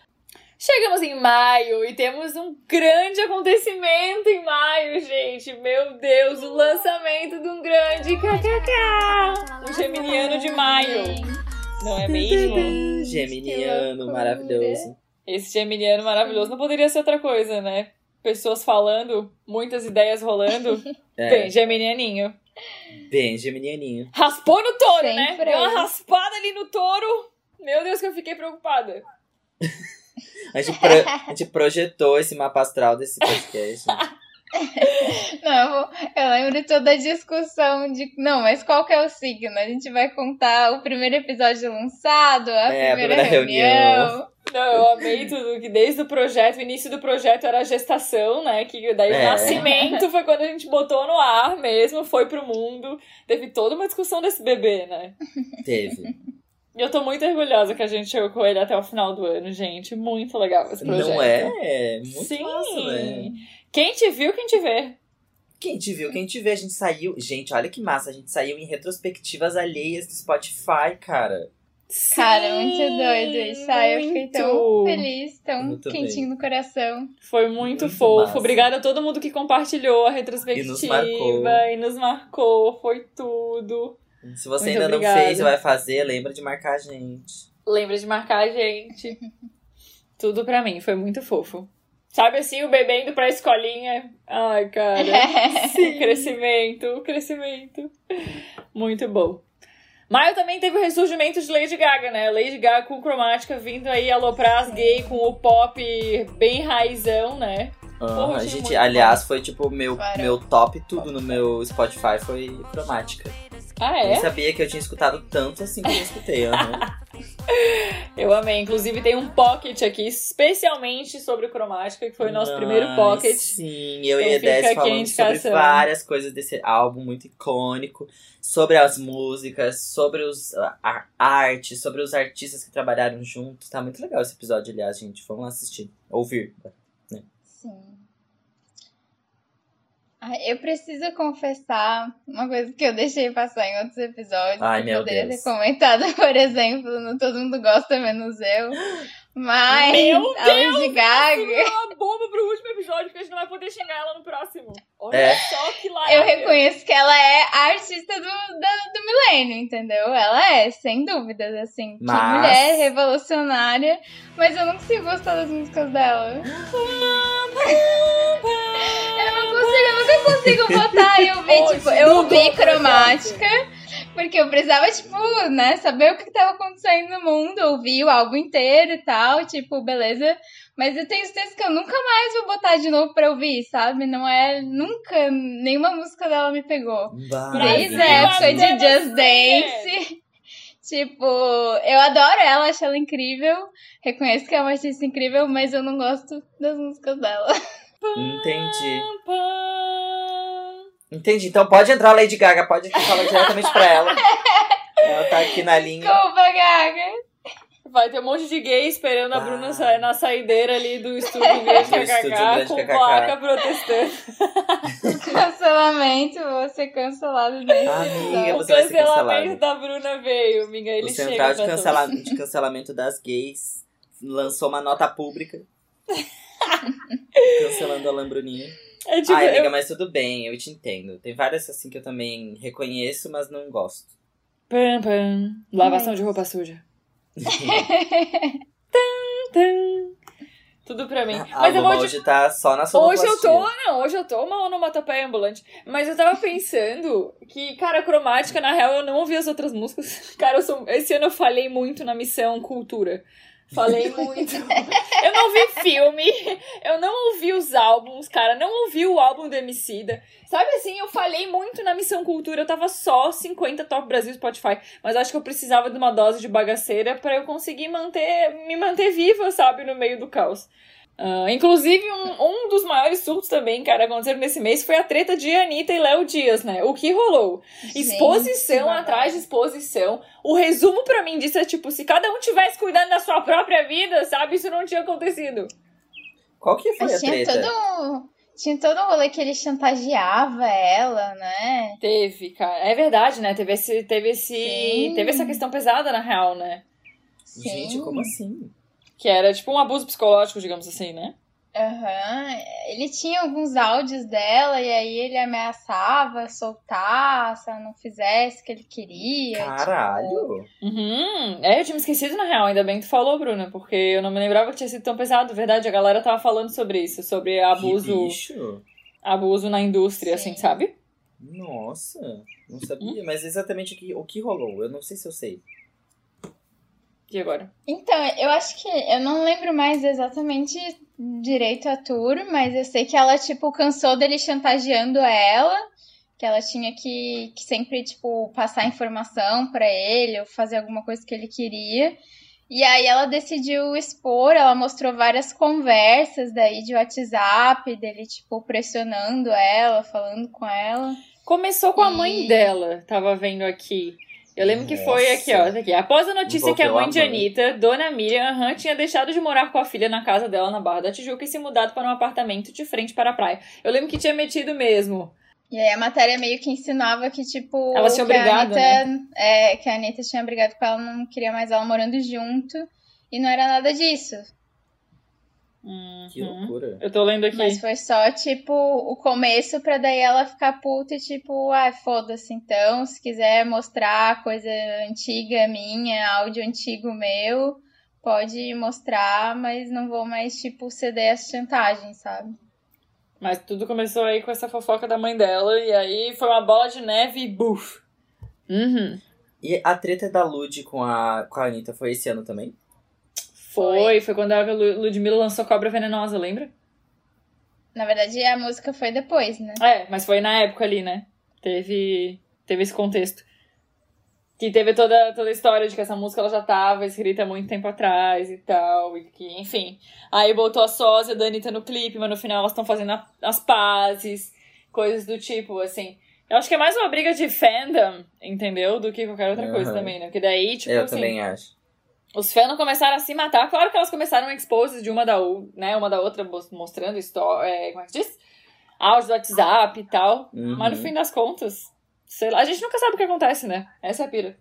Speaker 1: Chegamos em maio e temos um grande acontecimento em maio, gente. Meu Deus, o lançamento de um grande kkk. O Geminiano de maio. Não é mesmo?
Speaker 3: que
Speaker 2: Geminiano,
Speaker 3: loucura.
Speaker 2: maravilhoso.
Speaker 1: Esse Geminiano maravilhoso não poderia ser outra coisa, né? Pessoas falando, muitas ideias rolando.
Speaker 2: É,
Speaker 1: Bem,
Speaker 2: bem,
Speaker 1: Geminianinho.
Speaker 2: Geminianinho.
Speaker 1: Raspou no touro,
Speaker 3: Sem
Speaker 1: né?
Speaker 3: freio.
Speaker 1: Deu uma raspada ali no touro. Meu Deus, que eu fiquei preocupada.
Speaker 2: A gente, pro- a gente projetou esse mapa astral desse podcast.
Speaker 3: Não, eu lembro toda a discussão de. Não, mas qual que é o signo? A gente vai contar o primeiro episódio lançado, a
Speaker 2: É, a
Speaker 3: primeira
Speaker 2: primeira reunião.
Speaker 3: reunião.
Speaker 1: Não, eu amei tudo, que desde o projeto, o início do projeto era a gestação, né? Que daí o
Speaker 2: É.
Speaker 1: nascimento foi quando a gente botou no ar mesmo, foi pro mundo. Teve toda uma discussão desse bebê, né?
Speaker 2: Teve.
Speaker 1: E eu tô muito orgulhosa que a gente chegou com ele até o final do ano, gente. Muito legal esse projeto.
Speaker 2: Não é? É Muito
Speaker 1: Sim.
Speaker 2: fácil, né?
Speaker 1: Quem te viu, quem te vê.
Speaker 2: Quem te viu, quem te vê, a gente saiu. Gente, olha que massa, a gente saiu em retrospectivas alheias do Spotify, cara.
Speaker 3: Cara, é muito doido isso. Ai, eu fiquei tão
Speaker 1: muito.
Speaker 3: feliz, tão
Speaker 2: Muito bem.
Speaker 3: quentinho no coração.
Speaker 1: Foi muito,
Speaker 2: Muito
Speaker 1: fofo.
Speaker 2: massa.
Speaker 1: Obrigada a todo mundo que compartilhou a retrospectiva
Speaker 2: E nos marcou.
Speaker 1: e nos marcou. Foi tudo.
Speaker 2: Se você
Speaker 1: Muito
Speaker 2: ainda não
Speaker 1: obrigada.
Speaker 2: fez e vai fazer, lembra de marcar a gente.
Speaker 1: Lembra de marcar a gente. Tudo pra mim, foi muito fofo. Sabe assim, o bebê indo pra escolinha. Ai, cara.
Speaker 2: É.
Speaker 1: Sim, crescimento, crescimento. Muito bom. Maio também teve o ressurgimento de Lady Gaga, né? Lady Gaga com cromática vindo aí aloprar as gay com o pop bem raizão, né?
Speaker 2: Aham,
Speaker 1: achei muito
Speaker 2: gente,
Speaker 1: bom.
Speaker 2: aliás, foi tipo meu,
Speaker 3: Claro.
Speaker 2: meu top tudo no meu Spotify foi cromática.
Speaker 1: Ah,
Speaker 2: Eu
Speaker 1: é?
Speaker 2: Nem sabia que eu tinha escutado tanto assim que eu escutei. aham.
Speaker 1: Eu amei. Inclusive, tem um pocket aqui especialmente sobre cromática, que foi o nosso
Speaker 2: Ai,
Speaker 1: primeiro pocket.
Speaker 2: Sim,
Speaker 1: Então
Speaker 2: eu e a
Speaker 1: fica aqui
Speaker 2: Dez
Speaker 1: a
Speaker 2: falando sobre
Speaker 1: indicação.
Speaker 2: várias coisas desse álbum muito icônico, sobre as músicas, sobre os a, a arte, sobre os artistas que trabalharam juntos. Tá muito legal esse episódio, aliás, gente. Vamos lá assistir, ouvir.
Speaker 3: Sim. Ah, eu preciso confessar uma coisa que eu deixei passar em outros episódios.
Speaker 2: Ai,
Speaker 3: que
Speaker 2: meu
Speaker 3: eu poderia
Speaker 2: Deus.
Speaker 3: ter comentado, por exemplo, no Todo Mundo Gosta Menos Eu. Mas
Speaker 1: Meu
Speaker 3: a Lady Gaga,
Speaker 1: Segura uma bomba pro último episódio, porque a gente não vai poder xingar ela no próximo. Olha
Speaker 2: É.
Speaker 1: só que lá.
Speaker 3: eu reconheço que ela é a artista do, da- do milênio, entendeu? Ela é, sem dúvidas, assim.
Speaker 2: Mas-
Speaker 3: Que mulher revolucionária, mas eu não consigo gostar das músicas dela. Eu não consigo, eu nunca consigo votar e ouvir,
Speaker 1: Hoje
Speaker 3: tipo, eu
Speaker 1: mudou
Speaker 3: ouvi
Speaker 1: o projeto.
Speaker 3: cromática, porque eu precisava, tipo, né, saber o que que tava acontecendo no mundo, ouvir o álbum inteiro e tal, tipo, beleza. Mas eu tenho certeza que eu nunca mais vou botar de novo pra ouvir, sabe? Não é, nunca, nenhuma música dela me pegou. Desde
Speaker 1: Brasil,
Speaker 3: a
Speaker 2: né?
Speaker 3: época é, de
Speaker 1: até
Speaker 3: Just
Speaker 1: você!
Speaker 3: Dance. Tipo, eu adoro ela, acho ela incrível. Reconheço que é uma artista incrível, mas eu não gosto das músicas dela.
Speaker 2: Entendi.
Speaker 1: Pam, pam.
Speaker 2: Entendi. Então pode entrar a Lady Gaga, pode falar diretamente pra ela. Ela tá aqui na linha.
Speaker 3: Desculpa, Gaga.
Speaker 1: Vai ter um monte de gay esperando a
Speaker 2: Vai.
Speaker 1: Bruna sair na saideira ali do estúdio grande
Speaker 2: Do estúdio
Speaker 1: KKK
Speaker 2: grande
Speaker 1: com
Speaker 2: KKK.
Speaker 1: placa protestando.
Speaker 3: Cancelamento, vou ser cancelado nesse
Speaker 2: Amiga,
Speaker 1: O
Speaker 3: episódio.
Speaker 2: você vai ser
Speaker 1: então, cancelamento
Speaker 2: cancelada.
Speaker 1: da Bruna veio, amiga. Ele
Speaker 2: O
Speaker 1: chega
Speaker 2: Central de,
Speaker 1: pra
Speaker 2: cancela- de Cancelamento das Gays lançou uma nota pública. cancelando a Lambruninha.
Speaker 1: todos. É tipo,
Speaker 2: Ai,
Speaker 1: eu-
Speaker 2: amiga, mas tudo bem, eu te entendo. Tem várias assim que eu também reconheço, mas não gosto.
Speaker 1: Pam, pam. Lavação
Speaker 3: Mas-
Speaker 1: de roupa suja. Tum, tum. Tudo pra mim.
Speaker 2: A
Speaker 1: Mas eu
Speaker 2: Luma
Speaker 1: vou te
Speaker 2: hoje tá só na sua
Speaker 1: Hoje eu tô, não, hoje eu tô uma onomatopeia ambulante. Mas eu tava pensando que, cara, cromática, na real, eu não ouvi as outras músicas. Cara, eu sou, esse ano eu falhei muito na missão cultura. Falei muito. Eu não vi filme, eu não ouvi os álbuns, cara, não ouvi o álbum do Emicida. Sabe assim, eu falei muito na missão cultura, eu tava só 50 Top Brasil Spotify, mas acho que eu precisava de uma dose de bagaceira pra eu conseguir manter, me manter viva, sabe, no meio do caos. Ah, inclusive, um, um dos maiores surtos também, cara, aconteceram nesse mês foi a treta de Anitta e Léo Dias, né? O que rolou? exposição
Speaker 3: babado.
Speaker 1: atrás de exposição. O resumo pra mim disso é tipo, se cada um tivesse cuidando da sua própria vida, sabe? Isso não tinha acontecido.
Speaker 2: Qual que foi
Speaker 3: Mas
Speaker 2: a
Speaker 3: tinha
Speaker 2: treta?
Speaker 3: é todo, tinha todo um rolê que ele chantageava ela, né?
Speaker 1: Teve, cara. É verdade, né? Teve esse. Teve, esse,
Speaker 3: Sim.
Speaker 1: teve essa questão pesada, na real, né?
Speaker 2: Gente,
Speaker 3: Sim.
Speaker 2: como assim?
Speaker 1: Que era tipo um abuso psicológico, digamos assim, né?
Speaker 3: Aham. Ele tinha alguns áudios dela e aí ele ameaçava soltar se ela não fizesse o que ele queria.
Speaker 2: Caralho.
Speaker 1: Uhum. É, eu tinha me esquecido, na real, ainda bem que tu falou, Bruna, porque eu não me lembrava que tinha sido tão pesado. Verdade, a galera tava falando sobre isso, sobre
Speaker 2: Que
Speaker 1: abuso,
Speaker 2: bicho.
Speaker 1: abuso na indústria,
Speaker 3: Sim.
Speaker 1: assim, sabe?
Speaker 2: Nossa, não sabia. Mas exatamente o que, o que rolou? Eu não sei se eu sei.
Speaker 1: E agora?
Speaker 3: Então, eu acho que eu não lembro mais exatamente direito a tour, mas eu sei que ela, tipo, cansou dele chantageando ela, que ela tinha que, que sempre, tipo, passar informação pra ele ou fazer alguma coisa que ele queria. E aí ela decidiu expor, ela mostrou várias conversas daí de WhatsApp, dele, tipo, pressionando ela, falando com ela.
Speaker 1: Começou com a
Speaker 3: E-
Speaker 1: mãe dela, tava vendo aqui. Eu lembro que foi
Speaker 2: Nossa.
Speaker 1: aqui, ó. tá Aqui. Após a notícia que a mãe
Speaker 2: Envolveu a
Speaker 1: de
Speaker 2: mãe.
Speaker 1: Anitta, dona Miriam Han, tinha deixado de morar com a filha na casa dela na Barra da Tijuca e se mudado para um apartamento de frente para a praia. Eu lembro que tinha metido mesmo.
Speaker 3: E aí a matéria meio que ensinava que, tipo,
Speaker 1: Ela tinha né?
Speaker 3: que a
Speaker 1: brigado,
Speaker 3: Anitta- é, que a Anitta tinha brigado com ela, não queria mais ela morando junto. E não era nada disso.
Speaker 2: Que loucura.
Speaker 1: Uhum. Eu tô lendo aqui.
Speaker 3: Mas foi só, tipo, o começo pra daí ela ficar puta e, tipo, ah, foda-se então, se quiser mostrar coisa antiga minha, áudio antigo meu, pode mostrar, mas não vou mais, tipo, ceder às chantagens, sabe?
Speaker 1: Mas tudo começou aí com essa fofoca da mãe dela, e aí foi uma bola de neve e buf. Uhum.
Speaker 2: E a treta da Lud com a, com a Anitta foi esse ano também?
Speaker 1: Foi, foi quando a Lu- Ludmilla lançou Cobra Venenosa, lembra?
Speaker 3: Na verdade, a música foi depois, né?
Speaker 1: É, mas foi na época ali, né? Teve, teve esse contexto. Que teve toda, toda a história de que essa música ela já tava escrita há muito tempo atrás e tal. E que, enfim. Aí botou a sósia da Anitta no clipe, mas no final elas estão fazendo a- as pazes, coisas do tipo, assim. Eu acho que é mais uma briga de fandom, entendeu? Do que qualquer outra coisa
Speaker 2: Aham.
Speaker 1: também, né? Porque daí, tipo,
Speaker 2: eu
Speaker 1: assim,
Speaker 2: também acho.
Speaker 1: os fãs não começaram a se matar. Claro que elas começaram exposes de uma da, ou- né, uma da outra, mos- mostrando história. como é que diz? Áudio do WhatsApp e tal.
Speaker 2: Uhum.
Speaker 1: Mas no fim das contas, sei lá, a gente nunca sabe o que acontece, né? Essa é a pira.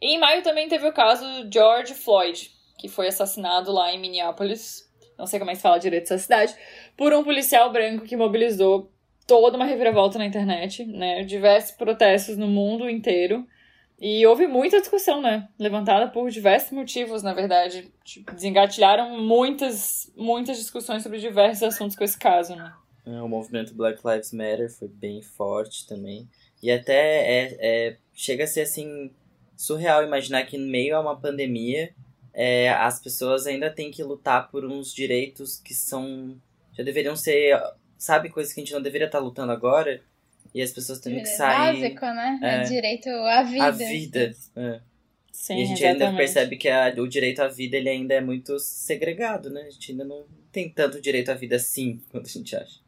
Speaker 1: E em maio também teve o caso George Floyd, que foi assassinado lá em Minneapolis. Não sei como é que se fala direito essa cidade. Por um policial branco que mobilizou toda uma reviravolta na internet, né? Diversos protestos no mundo inteiro. E houve muita discussão, né? Levantada por diversos motivos, na verdade. Tipo, Desengatilharam muitas, muitas discussões sobre diversos assuntos com esse caso, né?
Speaker 2: É, o movimento Black Lives Matter foi bem forte também. E até é, é- chega a ser assim surreal imaginar que em meio a uma pandemia é, as pessoas ainda têm que lutar por uns direitos que são. já deveriam ser. Sabe, coisas que a gente não deveria estar lutando agora? E as pessoas tendo
Speaker 1: É
Speaker 2: que sair.
Speaker 3: Básico, né?
Speaker 2: É.
Speaker 3: É direito à vida.
Speaker 2: A vida. é.
Speaker 1: Sim,
Speaker 2: e a gente ainda
Speaker 1: exatamente.
Speaker 2: percebe que a- o direito à vida ele ainda é muito segregado, né? A gente ainda não tem tanto direito à vida assim quanto a gente acha.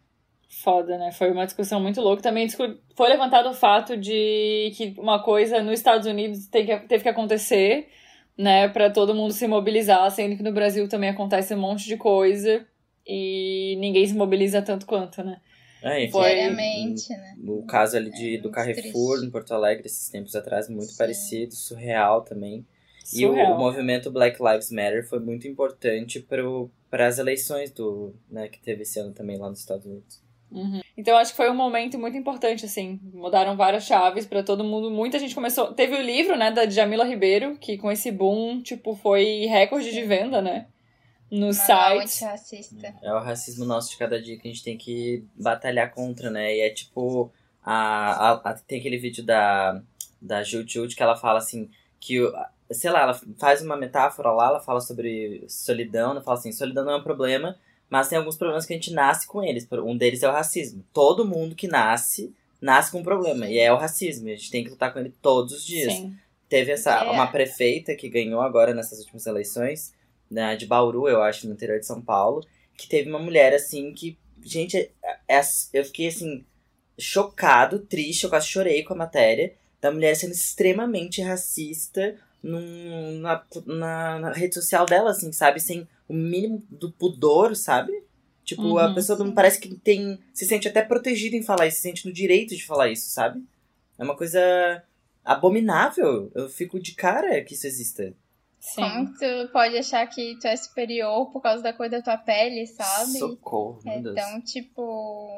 Speaker 1: Foda, né? Foi uma discussão muito louca. Também discu- foi levantado o fato de que uma coisa nos Estados Unidos tem que, teve que acontecer, né? Pra todo mundo se mobilizar, sendo que no Brasil também acontece um monte de coisa e ninguém se mobiliza tanto quanto, né?
Speaker 2: É, enfim,
Speaker 1: Foi-
Speaker 3: Diariamente, né? É,
Speaker 2: O caso ali de, do
Speaker 3: muito
Speaker 2: Carrefour
Speaker 3: triste.
Speaker 2: em Porto Alegre, esses tempos atrás, muito
Speaker 3: Sim.
Speaker 2: parecido, surreal também. E o,
Speaker 1: Surreal.
Speaker 2: o movimento Black Lives Matter foi muito importante para as eleições do, né, que teve esse ano também lá nos Estados Unidos.
Speaker 1: Então acho que foi um momento muito importante, assim. Mudaram várias chaves pra todo mundo. Muita gente começou. Teve o livro, né, da Djamila Ribeiro, que com esse boom, tipo, foi recorde de venda, né? Nos
Speaker 3: Manual
Speaker 1: sites.
Speaker 3: antirracista.
Speaker 2: É o racismo nosso de cada dia que a gente tem que batalhar contra, né? E é tipo. A, a- a- tem aquele vídeo da, da Jujude que ela fala assim. Que, o- sei lá, ela faz uma metáfora lá, ela fala sobre solidão, ela fala assim: solidão não é um problema, mas tem alguns problemas que a gente nasce com eles. Um deles é o racismo. Todo mundo que nasce, nasce com um problema, e é o racismo. e A gente tem que lutar com ele todos os dias.
Speaker 1: Sim.
Speaker 2: Teve essa
Speaker 3: É.
Speaker 2: uma prefeita que ganhou agora nessas últimas eleições, né, de Bauru, eu acho, no interior de São Paulo, que teve uma mulher assim que, gente, é- é- eu fiquei assim chocado, triste, eu quase chorei com a matéria da mulher sendo extremamente racista num- na, na, na rede social dela, assim, sabe, sem o mínimo do pudor, sabe? Tipo, a
Speaker 1: Uhum.
Speaker 2: pessoa não parece que tem. Se sente até protegida em falar isso, se sente no direito de falar isso, sabe? É uma coisa abominável. Eu fico de cara que isso exista.
Speaker 1: Sim.
Speaker 3: Como que tu pode achar que tu é superior por causa da cor da tua pele, sabe?
Speaker 2: Socorro, meu Deus.
Speaker 3: Então, tipo.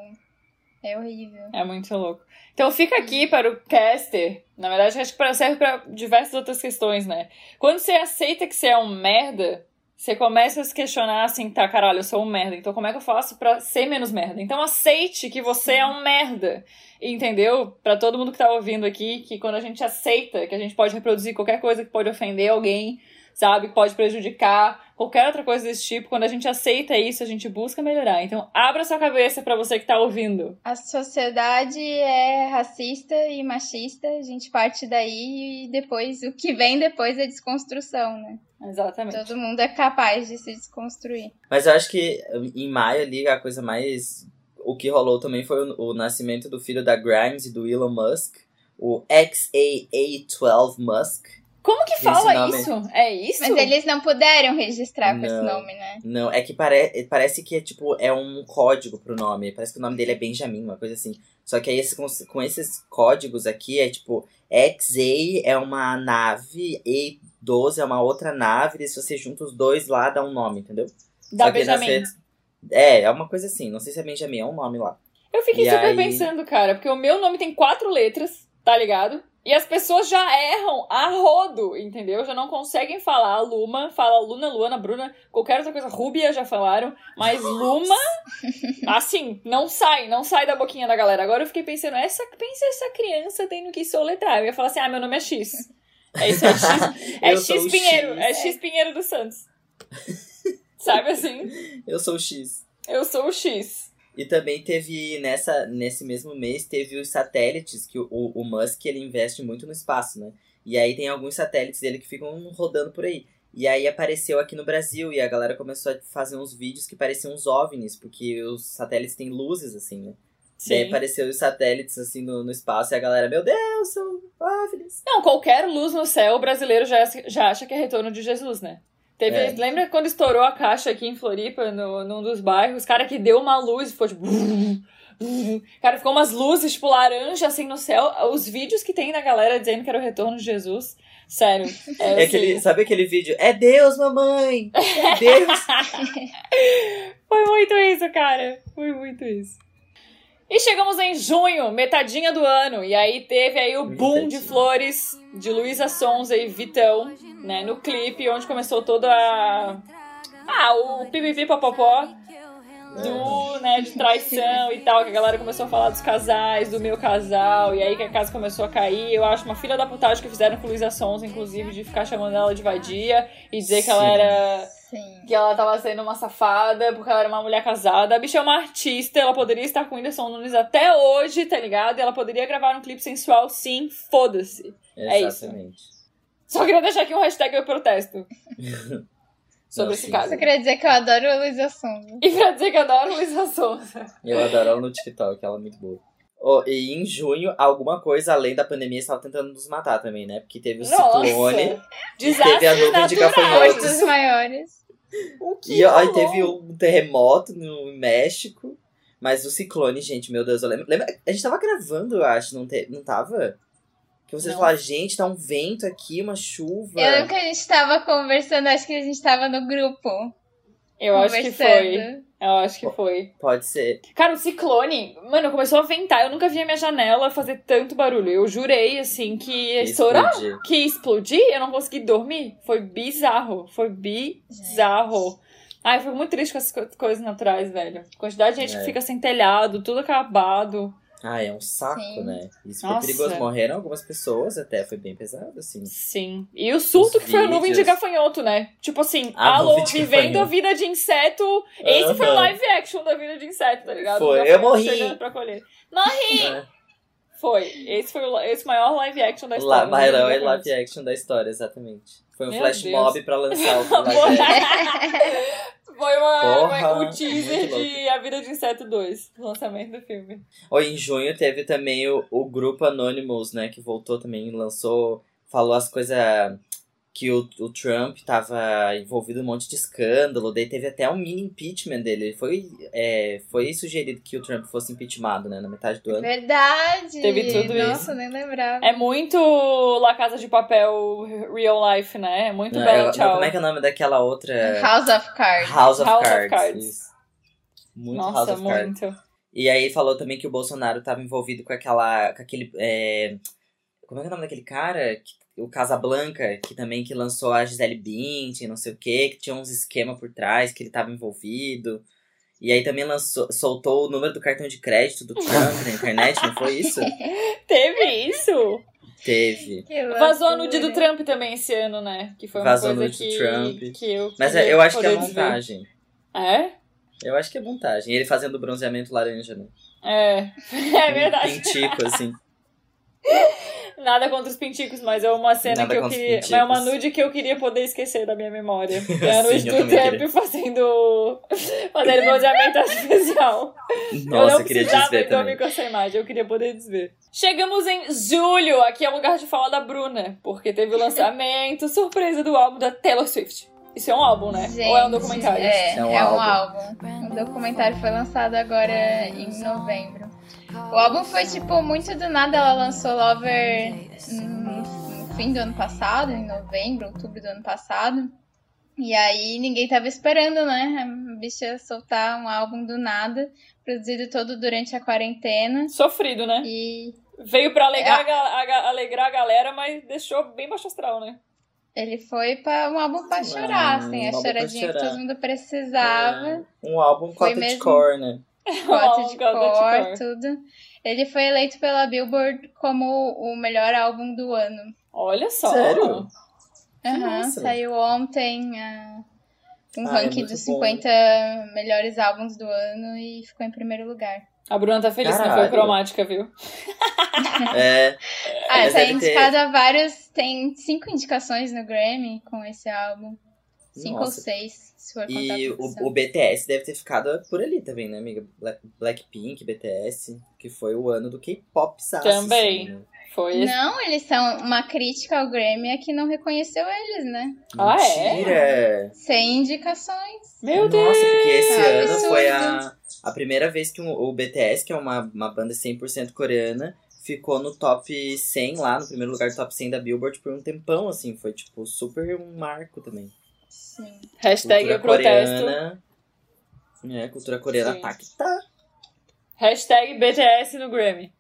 Speaker 3: É horrível.
Speaker 1: É muito louco. Então fica aqui para o caster. Na verdade, acho que pra- serve para diversas outras questões, né? Quando você aceita que você é um merda, você começa a se questionar assim, tá, caralho, eu sou um merda. Então como é que eu faço pra ser menos merda? Então aceite que você é um merda. Entendeu? Pra todo mundo que tá ouvindo aqui, que quando a gente aceita que a gente pode reproduzir qualquer coisa que pode ofender alguém, sabe, que pode prejudicar, qualquer outra coisa desse tipo, quando a gente aceita isso, a gente busca melhorar. Então abra sua cabeça pra você que tá ouvindo.
Speaker 3: A sociedade é racista e machista, a gente parte daí e depois, o que vem depois é desconstrução, né?
Speaker 1: Exatamente.
Speaker 3: Todo mundo é capaz de se desconstruir.
Speaker 2: Mas eu acho que em maio ali a coisa mais. O que rolou também foi o, o nascimento do filho da Grimes e do Elon Musk, o XAA12 Musk.
Speaker 1: Como que
Speaker 2: Esse
Speaker 1: fala
Speaker 2: nome-
Speaker 1: isso? É isso?
Speaker 3: Mas eles não puderam registrar com esse
Speaker 2: Não.
Speaker 3: nome, né?
Speaker 2: Não, é que pare... parece que é tipo, é um código pro nome. Parece que o nome dele é Benjamin, uma coisa assim. Só que aí esse, com, com esses códigos aqui é tipo, XA é uma nave, A12 é uma outra nave, e se você junta os dois lá, dá um nome, entendeu?
Speaker 1: Da
Speaker 2: Só que nas
Speaker 1: Benjamin.
Speaker 2: redes- É, é uma coisa assim. Não sei se é Benjamin, é um nome lá.
Speaker 1: Eu fiquei
Speaker 2: E
Speaker 1: super
Speaker 2: aí?
Speaker 1: pensando, cara, porque o meu nome tem quatro letras, tá ligado? E as pessoas já erram a rodo, entendeu? Já não conseguem falar. A Luma, fala Luna, Luana, Bruna, qualquer outra coisa. Rúbia já falaram. Mas Luma, assim, não sai, não sai da boquinha da galera. Agora eu fiquei pensando, essa, pensa essa criança tendo que soletrar. Eu ia falar assim, ah, meu nome é X. É isso, é X, é
Speaker 2: Eu sou
Speaker 1: X
Speaker 2: o
Speaker 1: Pinheiro,
Speaker 2: X.
Speaker 1: é X Pinheiro dos Santos. Sabe assim?
Speaker 2: Eu sou o X.
Speaker 1: Eu sou o X.
Speaker 2: E também teve, nessa, nesse mesmo mês, teve os satélites, que o, o Musk ele investe muito no espaço, né? E aí tem alguns satélites dele que ficam rodando por aí. E aí apareceu aqui no Brasil, e a galera começou a fazer uns vídeos que pareciam uns OVNIs, porque os satélites têm luzes, assim, né? E aí apareceu os satélites, assim, no, no espaço, e a galera, meu Deus, são OVNIs!
Speaker 1: Não, qualquer luz no céu, o brasileiro já, já acha que é retorno de Jesus, né? Teve,
Speaker 2: É.
Speaker 1: Lembra quando estourou a caixa aqui em Floripa, no, num dos bairros? Cara que deu uma luz e ficou tipo. brum, brum. Cara, ficou umas luzes, tipo, laranja assim no céu. Os vídeos que tem da galera dizendo que era o retorno de Jesus. Sério. É,
Speaker 2: É
Speaker 1: assim,
Speaker 2: aquele, sabe aquele vídeo? É Deus, mamãe! É Deus!
Speaker 1: Foi muito isso, cara. Foi muito isso. E chegamos em junho, metadinha do ano. E aí teve aí o boom de
Speaker 2: Metadinha.
Speaker 1: flores de Luísa Sonza e Vitão, né? No clipe, onde começou toda a. Ah, o pipipi papapó
Speaker 2: É,
Speaker 1: do, né, de traição e tal, que a galera começou a falar dos casais, do meu casal, e aí que a casa começou a cair. Eu acho uma filha da putagem que fizeram com Luísa Sonza, inclusive, de ficar chamando ela de vadia e dizer que ela
Speaker 2: Sim.
Speaker 1: era
Speaker 3: Sim.
Speaker 1: que ela tava sendo uma safada porque ela era uma mulher casada. A bicha é uma artista, ela poderia estar com o Whindersson Nunes até hoje, tá ligado? E ela poderia gravar um clipe sensual, sim, foda-se. É isso.
Speaker 2: Exatamente.
Speaker 1: Só queria deixar aqui um hashtag eu protesto. Sobre
Speaker 2: Não,
Speaker 1: esse
Speaker 2: sim,
Speaker 1: caso.
Speaker 3: Só queria dizer que eu adoro a Luísa Sonza.
Speaker 1: E pra dizer que eu adoro Luísa Sonza.
Speaker 2: Eu adoro ela no TikTok, ela é muito boa. Ó, e em junho, alguma coisa além da pandemia estava tentando nos matar também, né? Porque teve o ciclone.
Speaker 1: Nossa! Desastre
Speaker 2: teve a nuvem de
Speaker 1: natural.
Speaker 3: Hoje
Speaker 2: gafanhotos.
Speaker 3: um dos maiores.
Speaker 1: O que
Speaker 2: E aí
Speaker 1: rolou?
Speaker 2: teve um terremoto no México. Mas o ciclone, gente, meu Deus, eu lembro. lembra- a gente tava gravando, eu acho, não, te, não tava? Que vocês
Speaker 1: Não.
Speaker 2: falaram, gente, tá um vento aqui, uma chuva.
Speaker 3: Eu lembro que a gente tava conversando, acho que a gente tava no grupo.
Speaker 1: Eu acho que foi.
Speaker 3: conversando.
Speaker 1: Eu acho que foi.
Speaker 2: Pode ser.
Speaker 1: Cara, o ciclone, mano, começou a ventar. Eu nunca vi a minha janela fazer tanto barulho. Eu jurei, assim, que ia estourar.
Speaker 2: Explodir.
Speaker 1: que explodi, eu não consegui dormir. Foi bizarro. Foi bizarro. Ai, foi muito triste com essas co- coisas naturais, velho. Quantidade de gente
Speaker 2: É.
Speaker 1: que fica sem telhado, tudo acabado.
Speaker 2: Ah, é um saco,
Speaker 3: Sim.
Speaker 2: né? Isso
Speaker 1: Nossa.
Speaker 2: foi perigoso. Morreram algumas pessoas até, foi bem pesado, assim.
Speaker 1: Sim. E o surto
Speaker 2: Os
Speaker 1: que foi a nuvem de
Speaker 2: vídeos.
Speaker 1: gafanhoto, né? Tipo assim,
Speaker 2: A
Speaker 1: alô,
Speaker 2: nuvem de
Speaker 1: vivendo a
Speaker 2: gafanhoto.
Speaker 1: vida de inseto. Esse foi o
Speaker 2: Aham.
Speaker 1: live action da vida de inseto, tá ligado?
Speaker 2: Foi.
Speaker 1: O
Speaker 2: Eu
Speaker 1: gafanhoto
Speaker 2: morri.
Speaker 1: chegando Pra colher. Morri!
Speaker 2: É.
Speaker 1: Foi. Esse foi o li- esse maior live action da
Speaker 2: La,
Speaker 1: história.
Speaker 2: Mairão
Speaker 1: Vida
Speaker 2: é
Speaker 1: de gafanhoto.
Speaker 2: live action da história, exatamente. Foi um
Speaker 1: Meu
Speaker 2: flash
Speaker 1: Deus.
Speaker 2: mob pra lançar o live
Speaker 1: Foi-
Speaker 2: action.
Speaker 1: Foi uma,
Speaker 2: Porra,
Speaker 1: uma- o teaser
Speaker 2: muito louco.
Speaker 1: de A Vida de Inseto 2, o lançamento do filme.
Speaker 2: Ó, em junho teve também o, o grupo Anonymous, né? Que voltou também, lançou, falou as coisas que o, o Trump tava envolvido em um monte de escândalo. Daí teve até um mini impeachment dele. Foi, é, foi sugerido que o Trump fosse impeachmentado, né? Na metade do ano.
Speaker 3: Verdade.
Speaker 1: Teve tudo
Speaker 3: Nossa, nem lembrava.
Speaker 1: É muito La Casa de Papel real life, né? É muito
Speaker 2: Não,
Speaker 1: bela,
Speaker 2: eu- não,
Speaker 1: tchau.
Speaker 2: como é que é o nome daquela outra?
Speaker 3: Um House of Cards.
Speaker 2: House of
Speaker 1: House of
Speaker 2: Cards.
Speaker 1: Cards.
Speaker 2: isso. Muito House
Speaker 1: Nossa,
Speaker 2: of Cards.
Speaker 1: muito.
Speaker 2: E aí falou também que o Bolsonaro tava envolvido com aquela. com aquele. é, Como é que é o nome daquele cara? Que- O Casablanca, que também que lançou a Gisele Bündchen, não sei o quê, que tinha uns esquemas por trás, que ele tava envolvido. E aí também lançou, soltou o número do cartão de crédito do Trump na internet, não foi isso?
Speaker 1: Teve isso?
Speaker 2: Teve.
Speaker 3: Que
Speaker 1: Vazou a nude
Speaker 3: loucura.
Speaker 1: do Trump também esse ano, né? Que foi uma
Speaker 2: Vazou a
Speaker 1: coisa
Speaker 2: nude do
Speaker 1: que,
Speaker 2: Trump.
Speaker 1: que eu.
Speaker 2: Mas
Speaker 1: queria
Speaker 2: eu acho que é
Speaker 1: poder desver.
Speaker 2: montagem.
Speaker 1: É?
Speaker 2: Eu acho que é montagem. Ele fazendo bronzeamento laranja, né?
Speaker 1: É. É
Speaker 2: Um
Speaker 1: verdade.
Speaker 2: pintico, assim.
Speaker 1: Nada contra os pinticos, mas é uma cena
Speaker 2: Nada
Speaker 1: que eu
Speaker 2: contra os
Speaker 1: queria. Mas é uma nude que eu queria poder esquecer da minha memória. É a nude
Speaker 2: Sim, eu
Speaker 1: do
Speaker 2: também
Speaker 1: Trump
Speaker 2: queria.
Speaker 1: fazendo. fazendo bronzeamento artificial. eu
Speaker 2: Nossa,
Speaker 1: não
Speaker 2: eu queria
Speaker 1: precisava
Speaker 2: desver
Speaker 1: ir dormir
Speaker 2: também.
Speaker 1: com essa imagem, eu queria poder desver. Chegamos em julho, aqui é o lugar de falar da Bruna, porque teve o lançamento surpresa do álbum da Taylor Swift. Isso é um álbum, né?
Speaker 3: Gente,
Speaker 1: Ou é um documentário?
Speaker 3: É,
Speaker 2: É um
Speaker 3: é um
Speaker 2: álbum.
Speaker 3: álbum. O documentário foi lançado agora em novembro. O álbum foi, tipo, muito do nada. Ela lançou Lover no, no fim do ano passado, em novembro, outubro do ano passado. E aí ninguém tava esperando, né? A bicha soltar um álbum do nada, produzido todo durante a quarentena.
Speaker 1: Sofrido, né?
Speaker 3: E
Speaker 1: Veio pra
Speaker 3: É.
Speaker 1: alegrar, a ga- a ga- alegrar a galera, mas deixou bem baixo astral, né?
Speaker 3: ele foi pra um álbum pra chorar,
Speaker 2: Ah,
Speaker 3: assim,
Speaker 2: um
Speaker 3: a
Speaker 2: álbum pra
Speaker 3: choradinha que
Speaker 2: chorar.
Speaker 3: todo mundo precisava.
Speaker 2: Um álbum
Speaker 3: Foi
Speaker 2: cota de
Speaker 3: mesmo?
Speaker 2: cor, né?
Speaker 3: Cota de
Speaker 1: Cota um de
Speaker 3: cor,
Speaker 1: cor.
Speaker 3: tudo. Ele foi eleito pela Billboard como o melhor álbum do ano.
Speaker 1: Olha só.
Speaker 2: Sério?
Speaker 3: Aham,
Speaker 2: massa.
Speaker 3: saiu ontem ah, um
Speaker 2: Ah, é
Speaker 3: ranking
Speaker 2: muito
Speaker 3: dos
Speaker 2: bom.
Speaker 3: 50 melhores álbuns do ano e ficou em primeiro lugar.
Speaker 1: A Bruna tá feliz que não foi
Speaker 2: Caralho.
Speaker 1: cromática, viu?
Speaker 2: É.
Speaker 3: Ah,
Speaker 2: Mas
Speaker 3: tá
Speaker 2: deve ter-
Speaker 3: indicado a vários. Tem cinco indicações no Grammy com esse álbum. Cinco
Speaker 2: Nossa.
Speaker 3: ou seis, se for contar
Speaker 2: E
Speaker 3: a
Speaker 2: o,
Speaker 3: produção.
Speaker 2: o BTS deve ter ficado por ali também, né, amiga? Bla- Blackpink, BTS, que foi o ano do K-pop, sabe?
Speaker 1: Também.
Speaker 2: Assim, né?
Speaker 1: Foi esse.
Speaker 3: Não, eles são uma crítica ao Grammy é que não reconheceu eles, né?
Speaker 1: Ah, é?
Speaker 2: Mentira!
Speaker 3: Sem indicações.
Speaker 1: Meu
Speaker 2: Nossa,
Speaker 1: Deus!
Speaker 2: porque esse
Speaker 3: Ah,
Speaker 2: ano
Speaker 3: absurdo.
Speaker 2: foi a, a primeira vez que um- o BTS, que é uma, uma banda 100% coreana, ficou no top 100 lá, no primeiro lugar do top 100 da Billboard por um tempão, assim. Foi, tipo, super um marco também.
Speaker 3: Sim. tá
Speaker 1: Hashtag eu
Speaker 2: cultura
Speaker 1: protesto.
Speaker 2: coreana. É, cultura coreana tá,
Speaker 1: Sim.
Speaker 2: pacta.
Speaker 1: Hashtag BTS no Grammy.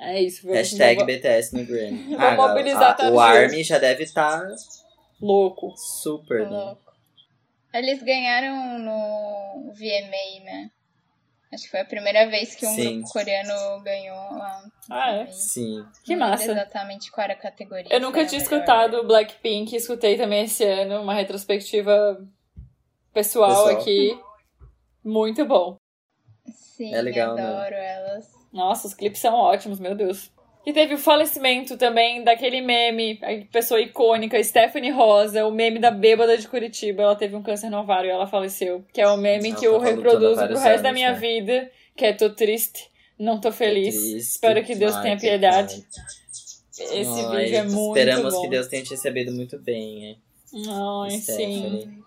Speaker 1: É isso. Vou,
Speaker 2: Hashtag
Speaker 1: vou-
Speaker 2: BTS no Grammy.
Speaker 1: Vou
Speaker 2: Ah, galera,
Speaker 1: mobilizar
Speaker 2: a- o
Speaker 1: todos.
Speaker 2: Army já deve estar
Speaker 1: Louco.
Speaker 2: super,
Speaker 3: Tá
Speaker 2: né?
Speaker 3: louco. Eles ganharam no VMA, né? Acho que foi a primeira vez que um
Speaker 2: Sim.
Speaker 3: grupo coreano ganhou lá. no
Speaker 1: Ah, é?
Speaker 3: VMA.
Speaker 2: Sim.
Speaker 1: Que
Speaker 3: Não lembro
Speaker 1: massa.
Speaker 3: Exatamente qual era a categoria.
Speaker 1: Eu nunca
Speaker 3: Era
Speaker 1: tinha
Speaker 3: melhor.
Speaker 1: escutado Blackpink, escutei também esse ano, uma retrospectiva pessoal
Speaker 2: Pessoal.
Speaker 1: aqui. Muito bom.
Speaker 3: Sim,
Speaker 2: É legal, né?
Speaker 3: adoro elas.
Speaker 1: Nossa, os clipes são ótimos, meu Deus. E teve o falecimento também daquele meme, a pessoa icônica, Stephanie Rosa, o meme da bêbada de Curitiba. Ela teve um câncer no ovário e ela faleceu. Que é o meme
Speaker 2: Ela tá
Speaker 1: que eu
Speaker 2: tava lutando
Speaker 1: reproduzo pro
Speaker 2: vários
Speaker 1: resto da
Speaker 2: anos,
Speaker 1: minha
Speaker 2: né?
Speaker 1: vida, que é tô triste, não tô feliz.
Speaker 2: Tô triste.
Speaker 1: Espero que Deus
Speaker 2: Ai,
Speaker 1: tenha
Speaker 2: que
Speaker 1: piedade.
Speaker 2: pena.
Speaker 1: Esse
Speaker 2: Ai,
Speaker 1: vídeo é muito
Speaker 2: Esperamos
Speaker 1: bom.
Speaker 2: que Deus tenha te recebido muito bem,
Speaker 1: Ai,
Speaker 2: é.
Speaker 1: sim.
Speaker 2: Stephanie.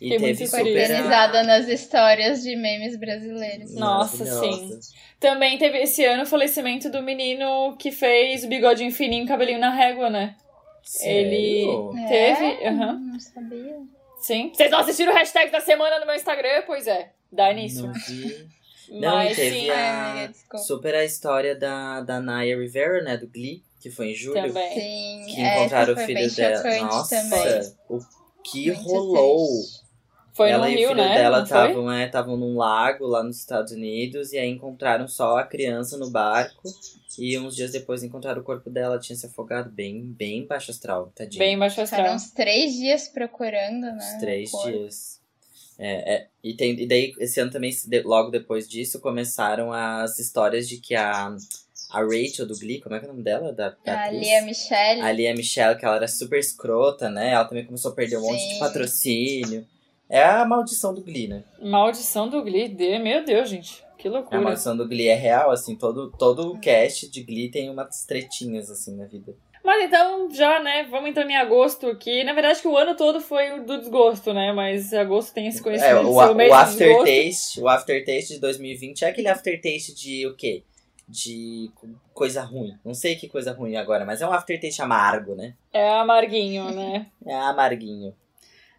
Speaker 2: E
Speaker 1: Fiquei
Speaker 2: teve
Speaker 1: muito
Speaker 2: super.
Speaker 1: triste.
Speaker 3: Organizada nas histórias de memes brasileiros.
Speaker 1: Nossa,
Speaker 2: Maravilhosa.
Speaker 1: Também teve esse ano o falecimento do menino que fez o bigodinho fininho, cabelinho na régua, né? Ele-
Speaker 2: Sério?
Speaker 3: É?
Speaker 1: Teve? Aham.
Speaker 3: Não sabia.
Speaker 1: Sim. Vocês não assistiram o hashtag da semana no meu Instagram? Pois é, dá nisso.
Speaker 2: Não vi. Não,
Speaker 1: Mas
Speaker 2: e teve
Speaker 1: sim,
Speaker 2: a-
Speaker 3: Ai, amiga, desculpa.
Speaker 2: Super a história da, da Naya Rivera, né? Do Glee, que foi em julho.
Speaker 1: também.
Speaker 3: Sim,
Speaker 2: Que
Speaker 3: essa
Speaker 2: encontraram o
Speaker 3: É, foi
Speaker 2: filho
Speaker 3: bem
Speaker 2: dela.
Speaker 3: chocante
Speaker 2: Nossa,
Speaker 3: também.
Speaker 2: o que
Speaker 3: Muito
Speaker 2: rolou?
Speaker 3: triste.
Speaker 1: Foi
Speaker 2: ela
Speaker 1: no
Speaker 2: e
Speaker 1: Rio,
Speaker 2: o filho
Speaker 1: né?
Speaker 2: dela
Speaker 1: não foi?
Speaker 2: estavam é, estavam num lago lá nos Estados Unidos e aí encontraram só a criança no barco e uns dias depois encontraram o corpo dela tinha se afogado bem bem baixo astral tadinho
Speaker 1: Bem baixo
Speaker 3: Ficaram
Speaker 1: astral.
Speaker 3: uns três dias procurando, né?
Speaker 2: Então. uns três
Speaker 3: o corpo.
Speaker 2: dias é, é, e tem e daí esse ano também se de- logo depois disso começaram as histórias de que a a Rachel do Glee como é que é o nome dela da, da
Speaker 3: A
Speaker 2: atriz?
Speaker 3: Lia Michelle.
Speaker 2: Ali a Michelle, que ela era super escrota, né? Ela também começou a perder um monte
Speaker 3: Sim.
Speaker 2: de patrocínio. É a maldição do Glee, né?
Speaker 1: Maldição do Glee. de- Meu Deus, gente. Que
Speaker 2: A
Speaker 1: loucura.
Speaker 2: maldição do Glee é real, assim. Todo, todo
Speaker 3: Uhum.
Speaker 2: o cast de Glee tem umas tretinhas, assim, na vida.
Speaker 1: Mas então, já, né? Vamos entrando em agosto, que na verdade que o ano todo foi o do desgosto, né? Mas agosto tem esse
Speaker 2: É,
Speaker 1: conhecimento.
Speaker 2: o,
Speaker 1: de ser mês
Speaker 2: o
Speaker 1: do desgosto.
Speaker 2: aftertaste, o aftertaste de 2020 é aquele aftertaste de o quê? De co- coisa ruim. Não sei que coisa ruim agora, mas é um aftertaste amargo, né?
Speaker 1: É amarguinho, né?
Speaker 2: É amarguinho.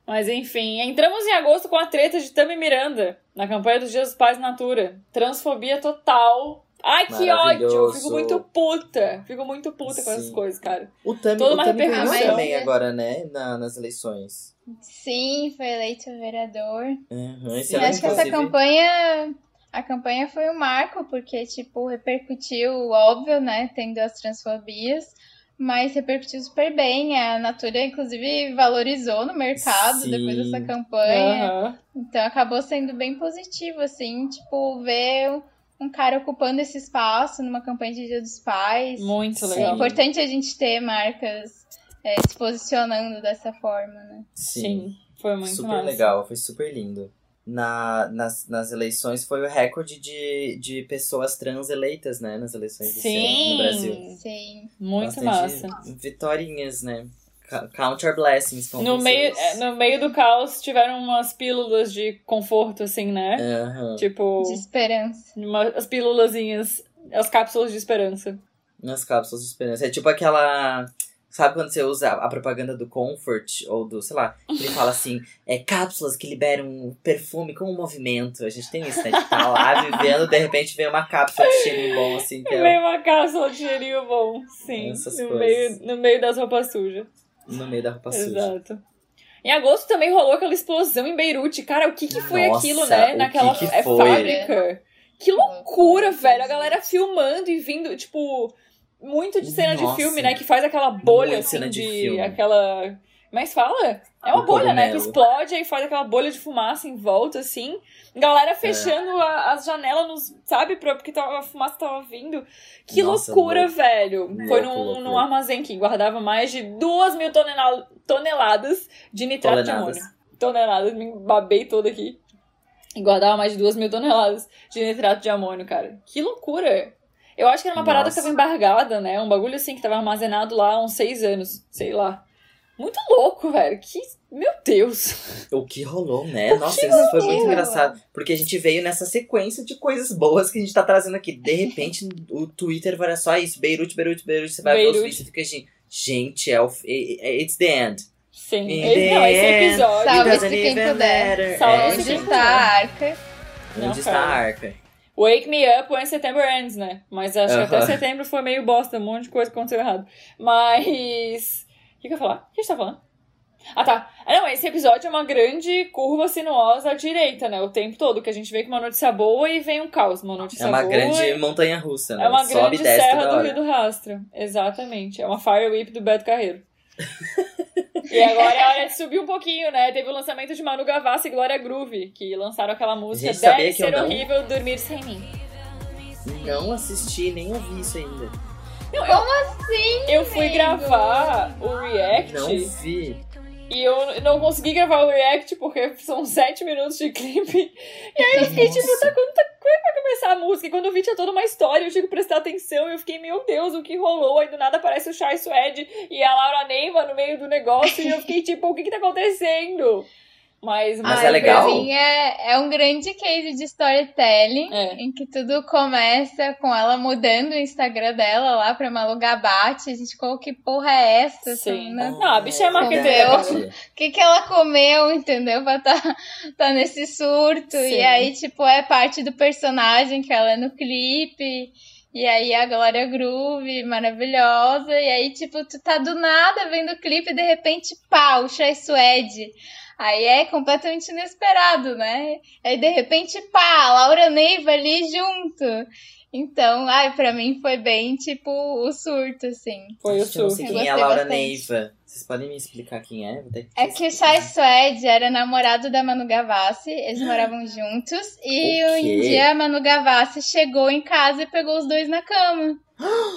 Speaker 1: Mas enfim, entramos em agosto com a treta de Tami Miranda na campanha dos Dias dos Pais Natura. Transfobia total. Ai, que ódio! Eu Fico
Speaker 2: Maravilhoso.
Speaker 1: muito puta. Fico muito puta com essas
Speaker 2: Sim.
Speaker 1: coisas, cara.
Speaker 2: O Tami,
Speaker 1: Toda
Speaker 2: o
Speaker 1: uma
Speaker 2: Tami ganhou
Speaker 1: repercussão.
Speaker 2: também agora, né? Na- nas eleições.
Speaker 3: Sim, foi eleito vereador.
Speaker 2: Uhum, esse
Speaker 1: Sim,
Speaker 2: ano,
Speaker 3: acho que essa
Speaker 2: inclusive-
Speaker 3: campanha. A campanha foi um marco, porque, tipo, repercutiu, óbvio, né? Tendo as transfobias, mas repercutiu super bem. A Natura, inclusive, valorizou no mercado
Speaker 2: Sim.
Speaker 3: depois dessa campanha.
Speaker 1: Aham.
Speaker 3: Então acabou sendo bem positivo, assim, tipo, ver um cara ocupando esse espaço numa campanha de Dia dos Pais.
Speaker 1: Muito
Speaker 2: Sim.
Speaker 1: legal.
Speaker 3: É importante a gente ter marcas é, se posicionando dessa forma, né?
Speaker 2: Sim.
Speaker 1: Sim, foi muito
Speaker 2: super
Speaker 1: massa.
Speaker 2: legal, foi super lindo. Na, nas, nas eleições foi o recorde de, de pessoas trans eleitas, né? Nas eleições desse ano
Speaker 1: Sim.
Speaker 2: no Brasil.
Speaker 3: Sim.
Speaker 1: Muito
Speaker 2: Bastante
Speaker 1: massa.
Speaker 2: Vitorinhas, né? Ca- Count your blessings. como
Speaker 1: No
Speaker 2: vocês.
Speaker 1: meio, é, no meio do caos tiveram umas pílulas de conforto, assim, né?
Speaker 2: Aham.
Speaker 1: Tipo,
Speaker 3: De esperança.
Speaker 1: uma- as pílulazinhas, as cápsulas de esperança.
Speaker 2: Nas cápsulas de esperança. É tipo aquela. Sabe quando você usa a propaganda do Comfort ou do, sei lá, que ele fala assim, é cápsulas que liberam perfume com o movimento. A gente tem isso, né? Que tá lá vivendo, de repente vem uma cápsula de cheirinho bom, assim, que é
Speaker 1: Meio uma cápsula de um cheirinho bom, sim.
Speaker 2: Essas
Speaker 1: No
Speaker 2: coisas.
Speaker 1: meio, no meio das roupas sujas.
Speaker 2: no meio da roupa suja.
Speaker 1: Exato. Em agosto também rolou aquela explosão em Beirute. Cara, o que que foi
Speaker 2: Nossa,
Speaker 1: aquilo,
Speaker 2: o
Speaker 1: né?
Speaker 2: que
Speaker 1: Naquela
Speaker 2: que
Speaker 1: é,
Speaker 2: foi?
Speaker 1: fábrica. Que loucura, velho. A galera filmando e vindo, tipo, muito de cena
Speaker 2: Nossa.
Speaker 1: de filme, né? Que faz aquela bolha,
Speaker 2: Muito
Speaker 1: assim,
Speaker 2: cena de
Speaker 1: de,
Speaker 2: filme.
Speaker 1: aquela... Mas fala, é uma
Speaker 2: O
Speaker 1: bolha, né? Que
Speaker 2: cogumelo.
Speaker 1: explode e faz aquela bolha de fumaça em volta, assim.
Speaker 2: É.
Speaker 1: Galera fechando a- as janelas, nos, sabe? pra- Porque tava- a fumaça tava vindo. Que
Speaker 2: Nossa,
Speaker 1: loucura, velho. Foi num,
Speaker 2: Louco, louco,
Speaker 1: num
Speaker 2: louco.
Speaker 1: armazém que guardava mais de duas mil tonela- toneladas de nitrato
Speaker 2: Toneladas.
Speaker 1: de amônio. Toneladas, me babei toda aqui. E guardava mais de duas mil toneladas de nitrato de amônio, cara. Que loucura! Eu acho que era uma parada que
Speaker 2: Nossa.
Speaker 1: tava embargada, né? Um bagulho assim que tava armazenado lá há uns seis anos, sei lá. Muito louco, velho. Que. Meu Deus!
Speaker 2: O que rolou, né? Nossa, isso foi muito
Speaker 3: rolou?
Speaker 2: engraçado. Porque a gente veio nessa sequência de coisas boas que a gente tá trazendo aqui. De repente, o Twitter era só isso. Beirute, Beirute, Beirute. Você vai ver os
Speaker 1: Beirute.
Speaker 2: vídeos e fica assim, gente, é o, é- é- it's the end.
Speaker 1: Sim.
Speaker 2: E
Speaker 1: Esse, não, esse
Speaker 2: é-
Speaker 1: episódio.
Speaker 3: Salve
Speaker 2: It doesn't
Speaker 3: se quem
Speaker 2: even
Speaker 1: né?
Speaker 3: puder.
Speaker 2: matter.
Speaker 1: Salve
Speaker 2: É,
Speaker 1: se
Speaker 3: Onde
Speaker 1: gente.
Speaker 3: está a arca?
Speaker 1: tá. Não,
Speaker 2: Onde está a
Speaker 1: cara.
Speaker 2: arca?
Speaker 1: Wake Me Up When September Ends, né? Mas acho que até
Speaker 2: Aham.
Speaker 1: setembro foi meio bosta, um monte de coisa aconteceu errado. Mas. O que, que eu ia falar? O que a gente tá falando? Ah, tá. Ah, Não, esse episódio é uma grande curva sinuosa à direita, né? O tempo todo, que a gente vê que uma notícia boa e vem um caos. Uma notícia
Speaker 2: É uma
Speaker 1: boa.
Speaker 2: grande montanha russa, né?
Speaker 1: É uma
Speaker 2: Sobe
Speaker 1: grande
Speaker 2: e desce
Speaker 1: serra
Speaker 2: toda
Speaker 1: do
Speaker 2: hora.
Speaker 1: Rio do Rastro. Exatamente. É uma Fire Whip do Beto Carreiro. e agora é hora de subir um pouquinho, né? Teve o lançamento de Manu Gavassi e Glória Groove, que lançaram aquela música
Speaker 2: Gente, sabia
Speaker 1: Deve
Speaker 2: que um eu
Speaker 1: Ser
Speaker 2: não-
Speaker 1: Horrível Dormir Sem Mim.
Speaker 2: Não assisti, nem ouvi isso ainda.
Speaker 3: Como assim?
Speaker 1: Eu fui
Speaker 3: Amigo.
Speaker 1: gravar o react
Speaker 2: Não vi.
Speaker 1: e eu não consegui gravar o react porque são sete minutos de clipe. E aí eu fiquei tipo, tá, quando, tá, quando vai começar a música? E quando eu vi tinha toda uma história, eu tive que prestar atenção e eu fiquei, meu Deus, o que rolou? Aí do nada aparece o Chai Suede e a Laura Neiva no meio do negócio e eu fiquei tipo, o que que tá acontecendo? Mas, assim,
Speaker 2: Mas
Speaker 3: Ai,
Speaker 2: é legal?
Speaker 3: Pra mim é, é um grande case de storytelling,
Speaker 1: É.
Speaker 3: em que tudo começa com ela mudando o Instagram dela lá pra Malu Gabate. A gente ficou, que porra é essa?
Speaker 1: Sim.
Speaker 3: Assim, né?
Speaker 1: Não, a bicha é
Speaker 3: marqueteira,
Speaker 2: Verdade.
Speaker 3: O que, que ela comeu, entendeu? Pra tá, tá nesse surto.
Speaker 1: Sim.
Speaker 3: E aí, tipo, é parte do personagem que ela é no clipe. E aí a Glória Groove, maravilhosa. E aí, tipo, tu tá do nada vendo o clipe e de repente, pau, Chai Suede. Aí é completamente inesperado, né? Aí de repente, pá, Laura Neiva ali junto. Então, ai, pra mim foi bem, tipo, o surto, assim.
Speaker 1: foi o
Speaker 2: Gente, eu não
Speaker 1: surto.
Speaker 2: sei
Speaker 3: Eu
Speaker 2: quem é a
Speaker 3: gostei
Speaker 2: Laura
Speaker 3: bastante.
Speaker 2: Neiva. Vocês podem me explicar quem é? Vou ter
Speaker 3: É que o Chai Suede era namorado da Manu Gavassi, eles moravam juntos, e
Speaker 2: Ah. O quê?
Speaker 3: um dia a Manu Gavassi chegou em casa e pegou os dois na cama.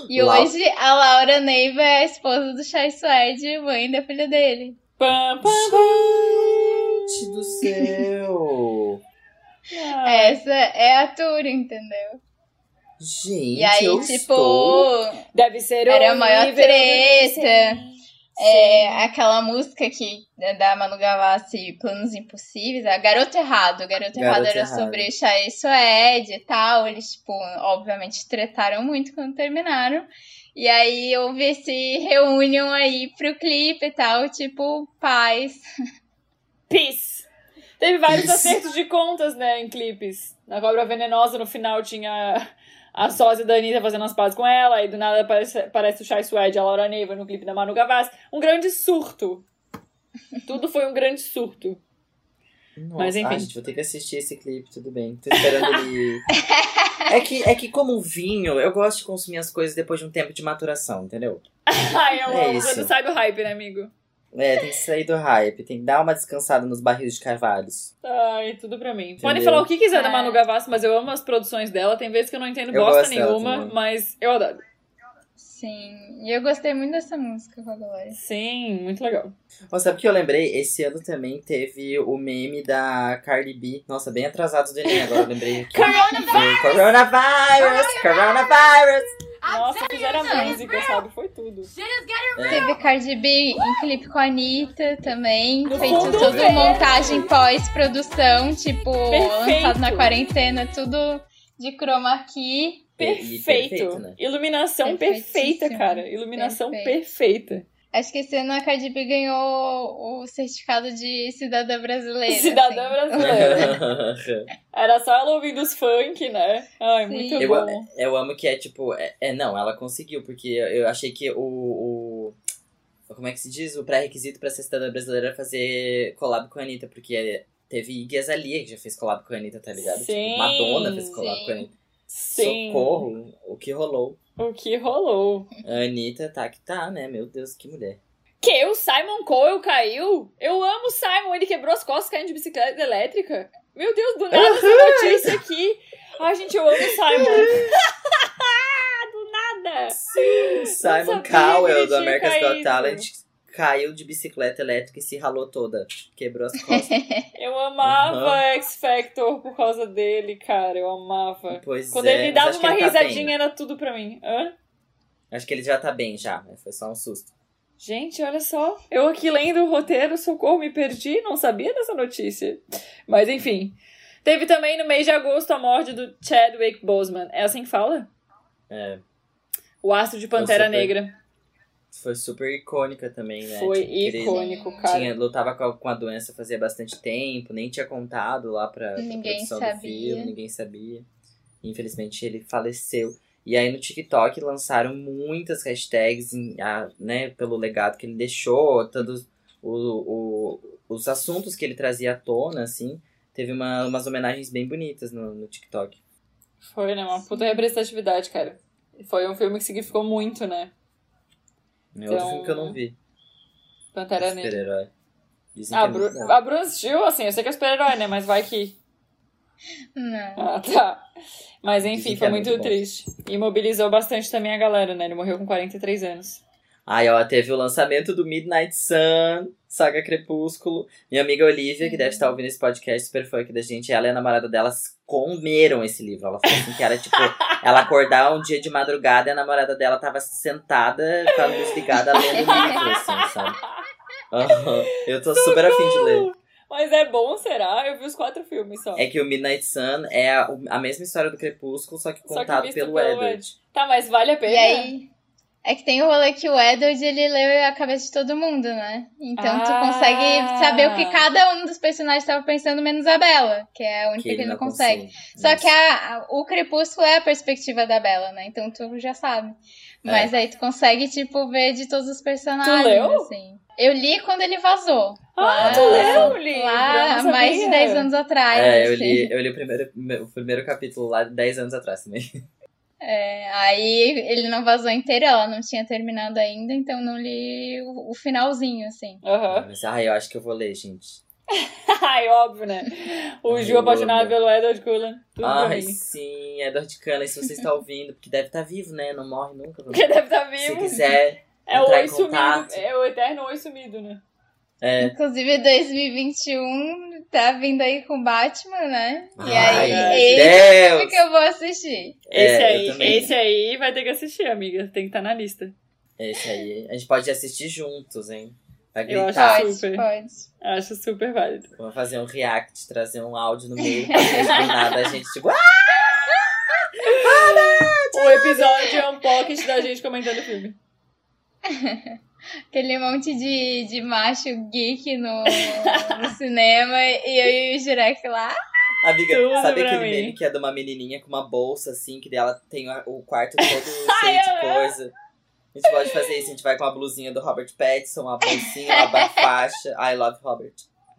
Speaker 3: E
Speaker 2: Lau-
Speaker 3: hoje a Laura Neiva é a esposa do Chai Suede, mãe da filha dele.
Speaker 1: Pam, pam.
Speaker 2: Gente do céu!
Speaker 3: Essa é a tour, entendeu?
Speaker 2: Gente,
Speaker 3: e aí,
Speaker 2: eu
Speaker 3: tipo,
Speaker 2: estou...
Speaker 1: Deve ser
Speaker 3: Era a maior
Speaker 1: horrível dormir
Speaker 3: treta.
Speaker 1: sem mim.
Speaker 3: é, aquela música que né, da Manu Gavassi, Planos Impossíveis, a Garoto Errado. Garoto,
Speaker 2: Garoto
Speaker 3: Errado era
Speaker 2: Errado.
Speaker 3: sobre Chai Suede e tal. Eles, tipo, obviamente tretaram muito quando terminaram. E aí houve esse reunion aí pro clipe e tal, tipo, paz.
Speaker 1: Peace. Teve vários
Speaker 2: Peace.
Speaker 1: acertos de contas, né, em clipes. Na Cobra Venenosa, no final, tinha a sósia da Anitta fazendo as pazes com ela, e do nada aparece, aparece o Chai Suede e a Laura Neiva no clipe da Manu Gavassi. Um grande surto. Tudo foi um grande surto.
Speaker 2: Nossa,
Speaker 1: Mas, enfim.
Speaker 2: Ah, gente, vou ter que assistir esse clipe, tudo bem. Tô esperando ele. é, que, é que, como vinho, eu gosto de consumir as coisas depois de um tempo de maturação, entendeu?
Speaker 1: Ai, eu
Speaker 2: É
Speaker 1: amo.
Speaker 2: isso.
Speaker 1: Você não sai do hype, né, amigo?
Speaker 2: É, tem que sair do hype, tem que dar uma descansada nos barris de carvalhos.
Speaker 1: Ai, tudo pra mim. Podem
Speaker 2: Entendeu?
Speaker 1: falar o que quiser da
Speaker 3: É.
Speaker 1: Manu Gavassi, mas eu amo as produções dela. Tem vezes que eu não entendo
Speaker 2: Eu
Speaker 1: bosta
Speaker 2: gosto dela
Speaker 1: nenhuma,
Speaker 2: também.
Speaker 1: mas eu adoro.
Speaker 3: Sim. E eu gostei muito dessa música com a Glória.
Speaker 1: Sim, muito legal.
Speaker 2: Mas sabe o que eu lembrei? Esse ano também teve o meme da Cardi B. Nossa, bem atrasado do Enem agora, eu lembrei aqui. Coronavirus! Coronavirus! Coronavirus!
Speaker 1: Nossa, fizeram a
Speaker 3: não.
Speaker 1: música, sabe? Foi tudo.
Speaker 3: Teve Cardi B em clipe com a Anitta também.
Speaker 1: No
Speaker 3: feito
Speaker 1: fundo
Speaker 3: toda
Speaker 1: verde.
Speaker 3: montagem pós-produção, tipo,
Speaker 1: Perfeito.
Speaker 3: lançado na quarentena, tudo de chroma key.
Speaker 2: E- e
Speaker 1: Perfeito.
Speaker 2: perfeito, né?
Speaker 1: Iluminação perfeita,
Speaker 3: Perfeitíssimo.
Speaker 1: cara. Iluminação
Speaker 3: Perfeito.
Speaker 1: perfeita.
Speaker 3: Acho que esse ano a Cardi B ganhou o certificado de cidadã brasileira.
Speaker 1: Cidadã
Speaker 3: assim.
Speaker 1: brasileira. Era só ela ouvindo os funk, né? Ai,
Speaker 3: Sim.
Speaker 1: muito
Speaker 2: Eu-
Speaker 1: bom.
Speaker 2: Eu amo que é tipo. É, é, não, ela conseguiu, porque eu, eu achei que o, o- Como é que se diz? O pré-requisito pra ser cidadã brasileira era fazer collab com a Anitta, porque é, teve Iggy Azalea que já fez collab com a Anitta, tá ligado?
Speaker 1: Sim,
Speaker 2: tipo, Madonna fez collab
Speaker 3: sim.
Speaker 2: com a Anitta.
Speaker 1: Sim.
Speaker 2: Socorro, o que rolou?
Speaker 1: O que rolou?
Speaker 2: A Anitta tá que tá, né? Meu Deus, que mulher.
Speaker 1: Que o Simon Cowell caiu? Eu amo o Simon, ele quebrou as costas caindo de bicicleta elétrica. Meu Deus, do nada essa notícia aqui. Ai, gente, eu amo o Simon. do nada.
Speaker 2: Simon
Speaker 1: sabia que ele
Speaker 2: Cowell, do
Speaker 1: tinha
Speaker 2: America's Got
Speaker 1: caído.
Speaker 2: Talent, caiu de bicicleta elétrica e se ralou toda. Quebrou as costas.
Speaker 1: Eu amava X Factor por causa dele, cara. Eu amava.
Speaker 2: pois
Speaker 1: Quando
Speaker 2: é,
Speaker 1: ele
Speaker 2: mas
Speaker 1: dava
Speaker 2: acho que
Speaker 1: uma
Speaker 2: ele tá bem.
Speaker 1: risadinha, era tudo pra mim. Hã?
Speaker 2: Acho que ele já tá bem, já. né? Foi só um susto.
Speaker 1: Gente, olha só. Eu aqui lendo o roteiro, socorro, me perdi, não sabia dessa notícia. Mas enfim. Teve também no mês de agosto a morte do Chadwick Boseman. É assim que fala?
Speaker 2: É,
Speaker 1: O astro de Pantera
Speaker 2: super
Speaker 1: Negra.
Speaker 2: foi super icônica também, né?
Speaker 1: Foi
Speaker 2: Tipo, que ele
Speaker 1: icônico, cara.
Speaker 2: Tinha, lutava com a, com a doença fazia bastante tempo, nem tinha contado lá pra, pra
Speaker 3: Ninguém
Speaker 2: produção do
Speaker 3: sabia.
Speaker 2: filme, ninguém sabia. Infelizmente ele faleceu. E aí no TikTok lançaram muitas hashtags em- a- né, pelo legado que ele deixou, todos o- o- os assuntos que ele trazia à tona, assim. Teve uma- umas homenagens bem bonitas no, no TikTok.
Speaker 1: Foi, né? Uma puta representatividade, cara. Foi um filme que significou muito, né?
Speaker 2: É
Speaker 1: Então,
Speaker 2: outro filme que eu não vi.
Speaker 1: Pantera Negra.
Speaker 2: Super-herói. Dizem
Speaker 1: Ah,
Speaker 2: que é muito bom.
Speaker 1: Bru- a Bruna assistiu, assim, eu sei que é super-herói, né? Mas vai que.
Speaker 3: Não.
Speaker 1: Ah, tá. Mas enfim,
Speaker 2: Dizem que
Speaker 1: foi
Speaker 2: é
Speaker 1: muito,
Speaker 2: muito bom.
Speaker 1: triste. E mobilizou bastante também a galera, né? Ele morreu com 43 anos.
Speaker 2: Aí, ó, teve o lançamento do Midnight Sun, Saga Crepúsculo. Minha amiga Olivia,
Speaker 3: Uhum.
Speaker 2: que deve estar ouvindo esse podcast super funk da gente, ela e a namorada dela comeram esse livro. Ela falou assim que era tipo, ela acordar um dia de madrugada e a namorada dela tava sentada com a luz ligada lendo o livro, assim, sabe? Aham. Eu tô super afim de ler.
Speaker 1: Mas é bom, será? Eu vi os quatro filmes só.
Speaker 2: É que o Midnight Sun é a, a mesma história do Crepúsculo, só que
Speaker 1: Só que
Speaker 2: contado
Speaker 1: visto
Speaker 2: pelo,
Speaker 1: pelo
Speaker 2: Edward.
Speaker 1: Ed. Tá, mas vale a pena?
Speaker 3: E aí. É que tem o rolê que o Edward ele leu a cabeça de todo mundo, né? Então tu
Speaker 1: Ah.
Speaker 3: consegue saber o que cada um dos personagens tava pensando, menos a Bela, que é a única que ele, não consegue. Só que a- a- o crepúsculo é a perspectiva da Bela, né? Então tu já sabe. Mas aí tu consegue, tipo, ver de todos os personagens,
Speaker 1: Tu leu?
Speaker 3: assim. Eu li quando ele vazou.
Speaker 1: Ah, tu
Speaker 2: Lá-
Speaker 1: leu o livro?
Speaker 3: Lá
Speaker 1: Eu não
Speaker 3: mais de
Speaker 1: sabia.
Speaker 3: 10 anos atrás.
Speaker 2: É, eu
Speaker 3: assim.
Speaker 2: li, eu li o, primeiro, o primeiro capítulo lá 10 anos atrás também.
Speaker 3: É, aí ele não vazou inteiro, ela não tinha terminado ainda, então não li o, o finalzinho, assim.
Speaker 1: Aham.
Speaker 2: Mas, ai, eu acho que eu vou ler, gente.
Speaker 1: Ai, óbvio, né? O
Speaker 2: Ai,
Speaker 1: Ju
Speaker 2: eu
Speaker 1: apaixonado
Speaker 2: amo.
Speaker 1: pelo Edward Cullen. Tudo pra
Speaker 2: Ai,
Speaker 1: mim.
Speaker 2: sim, é Edward Cullen, se você está ouvindo, porque deve estar vivo, né? Não morre nunca.
Speaker 1: Porque deve estar
Speaker 2: Se
Speaker 1: vivo.
Speaker 2: quiser,
Speaker 1: é o
Speaker 2: entrar
Speaker 1: oi
Speaker 2: em
Speaker 1: sumido.
Speaker 2: contato.
Speaker 1: É o eterno oi sumido, né?
Speaker 2: é.
Speaker 3: Inclusive, 2021 tá vindo aí com Batman, né? E
Speaker 2: Ai,
Speaker 1: ai,
Speaker 3: aí, esse
Speaker 2: Deus!
Speaker 3: que eu vou assistir.
Speaker 2: É,
Speaker 1: é Esse,
Speaker 2: eu
Speaker 1: aí,
Speaker 2: também.
Speaker 1: esse aí vai ter que assistir, amiga. Tem que estar na lista.
Speaker 2: Esse aí. A gente pode assistir juntos, hein? Vai
Speaker 1: Eu acho
Speaker 2: gritar.
Speaker 1: ótimo.
Speaker 3: Pode,
Speaker 1: super.
Speaker 3: pode.
Speaker 1: Acho super válido.
Speaker 2: Vamos fazer um react, trazer um áudio no meio. pra vocês, Do nada a gente, tipo, ah!
Speaker 1: O episódio é um pocket da gente comentando o filme.
Speaker 3: Aquele monte de, de macho geek no, no cinema e eu e o Jurek lá.
Speaker 2: Amiga,
Speaker 1: Tudo
Speaker 2: sabe
Speaker 1: pra
Speaker 2: aquele
Speaker 1: mim.
Speaker 2: meme que é de uma menininha com uma bolsa, assim, que dela tem a- o quarto todo cheio
Speaker 1: eu
Speaker 2: de coisa? A gente pode fazer isso, a gente vai com a blusinha do Robert Pattinson, uma bolsinha, uma faixa. I love Robert.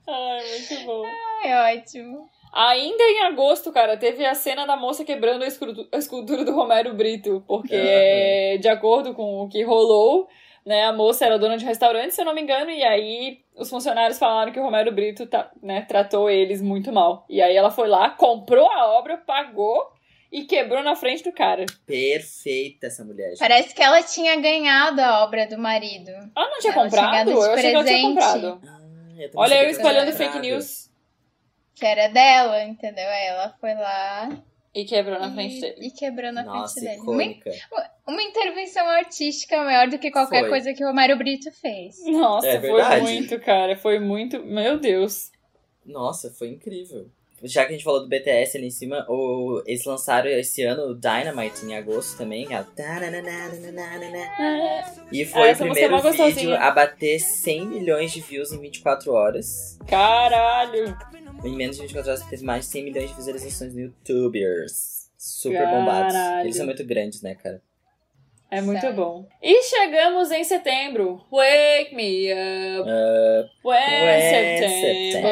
Speaker 1: Ai, muito bom.
Speaker 3: É ótimo.
Speaker 1: Ainda em agosto, cara, teve a cena da moça quebrando a escultu- a escultura do Romero Brito, porque é
Speaker 2: Aham.
Speaker 1: de acordo com o que rolou, né, a moça era dona de restaurante, se eu não me engano, e aí os funcionários falaram que o Romero Brito tá- né, tratou eles muito mal. E aí ela foi lá, comprou a obra, pagou e quebrou na frente do cara.
Speaker 2: Perfeita essa mulher, gente.
Speaker 3: Parece que ela tinha ganhado a obra do marido.
Speaker 1: Ela não tinha
Speaker 3: Ela tinha
Speaker 1: comprado?
Speaker 3: ganhado de
Speaker 1: eu achei que ela tinha
Speaker 3: presente.
Speaker 1: comprado.
Speaker 2: Ah, eu também
Speaker 1: Olha eu
Speaker 2: sabia que ela tinha
Speaker 1: espalhando fake
Speaker 2: entrado.
Speaker 1: news
Speaker 3: Que era dela, entendeu? Aí ela foi lá
Speaker 1: e quebrou na frente dele.
Speaker 3: e, e quebrou na
Speaker 2: Nossa,
Speaker 3: frente dele. Uma,
Speaker 2: icônica.
Speaker 3: uma intervenção artística maior do que qualquer
Speaker 2: Foi.
Speaker 3: coisa que o Romário Brito fez.
Speaker 1: Nossa,
Speaker 2: É
Speaker 1: foi
Speaker 2: verdade.
Speaker 1: muito, cara. Foi muito. Meu Deus.
Speaker 2: Nossa, foi incrível. já que a gente falou do BTS ali em cima, o, eles lançaram esse ano o Dynamite em agosto também. aquela tanananananana. E foi o
Speaker 1: essa música é
Speaker 2: primeiro
Speaker 1: mó
Speaker 2: vídeo
Speaker 1: gostosinha.
Speaker 2: a bater 100 milhões de views em 24 horas.
Speaker 1: Caralho!
Speaker 2: Em menos de 24 horas teve mais de 100 milhões de visualizações no YouTubers. Super bombados.
Speaker 1: Caralho.
Speaker 2: Eles são muito grandes, né, cara?
Speaker 1: É muito
Speaker 3: Sério.
Speaker 1: bom. E chegamos em setembro. Wake me up.
Speaker 2: É,
Speaker 1: when,
Speaker 2: When
Speaker 1: September.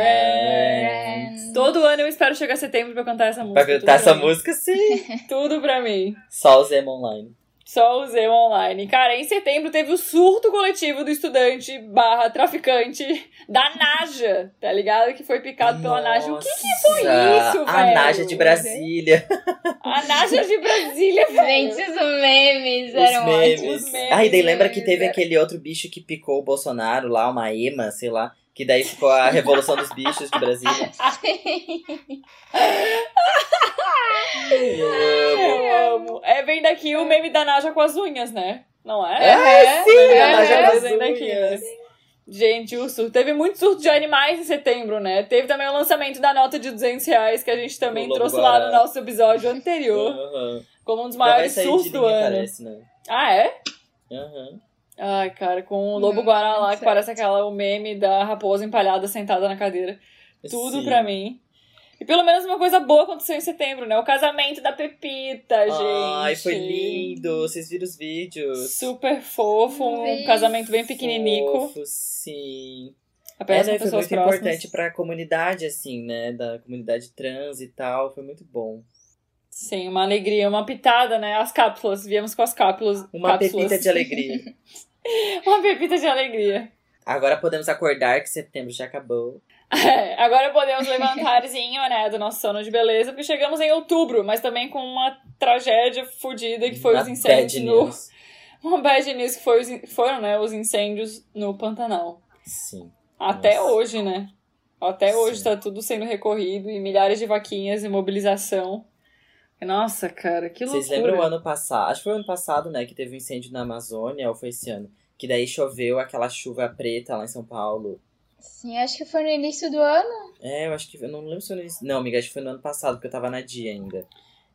Speaker 2: É.
Speaker 1: Todo ano eu espero chegar a setembro pra cantar essa música.
Speaker 2: Pra cantar
Speaker 1: tudo
Speaker 2: essa
Speaker 1: mim.
Speaker 2: música, sim.
Speaker 1: Tudo pra mim.
Speaker 2: Só o Zemo Online.
Speaker 1: Só usei online. Cara, em setembro teve o surto coletivo do estudante barra traficante da Naja, tá ligado? Que foi picado pela Naja. O que é?
Speaker 2: foi
Speaker 1: isso,
Speaker 2: A
Speaker 1: velho?
Speaker 2: Naja de Brasília.
Speaker 1: A Naja de Brasília, velho.
Speaker 3: Gente, os memes
Speaker 2: Os
Speaker 3: eram
Speaker 2: memes.
Speaker 3: ótimos.
Speaker 2: Ah, e daí lembra que
Speaker 3: Memes,
Speaker 2: teve
Speaker 3: é.
Speaker 2: aquele outro bicho que picou o Bolsonaro lá, uma ema, sei lá. Que daí ficou a Revolução dos Bichos de Brasília.
Speaker 1: Eu amo. É, vem daqui o meme da Naja com as unhas, né? Não é?
Speaker 2: É, sim,
Speaker 1: É,
Speaker 2: a Naja
Speaker 1: é,
Speaker 2: das
Speaker 1: vem daqui.
Speaker 2: unhas.
Speaker 1: Gente, o surto. Teve muito surto de animais em setembro, né? Teve também o lançamento da nota de 200 reais, que a gente também
Speaker 2: Do Lobo
Speaker 1: trouxe lá
Speaker 2: Guará.
Speaker 1: no nosso episódio anterior,
Speaker 2: Aham.
Speaker 1: como um dos
Speaker 2: Já vai
Speaker 1: maiores
Speaker 2: sair
Speaker 1: surtos
Speaker 2: de
Speaker 1: do
Speaker 2: linha,
Speaker 1: ano.
Speaker 2: parece, né?
Speaker 1: Ah, é?
Speaker 2: Aham.
Speaker 1: Ai, cara, com o Lobo
Speaker 3: Não,
Speaker 1: Guará
Speaker 3: não
Speaker 1: lá, que
Speaker 3: sei.
Speaker 1: parece aquela o meme da raposa empalhada sentada na cadeira. Tudo
Speaker 2: Sim.
Speaker 1: pra mim. E pelo menos uma coisa boa aconteceu em setembro, né? O casamento da Pepita, gente.
Speaker 2: Ai, foi lindo. Vocês viram os vídeos?
Speaker 1: Super fofo, um
Speaker 3: Bem
Speaker 1: casamento bem pequeninico.
Speaker 2: Fofo, sim.
Speaker 1: Apenas
Speaker 2: é,
Speaker 1: com
Speaker 2: né, foi
Speaker 1: pessoas
Speaker 2: muito
Speaker 1: próximas.
Speaker 2: importante pra comunidade, assim, né? Da comunidade trans e tal. Foi muito bom.
Speaker 1: Sim, uma alegria, uma pitada, né? As cápsulas, viemos com as cápsulas.
Speaker 2: Uma
Speaker 1: cápsulas.
Speaker 2: pepita de alegria.
Speaker 1: Uma pepita de alegria.
Speaker 2: Agora podemos acordar que setembro já acabou.
Speaker 1: É, agora podemos levantarzinho, né, do nosso sono de beleza, porque chegamos em outubro, mas também com uma tragédia fodida que foi
Speaker 2: Na
Speaker 1: os incêndios
Speaker 2: bad
Speaker 1: no...
Speaker 2: news.
Speaker 1: Uma bad news que foi os in- foram, né, os incêndios no Pantanal.
Speaker 2: Sim.
Speaker 1: Até
Speaker 2: Nossa.
Speaker 1: hoje, né? Até hoje
Speaker 2: Sim.
Speaker 1: tá tudo sendo recorrido e milhares de vaquinhas e mobilização. Nossa, cara, que loucura.
Speaker 2: Vocês lembram o ano passado? Acho que foi o ano passado, né? Que teve um incêndio na Amazônia, ou foi esse ano? Que daí choveu aquela chuva preta lá em São Paulo.
Speaker 3: Sim, acho que foi no início do ano.
Speaker 2: É, eu acho que. Eu não lembro se foi no. Não, amiga, acho que foi no ano passado, porque eu tava na dia ainda.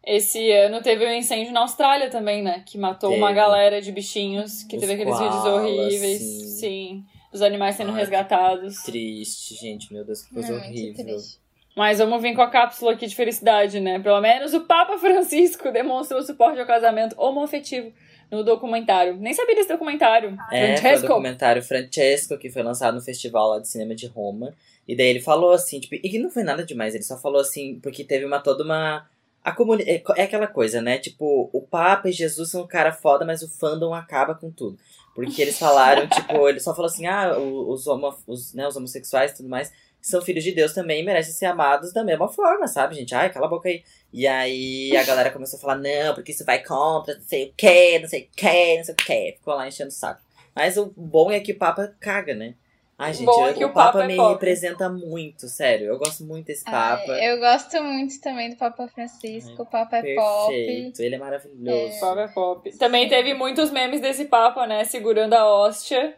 Speaker 1: Esse ano teve um incêndio na Austrália também, né? Que matou uma
Speaker 2: Teve.
Speaker 1: galera de bichinhos, que
Speaker 2: Os
Speaker 1: teve aqueles vídeos
Speaker 2: koalas,
Speaker 1: horríveis.
Speaker 2: sim.
Speaker 1: Sim. Os animais sendo
Speaker 2: Ai,
Speaker 1: resgatados.
Speaker 2: Triste, gente, meu Deus, que coisa
Speaker 3: Não, é muito
Speaker 2: horrível.
Speaker 3: triste.
Speaker 1: Mas vamos vir com a cápsula aqui de felicidade, né? Pelo menos o Papa Francisco demonstrou suporte ao casamento homoafetivo no documentário. Nem sabia desse documentário.
Speaker 2: É, foi o
Speaker 1: Francesco.
Speaker 2: documentário Francesco, que foi lançado no Festival lá de Cinema de Roma. E daí ele falou assim, tipo, e que não foi nada demais, ele só falou assim, porque teve uma toda uma. A comuni... é, co- é aquela coisa, né? Tipo, o Papa e Jesus são um cara foda, mas o fandom acaba com tudo. Porque eles falaram, tipo, ele só falou assim, ah, o- os, homo... os, né, os homossexuais e tudo mais são filhos de Deus também e merecem ser amados da mesma forma, sabe, gente? Ai, cala a boca aí. E aí a galera começou a falar, não, porque isso vai contra, não sei o quê, não sei o quê, não sei o quê. Ficou lá enchendo o saco. Mas o bom é que o Papa caga, né? Ai, gente,
Speaker 1: Bom
Speaker 2: eu-
Speaker 1: é que
Speaker 2: o,
Speaker 1: o
Speaker 2: Papa,
Speaker 1: Papa é
Speaker 2: me
Speaker 1: pop.
Speaker 2: representa muito, sério. Eu gosto muito desse
Speaker 3: Ah,
Speaker 2: Papa.
Speaker 3: eu gosto muito também do Papa Francisco. O Papa é pop.
Speaker 2: Perfeito, ele é maravilhoso.
Speaker 1: Pop é pop. Também teve muitos memes desse Papa, né? Segurando a hóstia.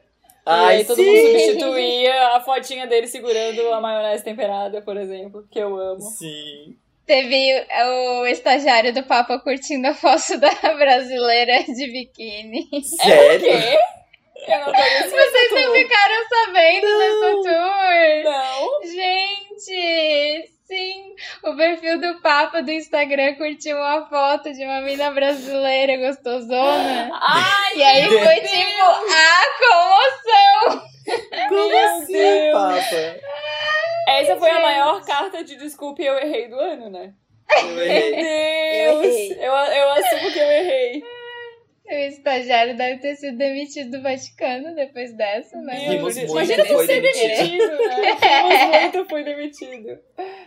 Speaker 1: e aí todo
Speaker 2: sim!
Speaker 1: mundo substituía a fotinha dele segurando a maionese temperada, por exemplo, que eu amo.
Speaker 2: Sim.
Speaker 3: Teve o estagiário do Papa curtindo a foto da brasileira de biquíni.
Speaker 2: Sério?
Speaker 1: Quê? Eu não conheço
Speaker 3: Vocês
Speaker 1: essa
Speaker 3: não
Speaker 1: turma.
Speaker 3: ficaram sabendo
Speaker 2: Não.
Speaker 3: dessa tour?
Speaker 1: Não.
Speaker 3: Gente, sim! O perfil do Papa do Instagram curtiu uma foto de uma mina brasileira gostosona.
Speaker 2: Ah,
Speaker 1: Ai,
Speaker 3: E aí
Speaker 2: Meu
Speaker 3: foi tipo, ah, comoção!
Speaker 2: Como assim,
Speaker 1: Deus.
Speaker 2: Papa?
Speaker 1: essa foi a
Speaker 3: Gente.
Speaker 1: maior carta de desculpa e eu errei do ano, né?
Speaker 2: Eu
Speaker 1: Meu
Speaker 2: errei.
Speaker 1: Deus!
Speaker 2: errei.
Speaker 1: Eu, eu assumo que eu errei.
Speaker 3: O estagiário deve ter sido demitido do Vaticano depois dessa, né?
Speaker 1: Meu
Speaker 2: Rimos
Speaker 1: Deus.
Speaker 2: muito,
Speaker 1: Imagina
Speaker 2: foi
Speaker 1: você
Speaker 2: demitido.
Speaker 1: demitido, né? Rimos muito, foi demitido.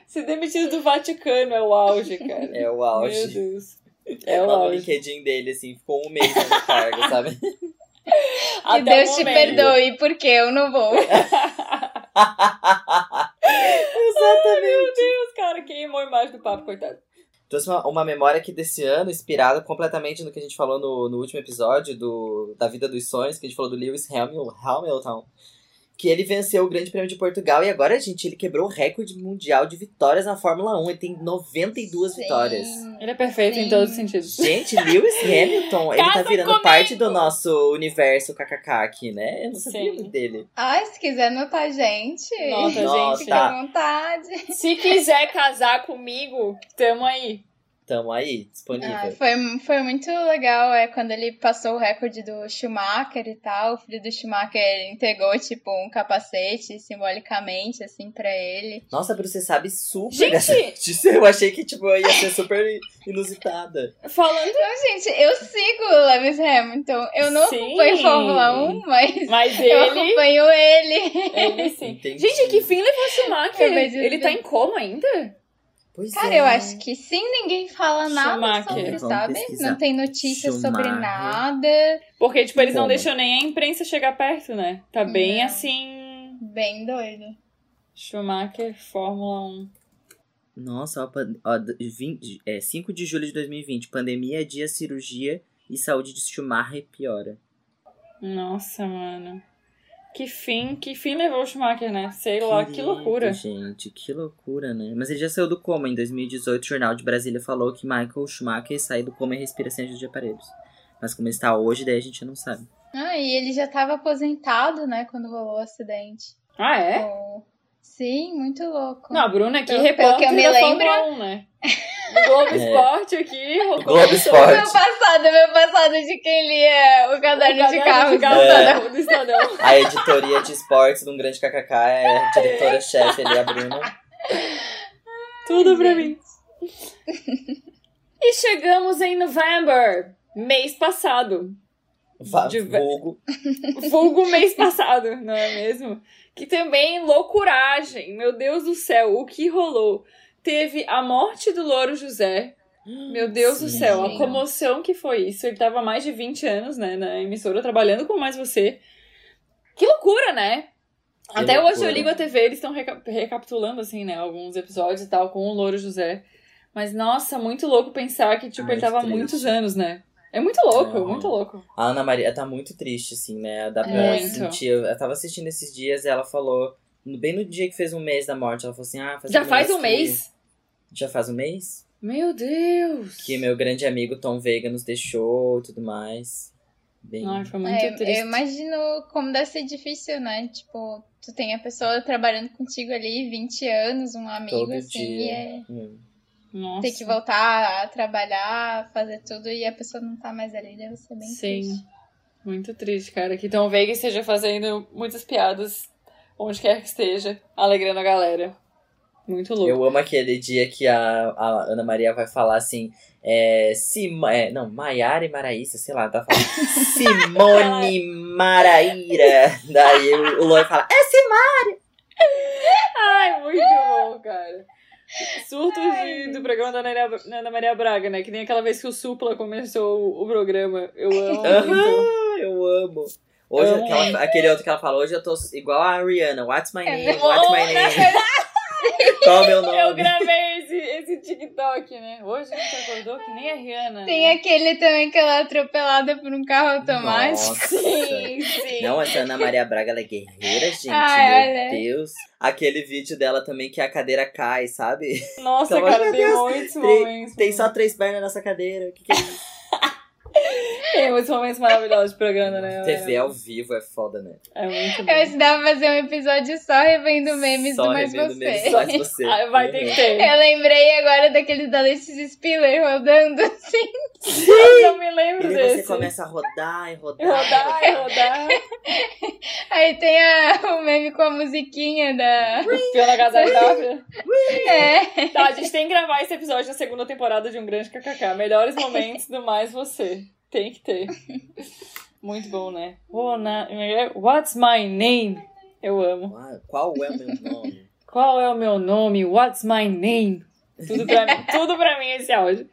Speaker 1: Se demitido do Vaticano é o auge, cara.
Speaker 2: É o
Speaker 1: Meu
Speaker 2: auge.
Speaker 1: Deus. É o
Speaker 2: Lá no
Speaker 1: auge.
Speaker 2: LinkedIn dele, assim, ficou um mês no cargo, sabe?
Speaker 1: Até
Speaker 3: Que Deus
Speaker 1: o
Speaker 3: te
Speaker 1: momento.
Speaker 3: perdoe, porque eu não vou.
Speaker 2: Exatamente.
Speaker 1: Os caras queimou a imagem do papo, coitado.
Speaker 2: Trouxe uma, uma memória aqui desse ano, inspirada completamente no que a gente falou no, no último episódio do, da Vida dos Sonhos, que a gente falou do Lewis Hamil- Hamilton. Que ele venceu o Grande Prêmio de Portugal e agora, gente, ele quebrou o recorde mundial de vitórias na Fórmula 1. Ele tem 92 vitórias.
Speaker 3: Sim.
Speaker 1: Ele é perfeito
Speaker 3: Sim.
Speaker 1: em todos os sentidos.
Speaker 2: Gente, Lewis Hamilton, ele tá
Speaker 1: Casa
Speaker 2: virando
Speaker 1: comigo!
Speaker 2: parte do nosso universo kkk aqui, né? Eu não sabia
Speaker 1: Sim.
Speaker 2: muito dele.
Speaker 3: Ai, se quiser anotar a gente,
Speaker 1: Nota,
Speaker 2: Nota.
Speaker 1: gente.
Speaker 3: fica à vontade.
Speaker 1: Se quiser casar comigo, tamo aí.
Speaker 2: Tamo aí, disponível.
Speaker 3: Ah, foi, foi muito legal é, quando ele passou o recorde do Schumacher e tal. O filho do Schumacher entregou, tipo, um capacete simbolicamente, assim, pra ele.
Speaker 2: Nossa, Bruce, você sabe super
Speaker 1: Gente!
Speaker 2: dessa notícia. Eu achei que, tipo, eu ia ser super inusitada.
Speaker 1: Falando.
Speaker 3: Então, gente, eu sigo o Lewis Hamilton. Eu não
Speaker 1: Sim.
Speaker 3: acompanho Fórmula 1, mas
Speaker 1: Mas
Speaker 3: eu
Speaker 1: ele.
Speaker 3: acompanho ele.
Speaker 1: Ele sim.
Speaker 2: Entendi.
Speaker 1: Gente, que fim levou o Schumacher?
Speaker 3: Eu vejo
Speaker 1: Ele tá em coma ainda?
Speaker 2: Pois
Speaker 3: Cara,
Speaker 2: é.
Speaker 3: eu acho que sim, ninguém fala nada
Speaker 1: Schumacher.
Speaker 3: sobre,
Speaker 2: Vamos
Speaker 3: sabe?
Speaker 2: pesquisar.
Speaker 3: Não tem notícia sobre
Speaker 2: Schumacher.
Speaker 3: nada.
Speaker 1: Porque, tipo, eles não
Speaker 2: Como?
Speaker 1: deixam nem a imprensa chegar perto, né? Tá bem assim.
Speaker 3: Bem doido.
Speaker 1: Schumacher, Fórmula 1.
Speaker 2: Nossa, ó, pan- ó, d- 20, é, 5 de julho de 2020. Pandemia, dia, cirurgia e saúde de Schumacher piora.
Speaker 1: Nossa, mano. Que fim, que fim levou o Schumacher, né? Sei lá, que
Speaker 2: Querido,
Speaker 1: loucura.
Speaker 2: Gente, que loucura, né? Mas ele já saiu do coma. Em 2018, o Jornal de Brasília falou que Michael Schumacher saiu do coma e respira sem ajuda de aparelhos. Mas como ele está hoje, daí a gente não sabe.
Speaker 3: Ah, e ele já tava aposentado, né, quando rolou o acidente.
Speaker 1: Ah, é?
Speaker 3: Ou- Sim, muito louco.
Speaker 1: Não, a Bruna aqui,
Speaker 3: Pelo- pelo
Speaker 1: repórter
Speaker 3: que eu me
Speaker 1: da
Speaker 3: lembro-
Speaker 1: Fórmula 1, né? O Globo
Speaker 2: É.
Speaker 1: Esporte aqui. o
Speaker 2: Globo
Speaker 3: meu
Speaker 2: Esporte.
Speaker 3: passado, meu passado de quem lia o caderno,
Speaker 1: caderno
Speaker 3: de carros.
Speaker 1: de carro
Speaker 2: É.
Speaker 1: do Estadão.
Speaker 2: A editoria de esportes de um grande KKK é a diretora-chefe ali, a Bruna.
Speaker 1: Tudo pra mim. E chegamos em novembro, mês passado.
Speaker 2: Va-
Speaker 1: De-
Speaker 2: Vulgo.
Speaker 1: vulgo mês passado, não é mesmo? Que também loucuragem, meu Deus do céu, o que rolou? Teve a morte do Louro José. Meu Deus do
Speaker 2: Sim.
Speaker 1: céu, a comoção que foi isso. Ele tava há mais de 20 anos, né, na emissora, trabalhando com Mais Você. Que loucura, né?
Speaker 2: Que
Speaker 1: Até hoje eu
Speaker 2: loucura.
Speaker 1: ligo a TV, eles estão reca- recapitulando, assim, né, alguns episódios e tal, com o Louro José. Mas, nossa, muito louco pensar que, tipo,
Speaker 2: Ai,
Speaker 1: ele tava há
Speaker 2: É triste.
Speaker 1: muitos anos, né? É muito louco,
Speaker 2: Uhum.
Speaker 1: muito louco.
Speaker 2: A Ana Maria tá muito triste, assim, né? Dá pra
Speaker 1: Muito.
Speaker 2: sentir. Eu, eu tava assistindo esses dias e ela falou, no- bem no dia que fez um mês da morte, ela falou assim: ah, faz
Speaker 1: Já faz um
Speaker 2: que-
Speaker 1: mês?
Speaker 2: Já faz um mês?
Speaker 1: Meu Deus!
Speaker 2: Que meu grande amigo Tom Veiga nos deixou e tudo mais. Bem.
Speaker 1: Ai, foi muito
Speaker 3: É,
Speaker 1: triste.
Speaker 3: eu imagino como deve ser difícil, né? Tipo, tu tem a pessoa trabalhando contigo ali 20 anos, um amigo,
Speaker 2: Todo
Speaker 3: assim,
Speaker 2: dia.
Speaker 3: e é
Speaker 2: hum.
Speaker 1: Nossa.
Speaker 3: ter que voltar a trabalhar, fazer tudo, e a pessoa não tá mais ali, deve ser bem
Speaker 1: Sim.
Speaker 3: triste.
Speaker 1: Muito triste, cara. Que Tom Veiga esteja fazendo muitas piadas onde quer que esteja, alegrando a galera. Muito louco.
Speaker 2: Eu amo aquele dia que a, a Ana Maria vai falar assim. É, Sima, é, não, Maiara e Maraíssa, sei lá, tá falando. Simone Maraíra. Daí o, o Loi fala, é Simone!
Speaker 1: Ai, muito
Speaker 3: Ah!
Speaker 1: bom, cara. Surto de, do programa da Ana Maria- Ana Maria Braga, né? Que nem aquela vez que o Supla começou o, o programa. Eu amo muito.
Speaker 2: Aham, eu amo. Hoje,
Speaker 1: Amo. É
Speaker 2: aquela- aquele outro que ela falou, hoje eu tô igual a Rihanna. What's my name?
Speaker 3: mesmo?
Speaker 2: What's my name? Qual é o meu
Speaker 1: né? Eu
Speaker 2: nome?
Speaker 1: gravei esse, esse TikTok, né? Hoje a gente acordou que nem a Rihanna.
Speaker 3: Tem
Speaker 1: né?
Speaker 3: aquele também que ela é atropelada por um carro automático.
Speaker 2: Nossa.
Speaker 1: Sim, sim.
Speaker 2: Não, essa Ana Maria Braga, ela é guerreira, gente.
Speaker 1: Ah,
Speaker 3: Ai,
Speaker 2: meu
Speaker 1: é.
Speaker 3: olha.
Speaker 2: Deus. Aquele vídeo dela também que a cadeira cai, sabe?
Speaker 1: Nossa,
Speaker 2: Então,
Speaker 1: cara,
Speaker 2: meu
Speaker 1: tem
Speaker 2: Deus,
Speaker 1: muitos
Speaker 2: tem-
Speaker 1: momentos.
Speaker 2: Tem só três pernas nessa cadeira. O que, que é isso?
Speaker 1: Tem muitos momentos maravilhosos um de programa, né?
Speaker 2: TV ao vivo é foda, né?
Speaker 1: É muito
Speaker 3: Eu
Speaker 1: bom.
Speaker 3: acho que dá pra fazer um episódio só revendo memes
Speaker 2: Só
Speaker 3: do Mais
Speaker 2: revendo
Speaker 3: Você.
Speaker 2: memes do Mais Você. Uhum.
Speaker 1: Ah, vai ter que ter.
Speaker 3: Eu lembrei agora daqueles da Alexis Spiller rodando assim.
Speaker 1: Eu não me lembro
Speaker 2: E daí
Speaker 1: desse.
Speaker 2: você começa a rodar e rodar. e
Speaker 1: Rodar, e rodar.
Speaker 3: Aí tem a, o meme com a musiquinha da.
Speaker 1: Fiona Gazadáfia.
Speaker 3: É.
Speaker 1: Tá, a gente tem que gravar esse episódio da segunda temporada de Um Grande KKK. Melhores momentos do Mais Você. Tem que ter. Muito bom, né? Oh, na- What's my name? Eu amo.
Speaker 2: Ah, Qual é o meu nome?
Speaker 1: Qual é o meu nome? What's my name? Tudo pra mim, tudo pra mim esse áudio.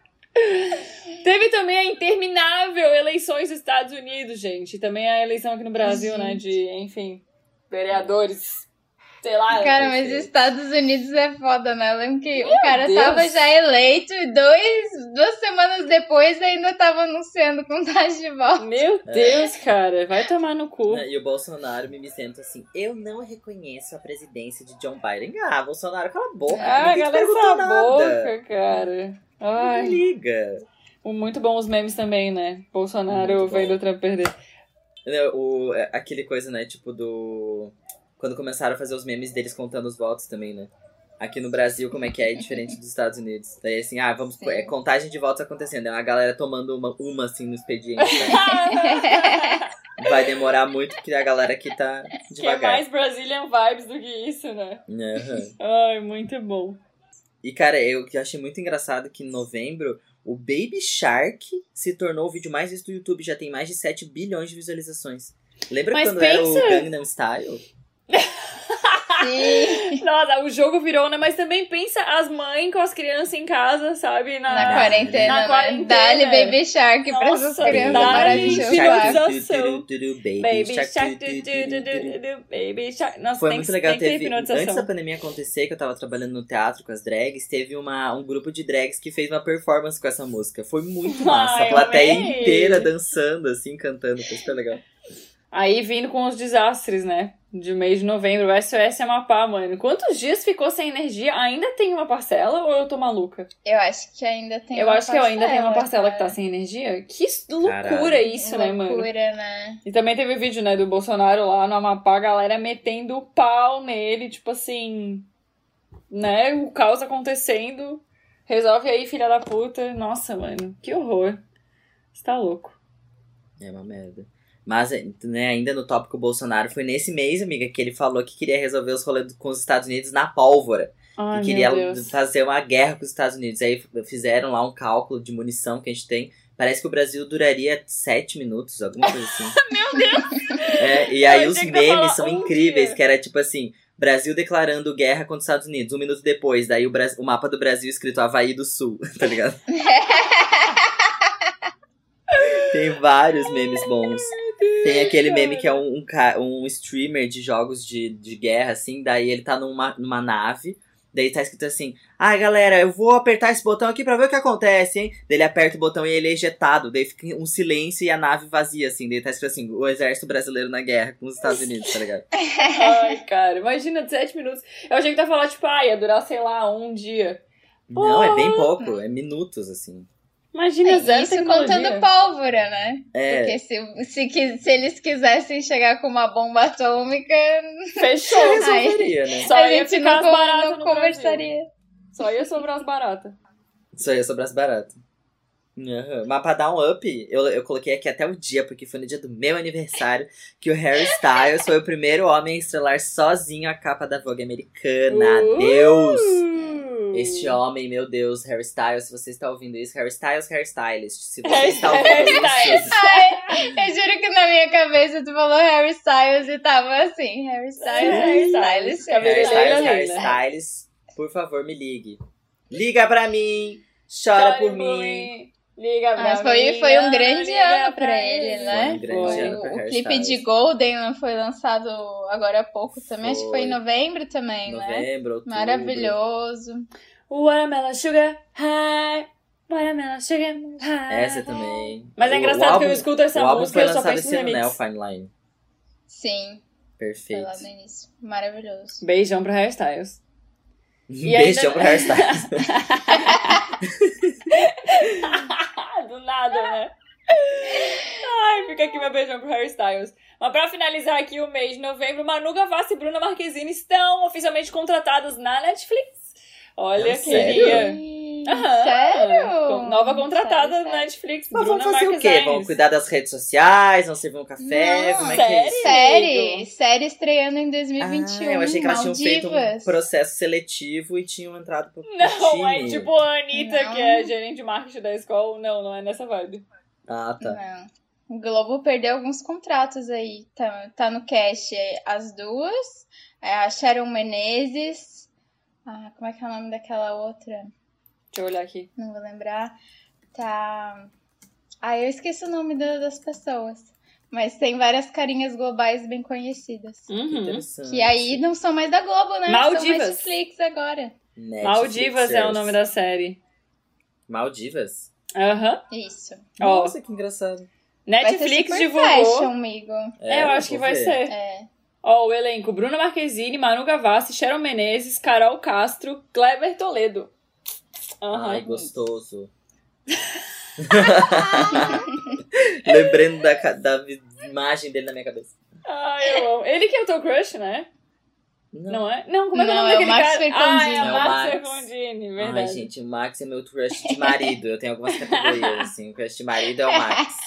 Speaker 1: Teve também a interminável eleições dos Estados Unidos, gente. Também a eleição aqui no Brasil, né? De, enfim, vereadores. Sei lá.
Speaker 3: Cara,
Speaker 1: não
Speaker 3: mas
Speaker 1: sei.
Speaker 3: Estados Unidos é foda, né? Eu lembro que o cara
Speaker 1: Deus.
Speaker 3: tava já eleito e dois, duas semanas depois ainda tava anunciando contagem de volta.
Speaker 1: Meu
Speaker 2: É.
Speaker 1: Deus, cara. Vai tomar no cu.
Speaker 2: né, E o Bolsonaro me senta assim: eu não reconheço a presidência de John Biden. Ah, Bolsonaro, cala a boca.
Speaker 1: Ah,
Speaker 2: ninguém te
Speaker 1: galera,
Speaker 2: perguntou
Speaker 1: cala a
Speaker 2: nada.
Speaker 1: boca, cara.
Speaker 2: Não
Speaker 1: Ai.
Speaker 2: liga.
Speaker 1: Muito bom os memes também, né? Bolsonaro
Speaker 2: Muito bom.
Speaker 1: vendo o Trump perder.
Speaker 2: Né, O, é, aquele coisa, né, tipo do. Quando começaram a fazer os memes deles contando os votos também, né? Aqui no Brasil, como é que é? É diferente dos Estados Unidos. Daí assim, ah, vamos.
Speaker 3: Sim.
Speaker 2: É contagem de votos acontecendo. É uma galera tomando uma, uma assim no expediente. né?
Speaker 1: Ah,
Speaker 2: Vai demorar muito porque a galera aqui tá
Speaker 1: que é
Speaker 2: devagar.
Speaker 1: mais Brazilian vibes do que isso, né?
Speaker 2: Aham.
Speaker 1: Ai, muito bom.
Speaker 2: E cara, eu que achei muito engraçado que em novembro. O Baby Shark se tornou o vídeo mais visto do YouTube, já tem mais de 7 bilhões de visualizações. Lembra
Speaker 1: Mas
Speaker 2: quando era o
Speaker 1: pensa-
Speaker 2: Gangnam Style?
Speaker 3: Sim,
Speaker 1: Nossa, o jogo virou, né? Mas também pensa as mães com as crianças em casa, sabe? Na,
Speaker 3: na quarentena,
Speaker 1: Na
Speaker 3: né?
Speaker 1: quarentena.
Speaker 3: Dali Baby Shark pra essas
Speaker 1: Nossa,
Speaker 3: crianças
Speaker 1: dali,
Speaker 3: maravilhosas.
Speaker 1: filhosa.
Speaker 2: Hipnotização.
Speaker 1: Baby Shark, du, du, du, du, du, Baby Shark. Nossa,
Speaker 2: Foi
Speaker 1: tem,
Speaker 2: muito
Speaker 1: que-
Speaker 2: legal.
Speaker 1: tem que ter
Speaker 2: Teve, antes da
Speaker 1: hipnotização.
Speaker 2: pandemia acontecer, que eu tava trabalhando no teatro com as drags, teve uma, um grupo de drags que fez uma performance com essa música. Foi muito massa.
Speaker 1: Ai,
Speaker 2: a plateia
Speaker 1: amei.
Speaker 2: inteira dançando, assim, cantando. Foi super legal.
Speaker 1: Aí vindo com os desastres, né? De mês de novembro, o SOS Amapá, mano. Quantos dias ficou sem energia? Ainda tem uma parcela ou eu tô maluca?
Speaker 3: Eu acho que ainda tem
Speaker 1: eu
Speaker 3: uma é.
Speaker 1: acho que eu ainda tenho uma parcela que tá
Speaker 3: cara.
Speaker 1: sem energia. Que loucura
Speaker 2: Caralho.
Speaker 3: É
Speaker 1: isso, né, mano?
Speaker 3: Loucura, né?
Speaker 1: E também teve o vídeo, né, do Bolsonaro lá no Amapá, a galera metendo o pau nele, tipo assim, né, o caos acontecendo. Resolve aí, filha da puta. Nossa, mano, que horror. Você tá louco.
Speaker 2: É uma merda. Mas, né, ainda no tópico Bolsonaro, foi nesse mês, amiga, que ele falou que queria resolver os rolês com os Estados Unidos na pólvora.
Speaker 1: Ai,
Speaker 2: e queria
Speaker 1: meu Deus.
Speaker 2: fazer uma guerra com os Estados Unidos. Aí fizeram lá um cálculo de munição que a gente tem. Parece que o Brasil duraria sete minutos, alguma coisa assim.
Speaker 1: Meu Deus!
Speaker 2: É, e aí
Speaker 1: Eu
Speaker 2: os
Speaker 1: achei que tu ia
Speaker 2: memes
Speaker 1: falar
Speaker 2: são
Speaker 1: um
Speaker 2: incríveis,
Speaker 1: dia.
Speaker 2: que era tipo assim, Brasil declarando guerra contra os Estados Unidos. Um minuto depois, daí o, Bras- o mapa do Brasil escrito Havaí do Sul, tá ligado? Tem vários memes bons. Tem aquele meme que é um, um, ca- um streamer de jogos de, de guerra, assim, daí ele tá numa, numa nave, daí tá escrito assim, ah, galera, eu vou apertar esse botão aqui pra ver o que acontece, hein? Daí ele aperta o botão e ele é ejetado, daí fica um silêncio e a nave vazia, assim, daí tá escrito assim, o exército brasileiro na guerra com os Estados Unidos, tá ligado?
Speaker 1: Ai, cara, imagina 17 minutos. Eu achei que tá falando, tipo, ah, ia durar, sei lá, um dia.
Speaker 2: Não, é bem pouco, é minutos, assim.
Speaker 1: Imagina zero
Speaker 3: É Isso
Speaker 1: tecnologia.
Speaker 3: contando pólvora, né?
Speaker 2: É,
Speaker 3: Porque se, se, quis- se eles quisessem chegar com uma bomba atômica,
Speaker 1: Fechou.
Speaker 2: resolveria, né?
Speaker 1: Só
Speaker 3: a
Speaker 1: ia
Speaker 3: gente
Speaker 1: ficar
Speaker 3: não,
Speaker 1: as
Speaker 3: con-
Speaker 1: baratas
Speaker 3: não
Speaker 1: no Brasil.
Speaker 3: conversaria.
Speaker 1: Só ia sobrar as baratas.
Speaker 2: Isso aí é sobre as baratas. Aham. Mas pra dar um up, eu, eu coloquei aqui até o dia, porque foi no dia do meu aniversário que o Harry Styles foi o primeiro homem a estrelar sozinho a capa da Vogue americana.
Speaker 1: Uh!
Speaker 2: Deus! Este homem, meu Deus, Harry Styles, se você está ouvindo isso, Harry Styles, Harry Stylist. Se você está ouvindo isso,
Speaker 3: Ai, eu juro que na minha cabeça tu falou Harry Styles e tava assim, Harry
Speaker 1: É,
Speaker 3: Styles, Harry Styles.
Speaker 2: Harry
Speaker 1: Cabeleireiro
Speaker 2: Styles,
Speaker 1: ali,
Speaker 2: Harry
Speaker 1: né?
Speaker 2: Styles, por favor, me ligue. Liga pra mim! Chora por mim!
Speaker 1: Liga pra
Speaker 3: Mas foi,
Speaker 1: mim,
Speaker 3: foi um
Speaker 1: não
Speaker 3: grande
Speaker 1: liga
Speaker 3: ano pra
Speaker 1: mim.
Speaker 3: ele,
Speaker 2: Foi
Speaker 3: né?
Speaker 2: um grande
Speaker 1: Foi.
Speaker 2: ano pra
Speaker 3: O, o
Speaker 2: Harry
Speaker 3: clipe
Speaker 2: Styles.
Speaker 3: de Golden não foi lançado agora há pouco também, acho que foi em
Speaker 2: Foi.
Speaker 3: novembro também, né?
Speaker 2: Novembro, outubro.
Speaker 3: Maravilhoso.
Speaker 1: Watermelon Sugar High. Watermelon Sugar High.
Speaker 2: Essa também.
Speaker 1: Mas é
Speaker 2: O- o
Speaker 1: engraçado que eu
Speaker 2: álbum-
Speaker 1: escuto essa
Speaker 2: o álbum
Speaker 1: música
Speaker 2: foi
Speaker 1: e eu só
Speaker 2: lançado
Speaker 1: penso
Speaker 2: esse
Speaker 1: no
Speaker 2: ano, né? O
Speaker 1: remix. né?
Speaker 2: Fine Line.
Speaker 3: Sim, foi
Speaker 2: Perfeito.
Speaker 3: lá no início. Maravilhoso.
Speaker 1: Beijão pro hairstyles. E
Speaker 2: Beijão
Speaker 1: ainda-
Speaker 2: pro Harry Styles. Ah,
Speaker 1: Do nada, né? Ai, fica aqui meu beijão pro hairstyles. Mas pra finalizar aqui o mês de novembro, Manu Gavassi e Bruna Marquezine estão oficialmente contratadas na Netflix. Olha,
Speaker 2: Não,
Speaker 1: que
Speaker 2: sério?
Speaker 1: queria.
Speaker 3: Ih,
Speaker 1: Aham.
Speaker 3: Sério?
Speaker 1: Com- Nova contratada né? na
Speaker 3: Sério, sério.
Speaker 1: Netflix,
Speaker 2: Mas vão
Speaker 1: Bruna
Speaker 2: fazer o quê?
Speaker 1: Marquezine.
Speaker 2: Vão cuidar das redes sociais? Vão servir um café?
Speaker 3: Não,
Speaker 2: Como é que
Speaker 1: sério? É
Speaker 2: é isso?
Speaker 3: Série, série estreando em 2021.
Speaker 2: Ah, eu achei que elas tinham feito um
Speaker 3: Maldivas.
Speaker 2: processo seletivo e tinham entrado pro, pro
Speaker 1: Não, é
Speaker 2: time.
Speaker 1: tipo a Anitta,
Speaker 3: Não.
Speaker 1: que é gerente de marketing da escola. Não, não é nessa vibe.
Speaker 2: Ah,
Speaker 1: Uhum.
Speaker 2: tá.
Speaker 3: Não. O Globo perdeu alguns contratos aí. Tá, tá no cast as duas. É, a Sharon Menezes. Ah, como é que é o nome daquela outra?
Speaker 1: Deixa eu olhar aqui.
Speaker 3: Não vou lembrar. Tá. Ah, eu esqueci o nome da- das pessoas. Mas tem várias carinhas globais bem conhecidas.
Speaker 1: Uhum.
Speaker 2: Interessante.
Speaker 3: Que aí não são mais da Globo, né? São
Speaker 1: Maldivas.
Speaker 3: mais Netflix agora.
Speaker 2: Net
Speaker 1: Maldivas é o
Speaker 2: Pictures.
Speaker 1: nome da série.
Speaker 2: Maldivas?
Speaker 1: Aham.
Speaker 3: Isso.
Speaker 1: Ó,
Speaker 2: Nossa, que engraçado.
Speaker 3: Vai ser
Speaker 1: Netflix
Speaker 3: super
Speaker 1: divulgou.
Speaker 3: fashion, amigo.
Speaker 1: É, eu acho que
Speaker 2: vou
Speaker 1: vai
Speaker 2: ver.
Speaker 1: ser.
Speaker 3: É.
Speaker 1: Ó, o elenco: Bruna Marquezine, Manu Gavassi, Sharon Menezes, Carol Castro, Kleber Toledo. Aham. é
Speaker 2: Ai, gostoso. Lembrando da, ca- da vi- imagem dele na minha cabeça.
Speaker 1: Ai, eu amo. Ele que é o teu crush, né? Não, é? Não, como é que é o
Speaker 3: Não,
Speaker 1: nome
Speaker 3: é o
Speaker 1: daquele
Speaker 3: Max
Speaker 1: cara?
Speaker 3: Fercondini.
Speaker 1: Ah, é
Speaker 2: É
Speaker 1: o
Speaker 2: o
Speaker 1: Max
Speaker 2: Max.
Speaker 1: Fercondini, verdade.
Speaker 2: Ai, gente, o Max é meu crush de marido. Eu tenho algumas categorias, assim. O crush de marido é o Max.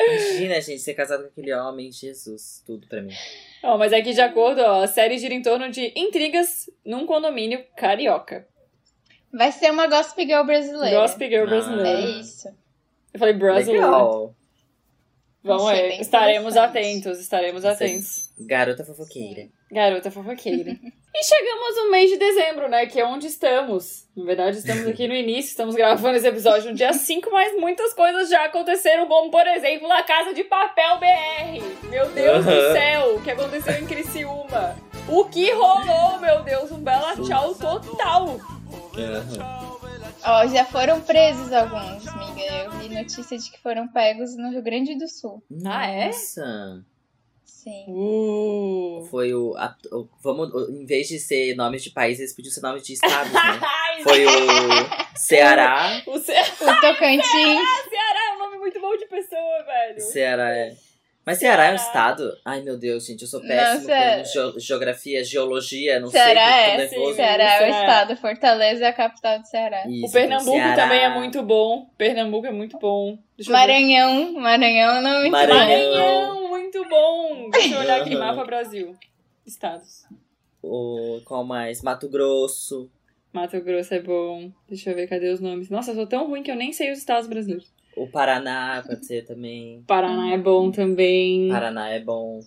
Speaker 2: Imagina, gente, ser casado com aquele homem. Jesus, tudo pra mim.
Speaker 1: Ó, mas aqui, de acordo, ó, a série gira em torno de intrigas num condomínio carioca.
Speaker 3: Vai ser uma Gossip Girl brasileira.
Speaker 1: Gossip Girl
Speaker 2: Ah.
Speaker 1: brasileiro.
Speaker 3: É isso.
Speaker 1: Eu falei brasileiro.
Speaker 2: Legal.
Speaker 1: Vamos
Speaker 3: Achei
Speaker 1: aí.
Speaker 3: é bem
Speaker 1: Estaremos
Speaker 3: interessante.
Speaker 1: atentos, estaremos
Speaker 2: Sim.
Speaker 1: atentos.
Speaker 2: Garota fofoqueira.
Speaker 1: Garota fofoqueira. e chegamos no mês de dezembro, né? Que é onde estamos. Na verdade, estamos aqui no início, estamos gravando esse episódio no dia 5, mas muitas coisas já aconteceram, como, por exemplo, a Casa de Papel BR. Meu Deus do
Speaker 2: Aham.
Speaker 1: céu, o que aconteceu em Criciúma? O que rolou, meu Deus? Um bela tchau total.
Speaker 2: Aham.
Speaker 3: Ó, já foram presos alguns, amiga. Eu vi notícia de que foram pegos no Rio Grande do Sul.
Speaker 1: Ah, é?
Speaker 2: Nossa.
Speaker 3: Sim.
Speaker 1: Uh.
Speaker 2: Foi o, a- o- Vamos. o- em vez de ser nomes de países, podiam ser nomes de estados, né?
Speaker 1: Ai,
Speaker 2: Foi o Ceará.
Speaker 1: o Ce- Ceará
Speaker 3: O Tocantins.
Speaker 1: é um nome muito bom de pessoa, velho.
Speaker 2: Ceará é. Mas Ceará é um
Speaker 1: Ceará.
Speaker 2: estado? Ai, meu Deus, gente, eu sou
Speaker 3: Não,
Speaker 2: péssimo
Speaker 3: Ceará-
Speaker 2: com geo- geografia, geologia, não
Speaker 3: Ceará
Speaker 2: sei.
Speaker 3: é,
Speaker 2: tô tá nervoso. né?
Speaker 1: sim,
Speaker 3: Ceará é o
Speaker 1: Ceará.
Speaker 3: estado. Fortaleza é a capital do Ceará.
Speaker 1: O
Speaker 2: Isso,
Speaker 1: Pernambuco
Speaker 2: Ceará.
Speaker 1: também é muito bom. Pernambuco é muito bom. Deixa eu ver.
Speaker 3: Maranhão. Maranhão é um nome muito
Speaker 2: Maranhão.
Speaker 1: Maranhão, muito bom. Deixa eu olhar aqui
Speaker 2: Aham.
Speaker 1: mapa Brasil. Estados.
Speaker 2: O, qual mais? Mato Grosso.
Speaker 1: Mato Grosso é bom. Deixa eu ver cadê os nomes. Nossa, eu sou tão ruim que eu nem sei os estados brasileiros.
Speaker 2: O Paraná, pode ser também.
Speaker 1: Paraná é bom também.
Speaker 2: Paraná é bom.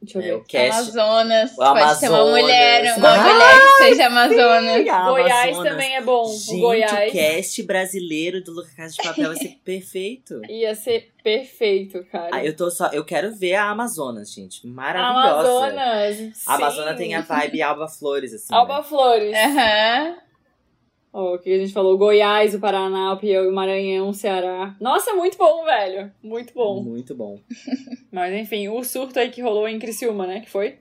Speaker 1: Deixa eu
Speaker 2: É, o
Speaker 1: ver.
Speaker 3: bom.
Speaker 2: cast.
Speaker 3: Amazonas.
Speaker 2: O
Speaker 3: Pode ser uma
Speaker 2: Amazonas. Ah,
Speaker 3: mulher. Uma
Speaker 2: Ai,
Speaker 3: mulher que seja Amazonas.
Speaker 1: Goiás
Speaker 2: Amazonas.
Speaker 1: também é bom.
Speaker 2: Gente,
Speaker 1: o
Speaker 2: o é?
Speaker 1: Goiás
Speaker 2: cast brasileiro do Lucas Casa de Papel vai ser perfeito.
Speaker 1: ia ser perfeito, cara.
Speaker 2: Ah, eu tô só, eu quero ver a Amazonas, gente. Maravilhosa.
Speaker 1: Amazonas. sim.
Speaker 2: A Amazonas tem a vibe Alba Flores, assim. né?
Speaker 1: Alba Flores.
Speaker 3: Aham.
Speaker 1: Ó, o que a gente falou? Goiás, o Paraná, o Piauí, o Maranhão, o Ceará. Nossa, é muito bom, velho. Muito bom.
Speaker 2: Muito bom.
Speaker 1: Mas enfim, o surto aí que rolou em Criciúma, né? Que foi?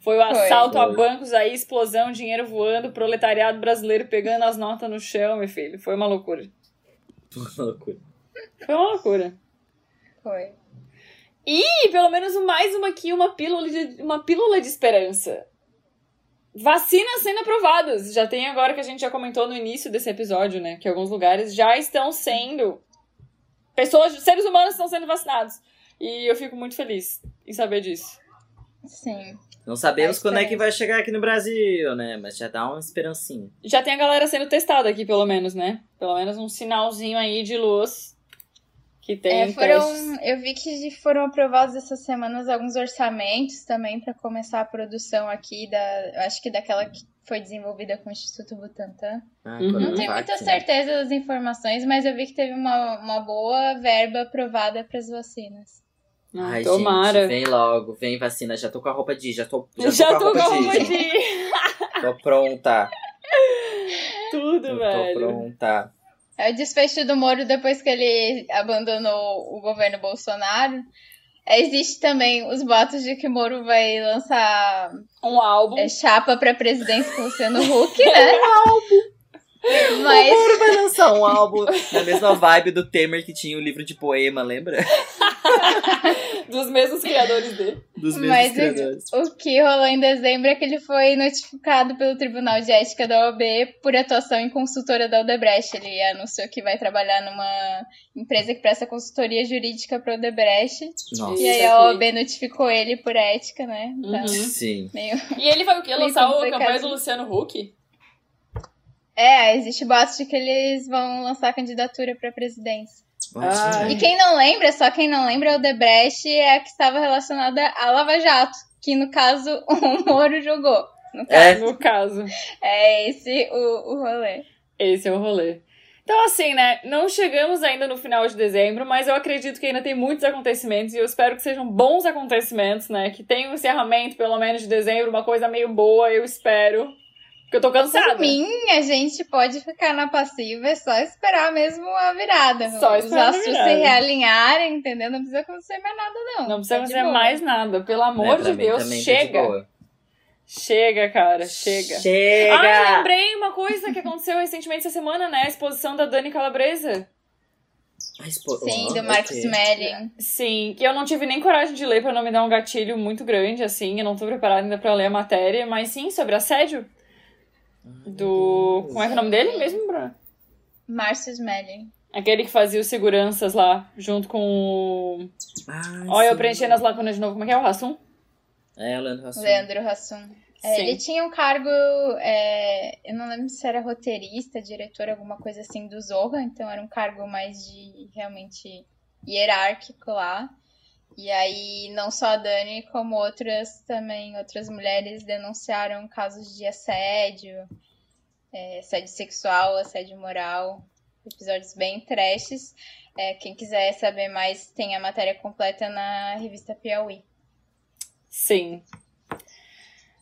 Speaker 1: Foi o
Speaker 3: Foi.
Speaker 1: assalto a
Speaker 2: Foi.
Speaker 1: bancos aí, explosão, dinheiro voando, proletariado brasileiro pegando as notas no chão, meu filho. Foi uma loucura.
Speaker 2: Loucura.
Speaker 1: Foi uma loucura.
Speaker 3: Foi.
Speaker 1: E pelo menos mais uma aqui, uma pílula de, uma pílula de esperança. Vacinas sendo aprovadas. Já tem agora que a gente já comentou no início desse episódio, né? Que alguns lugares já estão sendo. Pessoas, seres humanos estão sendo vacinados. E eu fico muito feliz em saber disso.
Speaker 3: Sim.
Speaker 2: Não sabemos
Speaker 3: Tá
Speaker 2: quando é
Speaker 3: esperando.
Speaker 2: que vai chegar aqui no Brasil, né? Mas já dá uma esperancinha.
Speaker 1: Já tem a galera sendo testada aqui, pelo menos, né? Pelo menos um sinalzinho aí de luz que tem.
Speaker 3: É, foram,
Speaker 1: testes.
Speaker 3: eu vi que foram aprovados essas semanas alguns orçamentos também para começar a produção aqui da, acho que daquela que foi desenvolvida com o Instituto Butantan.
Speaker 2: Ah,
Speaker 1: Uhum.
Speaker 3: Não tenho
Speaker 2: Coronavac,
Speaker 3: muita
Speaker 2: né?
Speaker 3: certeza das informações, mas eu vi que teve uma, uma boa verba aprovada para as vacinas.
Speaker 1: Ah,
Speaker 2: Ai,
Speaker 1: tomara.
Speaker 2: gente, vem logo, vem vacina. Já tô com a roupa de, já tô, já
Speaker 1: Eu
Speaker 2: tô
Speaker 1: já
Speaker 2: com a
Speaker 1: tô com
Speaker 2: roupa,
Speaker 1: a
Speaker 2: de,
Speaker 1: roupa
Speaker 2: gente.
Speaker 1: de
Speaker 2: Tô pronta.
Speaker 1: tudo,
Speaker 2: Eu tô
Speaker 1: velho.
Speaker 2: pronta.
Speaker 3: É o desfecho do Moro depois que ele abandonou o governo Bolsonaro. É, Existe também os boatos de que Moro vai lançar
Speaker 1: Um álbum.
Speaker 3: é, chapa para presidência com o Luciano Huck, né? Mas
Speaker 2: Ele vai lançar um álbum na mesma vibe do Temer que tinha o livro de poema, lembra?
Speaker 1: Dos mesmos criadores dele.
Speaker 2: Dos mesmos
Speaker 3: Mas eu-
Speaker 2: criadores.
Speaker 3: O que rolou em dezembro é que ele foi notificado pelo Tribunal de Ética da OAB por atuação em consultora da Odebrecht. Ele anunciou que vai trabalhar numa empresa que presta consultoria jurídica para Odebrecht.
Speaker 2: Nossa.
Speaker 3: E aí
Speaker 1: Isso
Speaker 3: a
Speaker 1: aqui.
Speaker 3: OAB notificou ele por ética, né? Então,
Speaker 1: Uhum.
Speaker 2: Sim.
Speaker 3: meio...
Speaker 1: E ele vai o quê?
Speaker 3: Meio
Speaker 1: Lançar o
Speaker 3: complicado.
Speaker 1: campanha do Luciano Huck?
Speaker 3: É, existe boato de que eles vão lançar candidatura para presidência.
Speaker 1: Ai.
Speaker 2: É.
Speaker 3: E quem não lembra, só quem não lembra, a Odebrecht é a que estava relacionada à Lava Jato, que no caso o Moro jogou.
Speaker 2: É,
Speaker 1: No caso.
Speaker 3: É esse o, o rolê.
Speaker 1: Esse é o rolê. Então, assim, né? Não chegamos ainda no final de dezembro, mas eu acredito que ainda tem muitos acontecimentos e eu espero que sejam bons acontecimentos, né? Que tenha um encerramento, pelo menos, de dezembro, uma coisa meio boa, eu espero. Porque eu tô cansada.
Speaker 3: Por mim, a gente pode ficar na passiva, é só esperar mesmo a virada.
Speaker 1: Só
Speaker 3: Os
Speaker 1: esperar a
Speaker 3: astros
Speaker 1: virada.
Speaker 3: se realinharem, entendeu? Não precisa acontecer mais nada, não.
Speaker 1: Não precisa
Speaker 3: Tá de
Speaker 1: fazer
Speaker 3: boa.
Speaker 1: mais nada. Pelo
Speaker 2: Né,
Speaker 1: amor
Speaker 2: pra
Speaker 1: de
Speaker 2: mim
Speaker 1: Deus,
Speaker 2: também tá de
Speaker 1: chega.
Speaker 2: boa.
Speaker 1: Chega, cara, chega.
Speaker 2: Chega!
Speaker 1: Ah, lembrei uma coisa que aconteceu recentemente essa semana, né? A exposição da Dani Calabresa.
Speaker 2: Ai, expo-
Speaker 3: Sim,
Speaker 2: Oh,
Speaker 3: do Marcos
Speaker 2: ok.
Speaker 3: Melling.
Speaker 1: Sim, que eu não tive nem coragem de ler pra não me dar um gatilho muito grande, assim. Eu não tô preparada ainda pra ler a matéria, mas sim, sobre assédio. Do.
Speaker 2: Deus.
Speaker 1: Como é que é o nome dele mesmo, Bruno?
Speaker 3: Márcio Smelling.
Speaker 1: Aquele que fazia os seguranças lá, junto com o.
Speaker 2: Ai,
Speaker 1: Olha, eu
Speaker 2: sim.
Speaker 1: preenchendo as lacunas de novo. Como é que é o Rassum?
Speaker 2: É, o Leandro Hassum.
Speaker 3: Leandro Hassum. É,
Speaker 1: Sim.
Speaker 3: ele tinha um cargo, é, eu não lembro se era roteirista, diretor, alguma coisa assim do Zorra, então era um cargo mais de realmente hierárquico lá. E aí, não só a Dani, como outras também, outras mulheres denunciaram casos de assédio, é, assédio sexual, assédio moral, episódios bem trashes. É, quem quiser saber mais, tem a matéria completa na revista Piauí.
Speaker 1: Sim.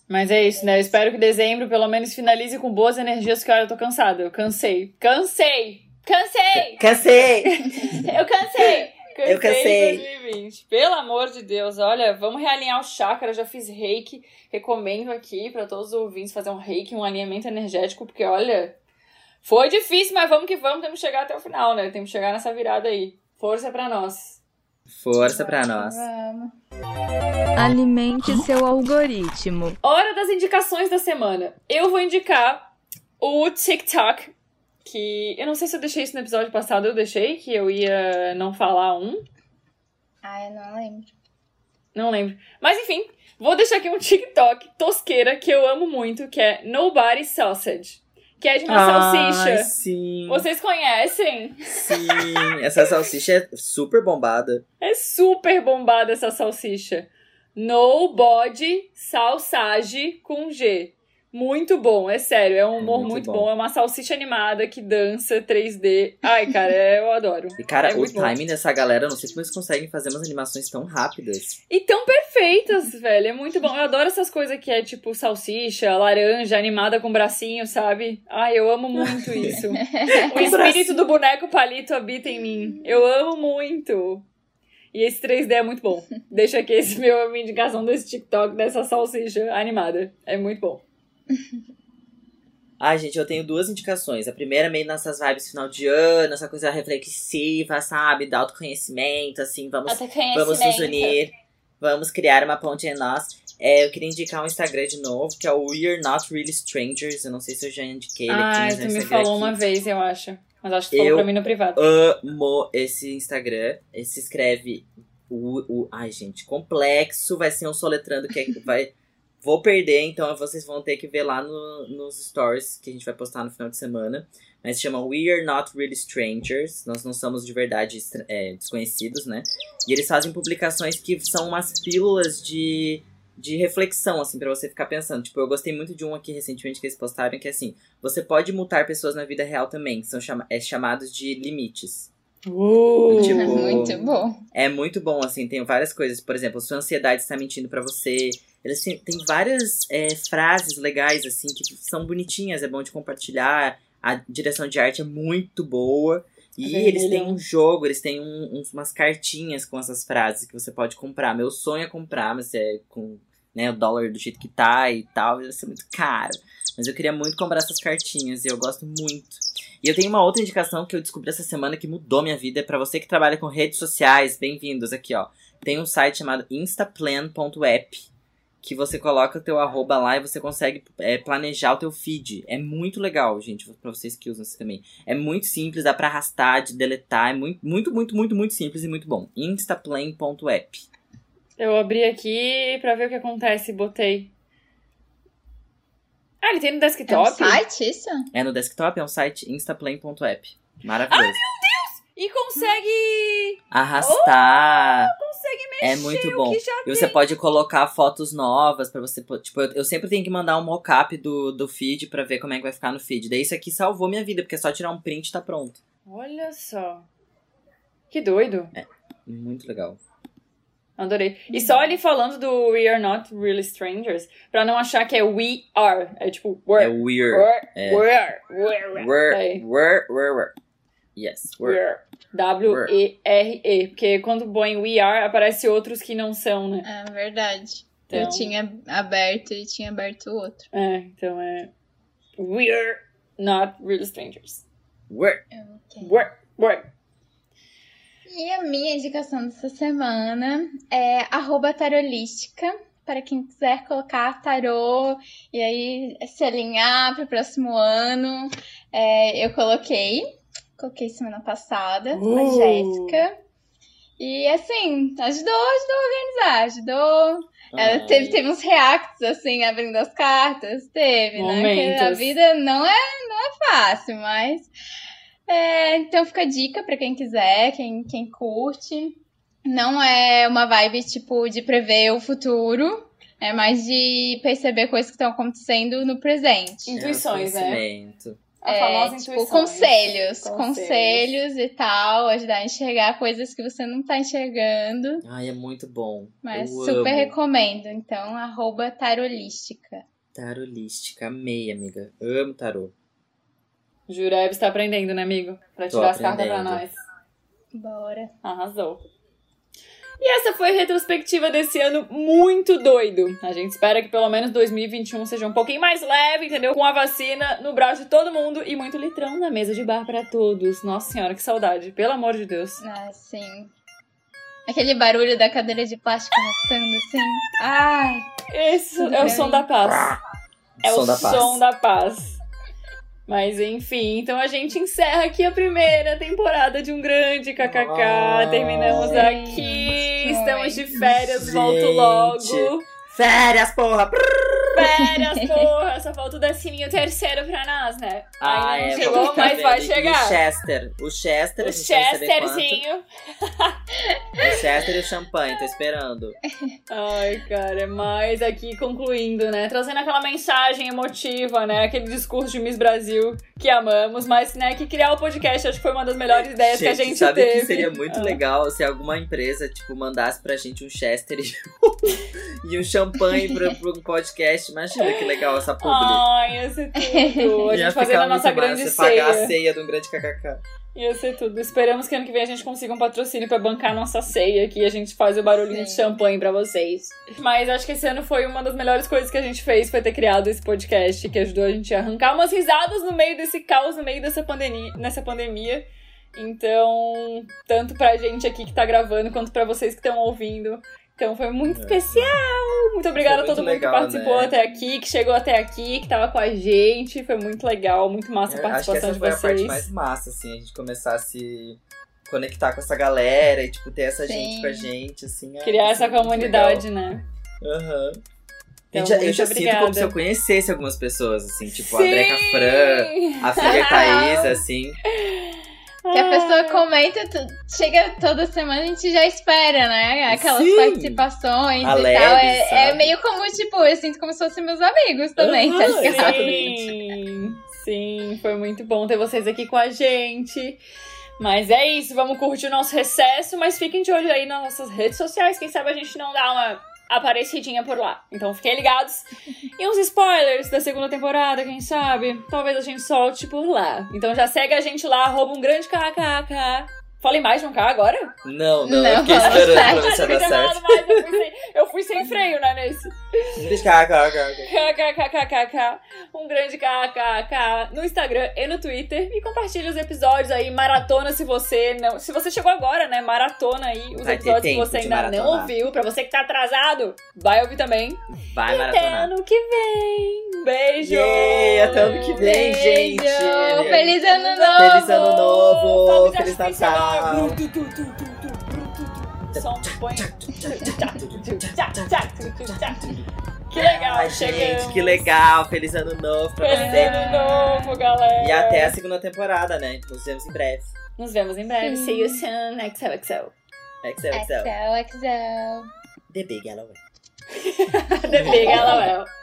Speaker 1: Mas é isso, né? Eu espero que dezembro pelo menos finalize com boas energias, que olha, eu tô cansada. Eu cansei. Cansei! Cansei!
Speaker 2: Cansei!
Speaker 1: Eu cansei! Cansei
Speaker 2: Eu cansei.
Speaker 1: de 2020. Pelo amor de Deus, olha, vamos realinhar o chakra. Eu já fiz reiki. Recomendo aqui pra todos os ouvintes fazer um reiki, um alinhamento energético, porque olha, foi difícil, mas vamos que vamos. Temos que chegar até o final, né? Temos que chegar nessa virada aí. Força pra nós.
Speaker 2: Força pra nós.
Speaker 3: Vamos.
Speaker 5: Alimente seu algoritmo.
Speaker 1: Hora das indicações da semana. Eu vou indicar o TikTok, que eu não sei se eu deixei isso no episódio passado, eu deixei que eu ia não falar um,
Speaker 3: Ah, eu não lembro.
Speaker 1: não lembro. Mas enfim, vou deixar aqui um TikTok tosqueira que eu amo muito, que é Nobody Sausage, que é de uma
Speaker 2: Ai,
Speaker 1: salsicha.
Speaker 2: Ah, Sim,
Speaker 1: Vocês conhecem?
Speaker 2: sim. Essa salsicha é super bombada.
Speaker 1: É super bombada essa salsicha. No body salsage com G. Muito bom, é sério. É um humor
Speaker 2: muito
Speaker 1: muito,
Speaker 2: bom.
Speaker 1: bom. É uma salsicha animada que dança 3D. Ai, cara, é- eu adoro.
Speaker 2: E, cara,
Speaker 1: É
Speaker 2: o
Speaker 1: muito bom.
Speaker 2: timing dessa galera, eu não sei como eles conseguem fazer umas animações tão rápidas.
Speaker 1: E tão perfeitas, velho. É muito bom. Eu adoro essas coisas que é tipo salsicha, laranja, animada com bracinho, sabe? Ai, eu amo muito isso. o espírito do boneco palito habita em mim. Eu amo muito. E esse 3D é muito bom. Deixa aqui esse meu, a minha indicação desse TikTok, dessa salsicha animada. É muito bom.
Speaker 2: Ai, gente, eu tenho duas indicações. A primeira é meio nessas vibes final de ano, essa coisa reflexiva, sabe? Da autoconhecimento, assim, vamos Vamos nos unir. Vamos criar uma ponte em nós. É, eu queria indicar um Instagram de novo, que é o We're Not Really Strangers. Eu não sei se eu já indiquei ele aqui,
Speaker 1: Ai,
Speaker 2: mas é um
Speaker 1: tu me
Speaker 2: Instagram
Speaker 1: falou
Speaker 2: que
Speaker 1: uma vez, eu acho. Mas acho que tu falou
Speaker 2: Eu-
Speaker 1: pra mim no privado.
Speaker 2: Amo esse Instagram. Ele se escreve o, o. Ai, gente, complexo. Vai ser um soletrando que é- vai. Vou perder, então vocês vão ter que ver lá no- nos stories que a gente vai postar no final de semana. Mas se chama We Are Not Really Strangers. Nós não somos de verdade estra- é, desconhecidos, né? E eles fazem publicações que são umas pílulas de, de reflexão, assim, pra você ficar pensando. Tipo, eu gostei muito de um aqui recentemente que eles postaram, que é assim: você pode mutar pessoas na vida real também, que são chama é chamados de limites.
Speaker 1: Uh,
Speaker 2: Tipo,
Speaker 3: É Muito bom.
Speaker 2: É muito bom, assim, tem várias coisas. Por exemplo, sua ansiedade está mentindo pra você. Eles têm, tem várias é, frases legais, assim, que são bonitinhas, é bom de compartilhar. A direção de arte é muito boa. E
Speaker 1: Vermelhão.
Speaker 2: eles têm um jogo, eles têm um- uns- umas cartinhas com essas frases que você pode comprar. Meu sonho é comprar, mas é com né, o dólar do jeito que tá e tal, vai ser muito caro. Mas eu queria muito comprar essas cartinhas e eu gosto muito. E eu tenho uma outra indicação que eu descobri essa semana que mudou minha vida. é Pra você que trabalha com redes sociais, bem-vindos aqui, ó. Tem um site chamado instaplan.app que você coloca o teu arroba lá e você consegue é, planejar o teu feed. É muito legal, gente, pra vocês que usam isso também. É muito simples, dá pra arrastar, de deletar, é muito, muito, muito, muito, muito simples e muito bom. instaplan.app.
Speaker 1: Eu abri aqui pra ver o que acontece, botei. Ah, ele tem no
Speaker 3: É um
Speaker 1: desktop?
Speaker 3: site isso?
Speaker 2: É no desktop, é um site instaplane.app. Maravilhoso.
Speaker 1: e consegue
Speaker 2: Arrastar.
Speaker 1: consegue
Speaker 2: É muito bom.
Speaker 1: Oh, que já
Speaker 2: E você pode colocar fotos novas pra você. pô- Tipo, eu, eu sempre tenho que mandar um mockup do, do feed pra ver como é que vai ficar no feed. Daí isso aqui salvou minha vida, porque é só tirar um print e tá pronto.
Speaker 1: Olha só. Que doido.
Speaker 2: Muito legal.
Speaker 1: Adorei. E só ele falando do We Are Not Really Strangers, pra não achar que é We Are. É tipo, we're,
Speaker 2: É weird.
Speaker 1: we're,
Speaker 2: É.
Speaker 1: we're, we're,
Speaker 2: We're,
Speaker 1: Aí.
Speaker 2: we're, we're, we're. Yes, we're.
Speaker 1: We're. W-E-R-E. Porque quando põe We Are, aparece outros que não são, né?
Speaker 3: É verdade.
Speaker 1: Então,
Speaker 3: Eu tinha aberto e tinha aberto o outro.
Speaker 1: É, então é. We're not real strangers.
Speaker 2: We're.
Speaker 1: We're, we're.
Speaker 3: E a minha indicação dessa semana é arroba tarolística, para quem quiser colocar tarô e aí se alinhar para o próximo ano. É, eu coloquei, coloquei semana passada, com a
Speaker 1: Uh!
Speaker 3: Jéssica. E assim, ajudou, ajudou a organizar, ajudou.
Speaker 1: É,
Speaker 2: Ah.
Speaker 3: Ela teve, teve uns reacts, assim, abrindo as cartas, teve, né? Porque a
Speaker 1: Momentos.
Speaker 3: vida não é, não é fácil, mas é, então fica a dica pra quem quiser, quem, quem curte. Não é uma vibe tipo de prever o futuro, é mais de perceber coisas que estão acontecendo no presente.
Speaker 1: Intuições, né?
Speaker 2: é um Conhecimento.
Speaker 1: A
Speaker 3: É,
Speaker 1: famosa
Speaker 3: tipo,
Speaker 1: intuição. né?
Speaker 3: conselhos,
Speaker 1: Conselhos.
Speaker 3: conselhos, e tal, ajudar a enxergar coisas que você não tá enxergando,
Speaker 2: Ai, é muito bom.
Speaker 3: mas
Speaker 2: Eu
Speaker 3: super
Speaker 2: amo.
Speaker 3: recomendo. Então, arroba tarolística.
Speaker 2: Tarolística. Amei, amiga. Amo tarô.
Speaker 1: Jurebs tá aprendendo, né, amigo? Pra
Speaker 2: Tô
Speaker 1: tirar as cartas pra
Speaker 2: aprendendo.
Speaker 1: nós.
Speaker 3: Bora.
Speaker 1: Arrasou. E essa foi a retrospectiva desse ano muito doido. A gente espera que pelo menos 2021 seja um pouquinho mais leve, entendeu? Com a vacina no braço de todo mundo e muito litrão na mesa de bar pra todos. Nossa senhora, que saudade. Pelo amor de Deus.
Speaker 3: Ah, sim. Aquele barulho da cadeira de plástico arrastando assim. Ai.
Speaker 1: Esse
Speaker 3: Tudo
Speaker 1: é o
Speaker 3: bem.
Speaker 1: som da paz. É
Speaker 2: som
Speaker 1: o
Speaker 2: da paz.
Speaker 1: som da paz. Mas enfim, então a gente encerra aqui a primeira temporada de um grande KKK.
Speaker 2: Nossa.
Speaker 1: Terminamos
Speaker 3: Gente,
Speaker 1: aqui.
Speaker 3: que
Speaker 1: Estamos de férias,
Speaker 2: Gente.
Speaker 1: volto logo.
Speaker 2: Férias, porra!
Speaker 1: Férias, porra! Só falta o décimo terceiro pra nós, né?
Speaker 2: Ah,
Speaker 1: Ainda
Speaker 2: é,
Speaker 1: não chegou,
Speaker 2: vou ficar
Speaker 1: mas vai
Speaker 2: vendo. E
Speaker 1: chegar.
Speaker 2: O Chester. O Chester,
Speaker 1: O
Speaker 2: a gente vai saber quanto.
Speaker 1: Chesterzinho.
Speaker 2: O Chester e o champanhe, tô esperando.
Speaker 1: Ai, cara, mas aqui concluindo, né? Trazendo aquela mensagem emotiva, né? Aquele discurso de Miss Brasil que amamos, mas, né, que criar o podcast acho que foi uma das melhores ideias que a gente
Speaker 2: sabe
Speaker 1: teve.
Speaker 2: que seria muito
Speaker 1: Ah.
Speaker 2: legal se alguma empresa, tipo, mandasse pra gente um Chester e, e um champanhe pro, pro podcast. Imagina que legal essa publi.
Speaker 1: Ai, ia ser tudo. Ah, A
Speaker 2: Ia
Speaker 1: gente fazendo a
Speaker 2: ficar
Speaker 1: nossa
Speaker 2: muito massa,
Speaker 1: grande
Speaker 2: Pagar a
Speaker 1: ceia.
Speaker 2: ceia de um grande kkk.
Speaker 1: Ia ser tudo. Esperamos que ano que vem a gente consiga um patrocínio pra bancar a nossa ceia aqui e a gente faz o barulhinho de
Speaker 3: Sim.
Speaker 1: champanhe pra vocês. Mas acho que esse ano foi uma das melhores coisas que a gente fez, foi ter criado esse podcast que ajudou a gente a arrancar umas risadas no meio desse caos, no meio dessa pandemia, nessa pandemia. Então, tanto pra gente aqui que tá gravando, quanto pra vocês que estão ouvindo. Então foi muito
Speaker 2: É.
Speaker 1: especial! Muito obrigada
Speaker 2: Foi
Speaker 1: a todo
Speaker 2: muito
Speaker 1: mundo
Speaker 2: legal,
Speaker 1: que participou
Speaker 2: né?
Speaker 1: até aqui, que chegou até aqui, que tava com a gente. Foi muito legal, muito massa a
Speaker 2: Eu É, Acho que
Speaker 1: participação
Speaker 2: essa
Speaker 1: de
Speaker 2: foi a
Speaker 1: vocês.
Speaker 2: parte mais massa, assim, a gente começar a se conectar com essa galera e, tipo, ter essa
Speaker 3: Sim.
Speaker 2: gente com a gente, assim. ai,
Speaker 1: Criar
Speaker 2: isso é
Speaker 1: essa
Speaker 2: muito
Speaker 1: comunidade, né?
Speaker 2: legal. Aham.
Speaker 1: Então,
Speaker 2: Gente, eu
Speaker 1: muito
Speaker 2: já sinto como
Speaker 1: obrigada.
Speaker 2: se eu conhecesse algumas pessoas, assim, tipo a
Speaker 1: Sim!
Speaker 2: Breca Fran, a Fia Thaís, assim.
Speaker 3: Que a
Speaker 1: Ah,
Speaker 3: pessoa comenta, tu- chega toda semana, a gente já espera, né? Aquelas
Speaker 2: Sim.
Speaker 3: participações
Speaker 2: Alegre,
Speaker 3: e tal. É, é
Speaker 2: sabe?
Speaker 3: meio como, tipo, eu sinto como se fossem meus amigos também, tá
Speaker 2: Aham,
Speaker 3: ligado?
Speaker 1: Sim, sim, foi muito bom ter vocês aqui com a gente. Mas é isso, vamos curtir o nosso recesso, mas fiquem de olho aí nas nossas redes sociais, quem sabe a gente não dá uma aparecidinha por lá. Então fiquem ligados. E uns spoilers da segunda temporada, quem sabe? Talvez a gente solte por lá. Então já segue a gente lá, arroba um grande kkk. Falei mais de um K agora? Ah,
Speaker 2: Não, não, eu
Speaker 3: Não,
Speaker 2: fiquei
Speaker 3: não
Speaker 2: esperando pra
Speaker 3: serve.
Speaker 2: ver se ia dar
Speaker 1: Devia ter falado mais,
Speaker 2: certo.
Speaker 1: eu fui sem- eu fui sem freio, né, nesse.
Speaker 2: KKKK.
Speaker 1: KKKKKK, um grande KKK no Instagram e no Twitter. E compartilha os episódios aí, maratona se você não. Se você chegou agora, né? Maratona aí os
Speaker 2: Vai ter
Speaker 1: episódios que
Speaker 2: tempo
Speaker 1: você
Speaker 2: de
Speaker 1: ainda não
Speaker 2: maratonar.
Speaker 1: ouviu. Pra você que tá atrasado, vai ouvir também.
Speaker 2: Vai
Speaker 1: Até
Speaker 2: maratonar.
Speaker 1: ano que vem. Beijo!
Speaker 2: Yeah, até ano que vem,
Speaker 3: Beijo!
Speaker 2: gente!
Speaker 3: Feliz ano novo!
Speaker 2: Feliz ano novo!
Speaker 1: Fogos de
Speaker 2: Feliz
Speaker 1: artifício.
Speaker 2: Natal!
Speaker 1: Tu, tu, tu, tu, tu, tu, tu. Som põe. Que legal,
Speaker 2: Ai,
Speaker 1: chegamos.
Speaker 2: gente, que legal! Feliz ano novo pra
Speaker 1: Feliz
Speaker 2: você!
Speaker 1: ano novo, galera!
Speaker 2: E até a segunda temporada, né? Nos vemos em breve.
Speaker 1: Nos vemos em breve.
Speaker 3: Sim.
Speaker 1: See you soon. XOXO.
Speaker 3: XOXO.
Speaker 6: XOXO.
Speaker 3: The Big Halloween.
Speaker 1: The Big LOL.
Speaker 4: né? Um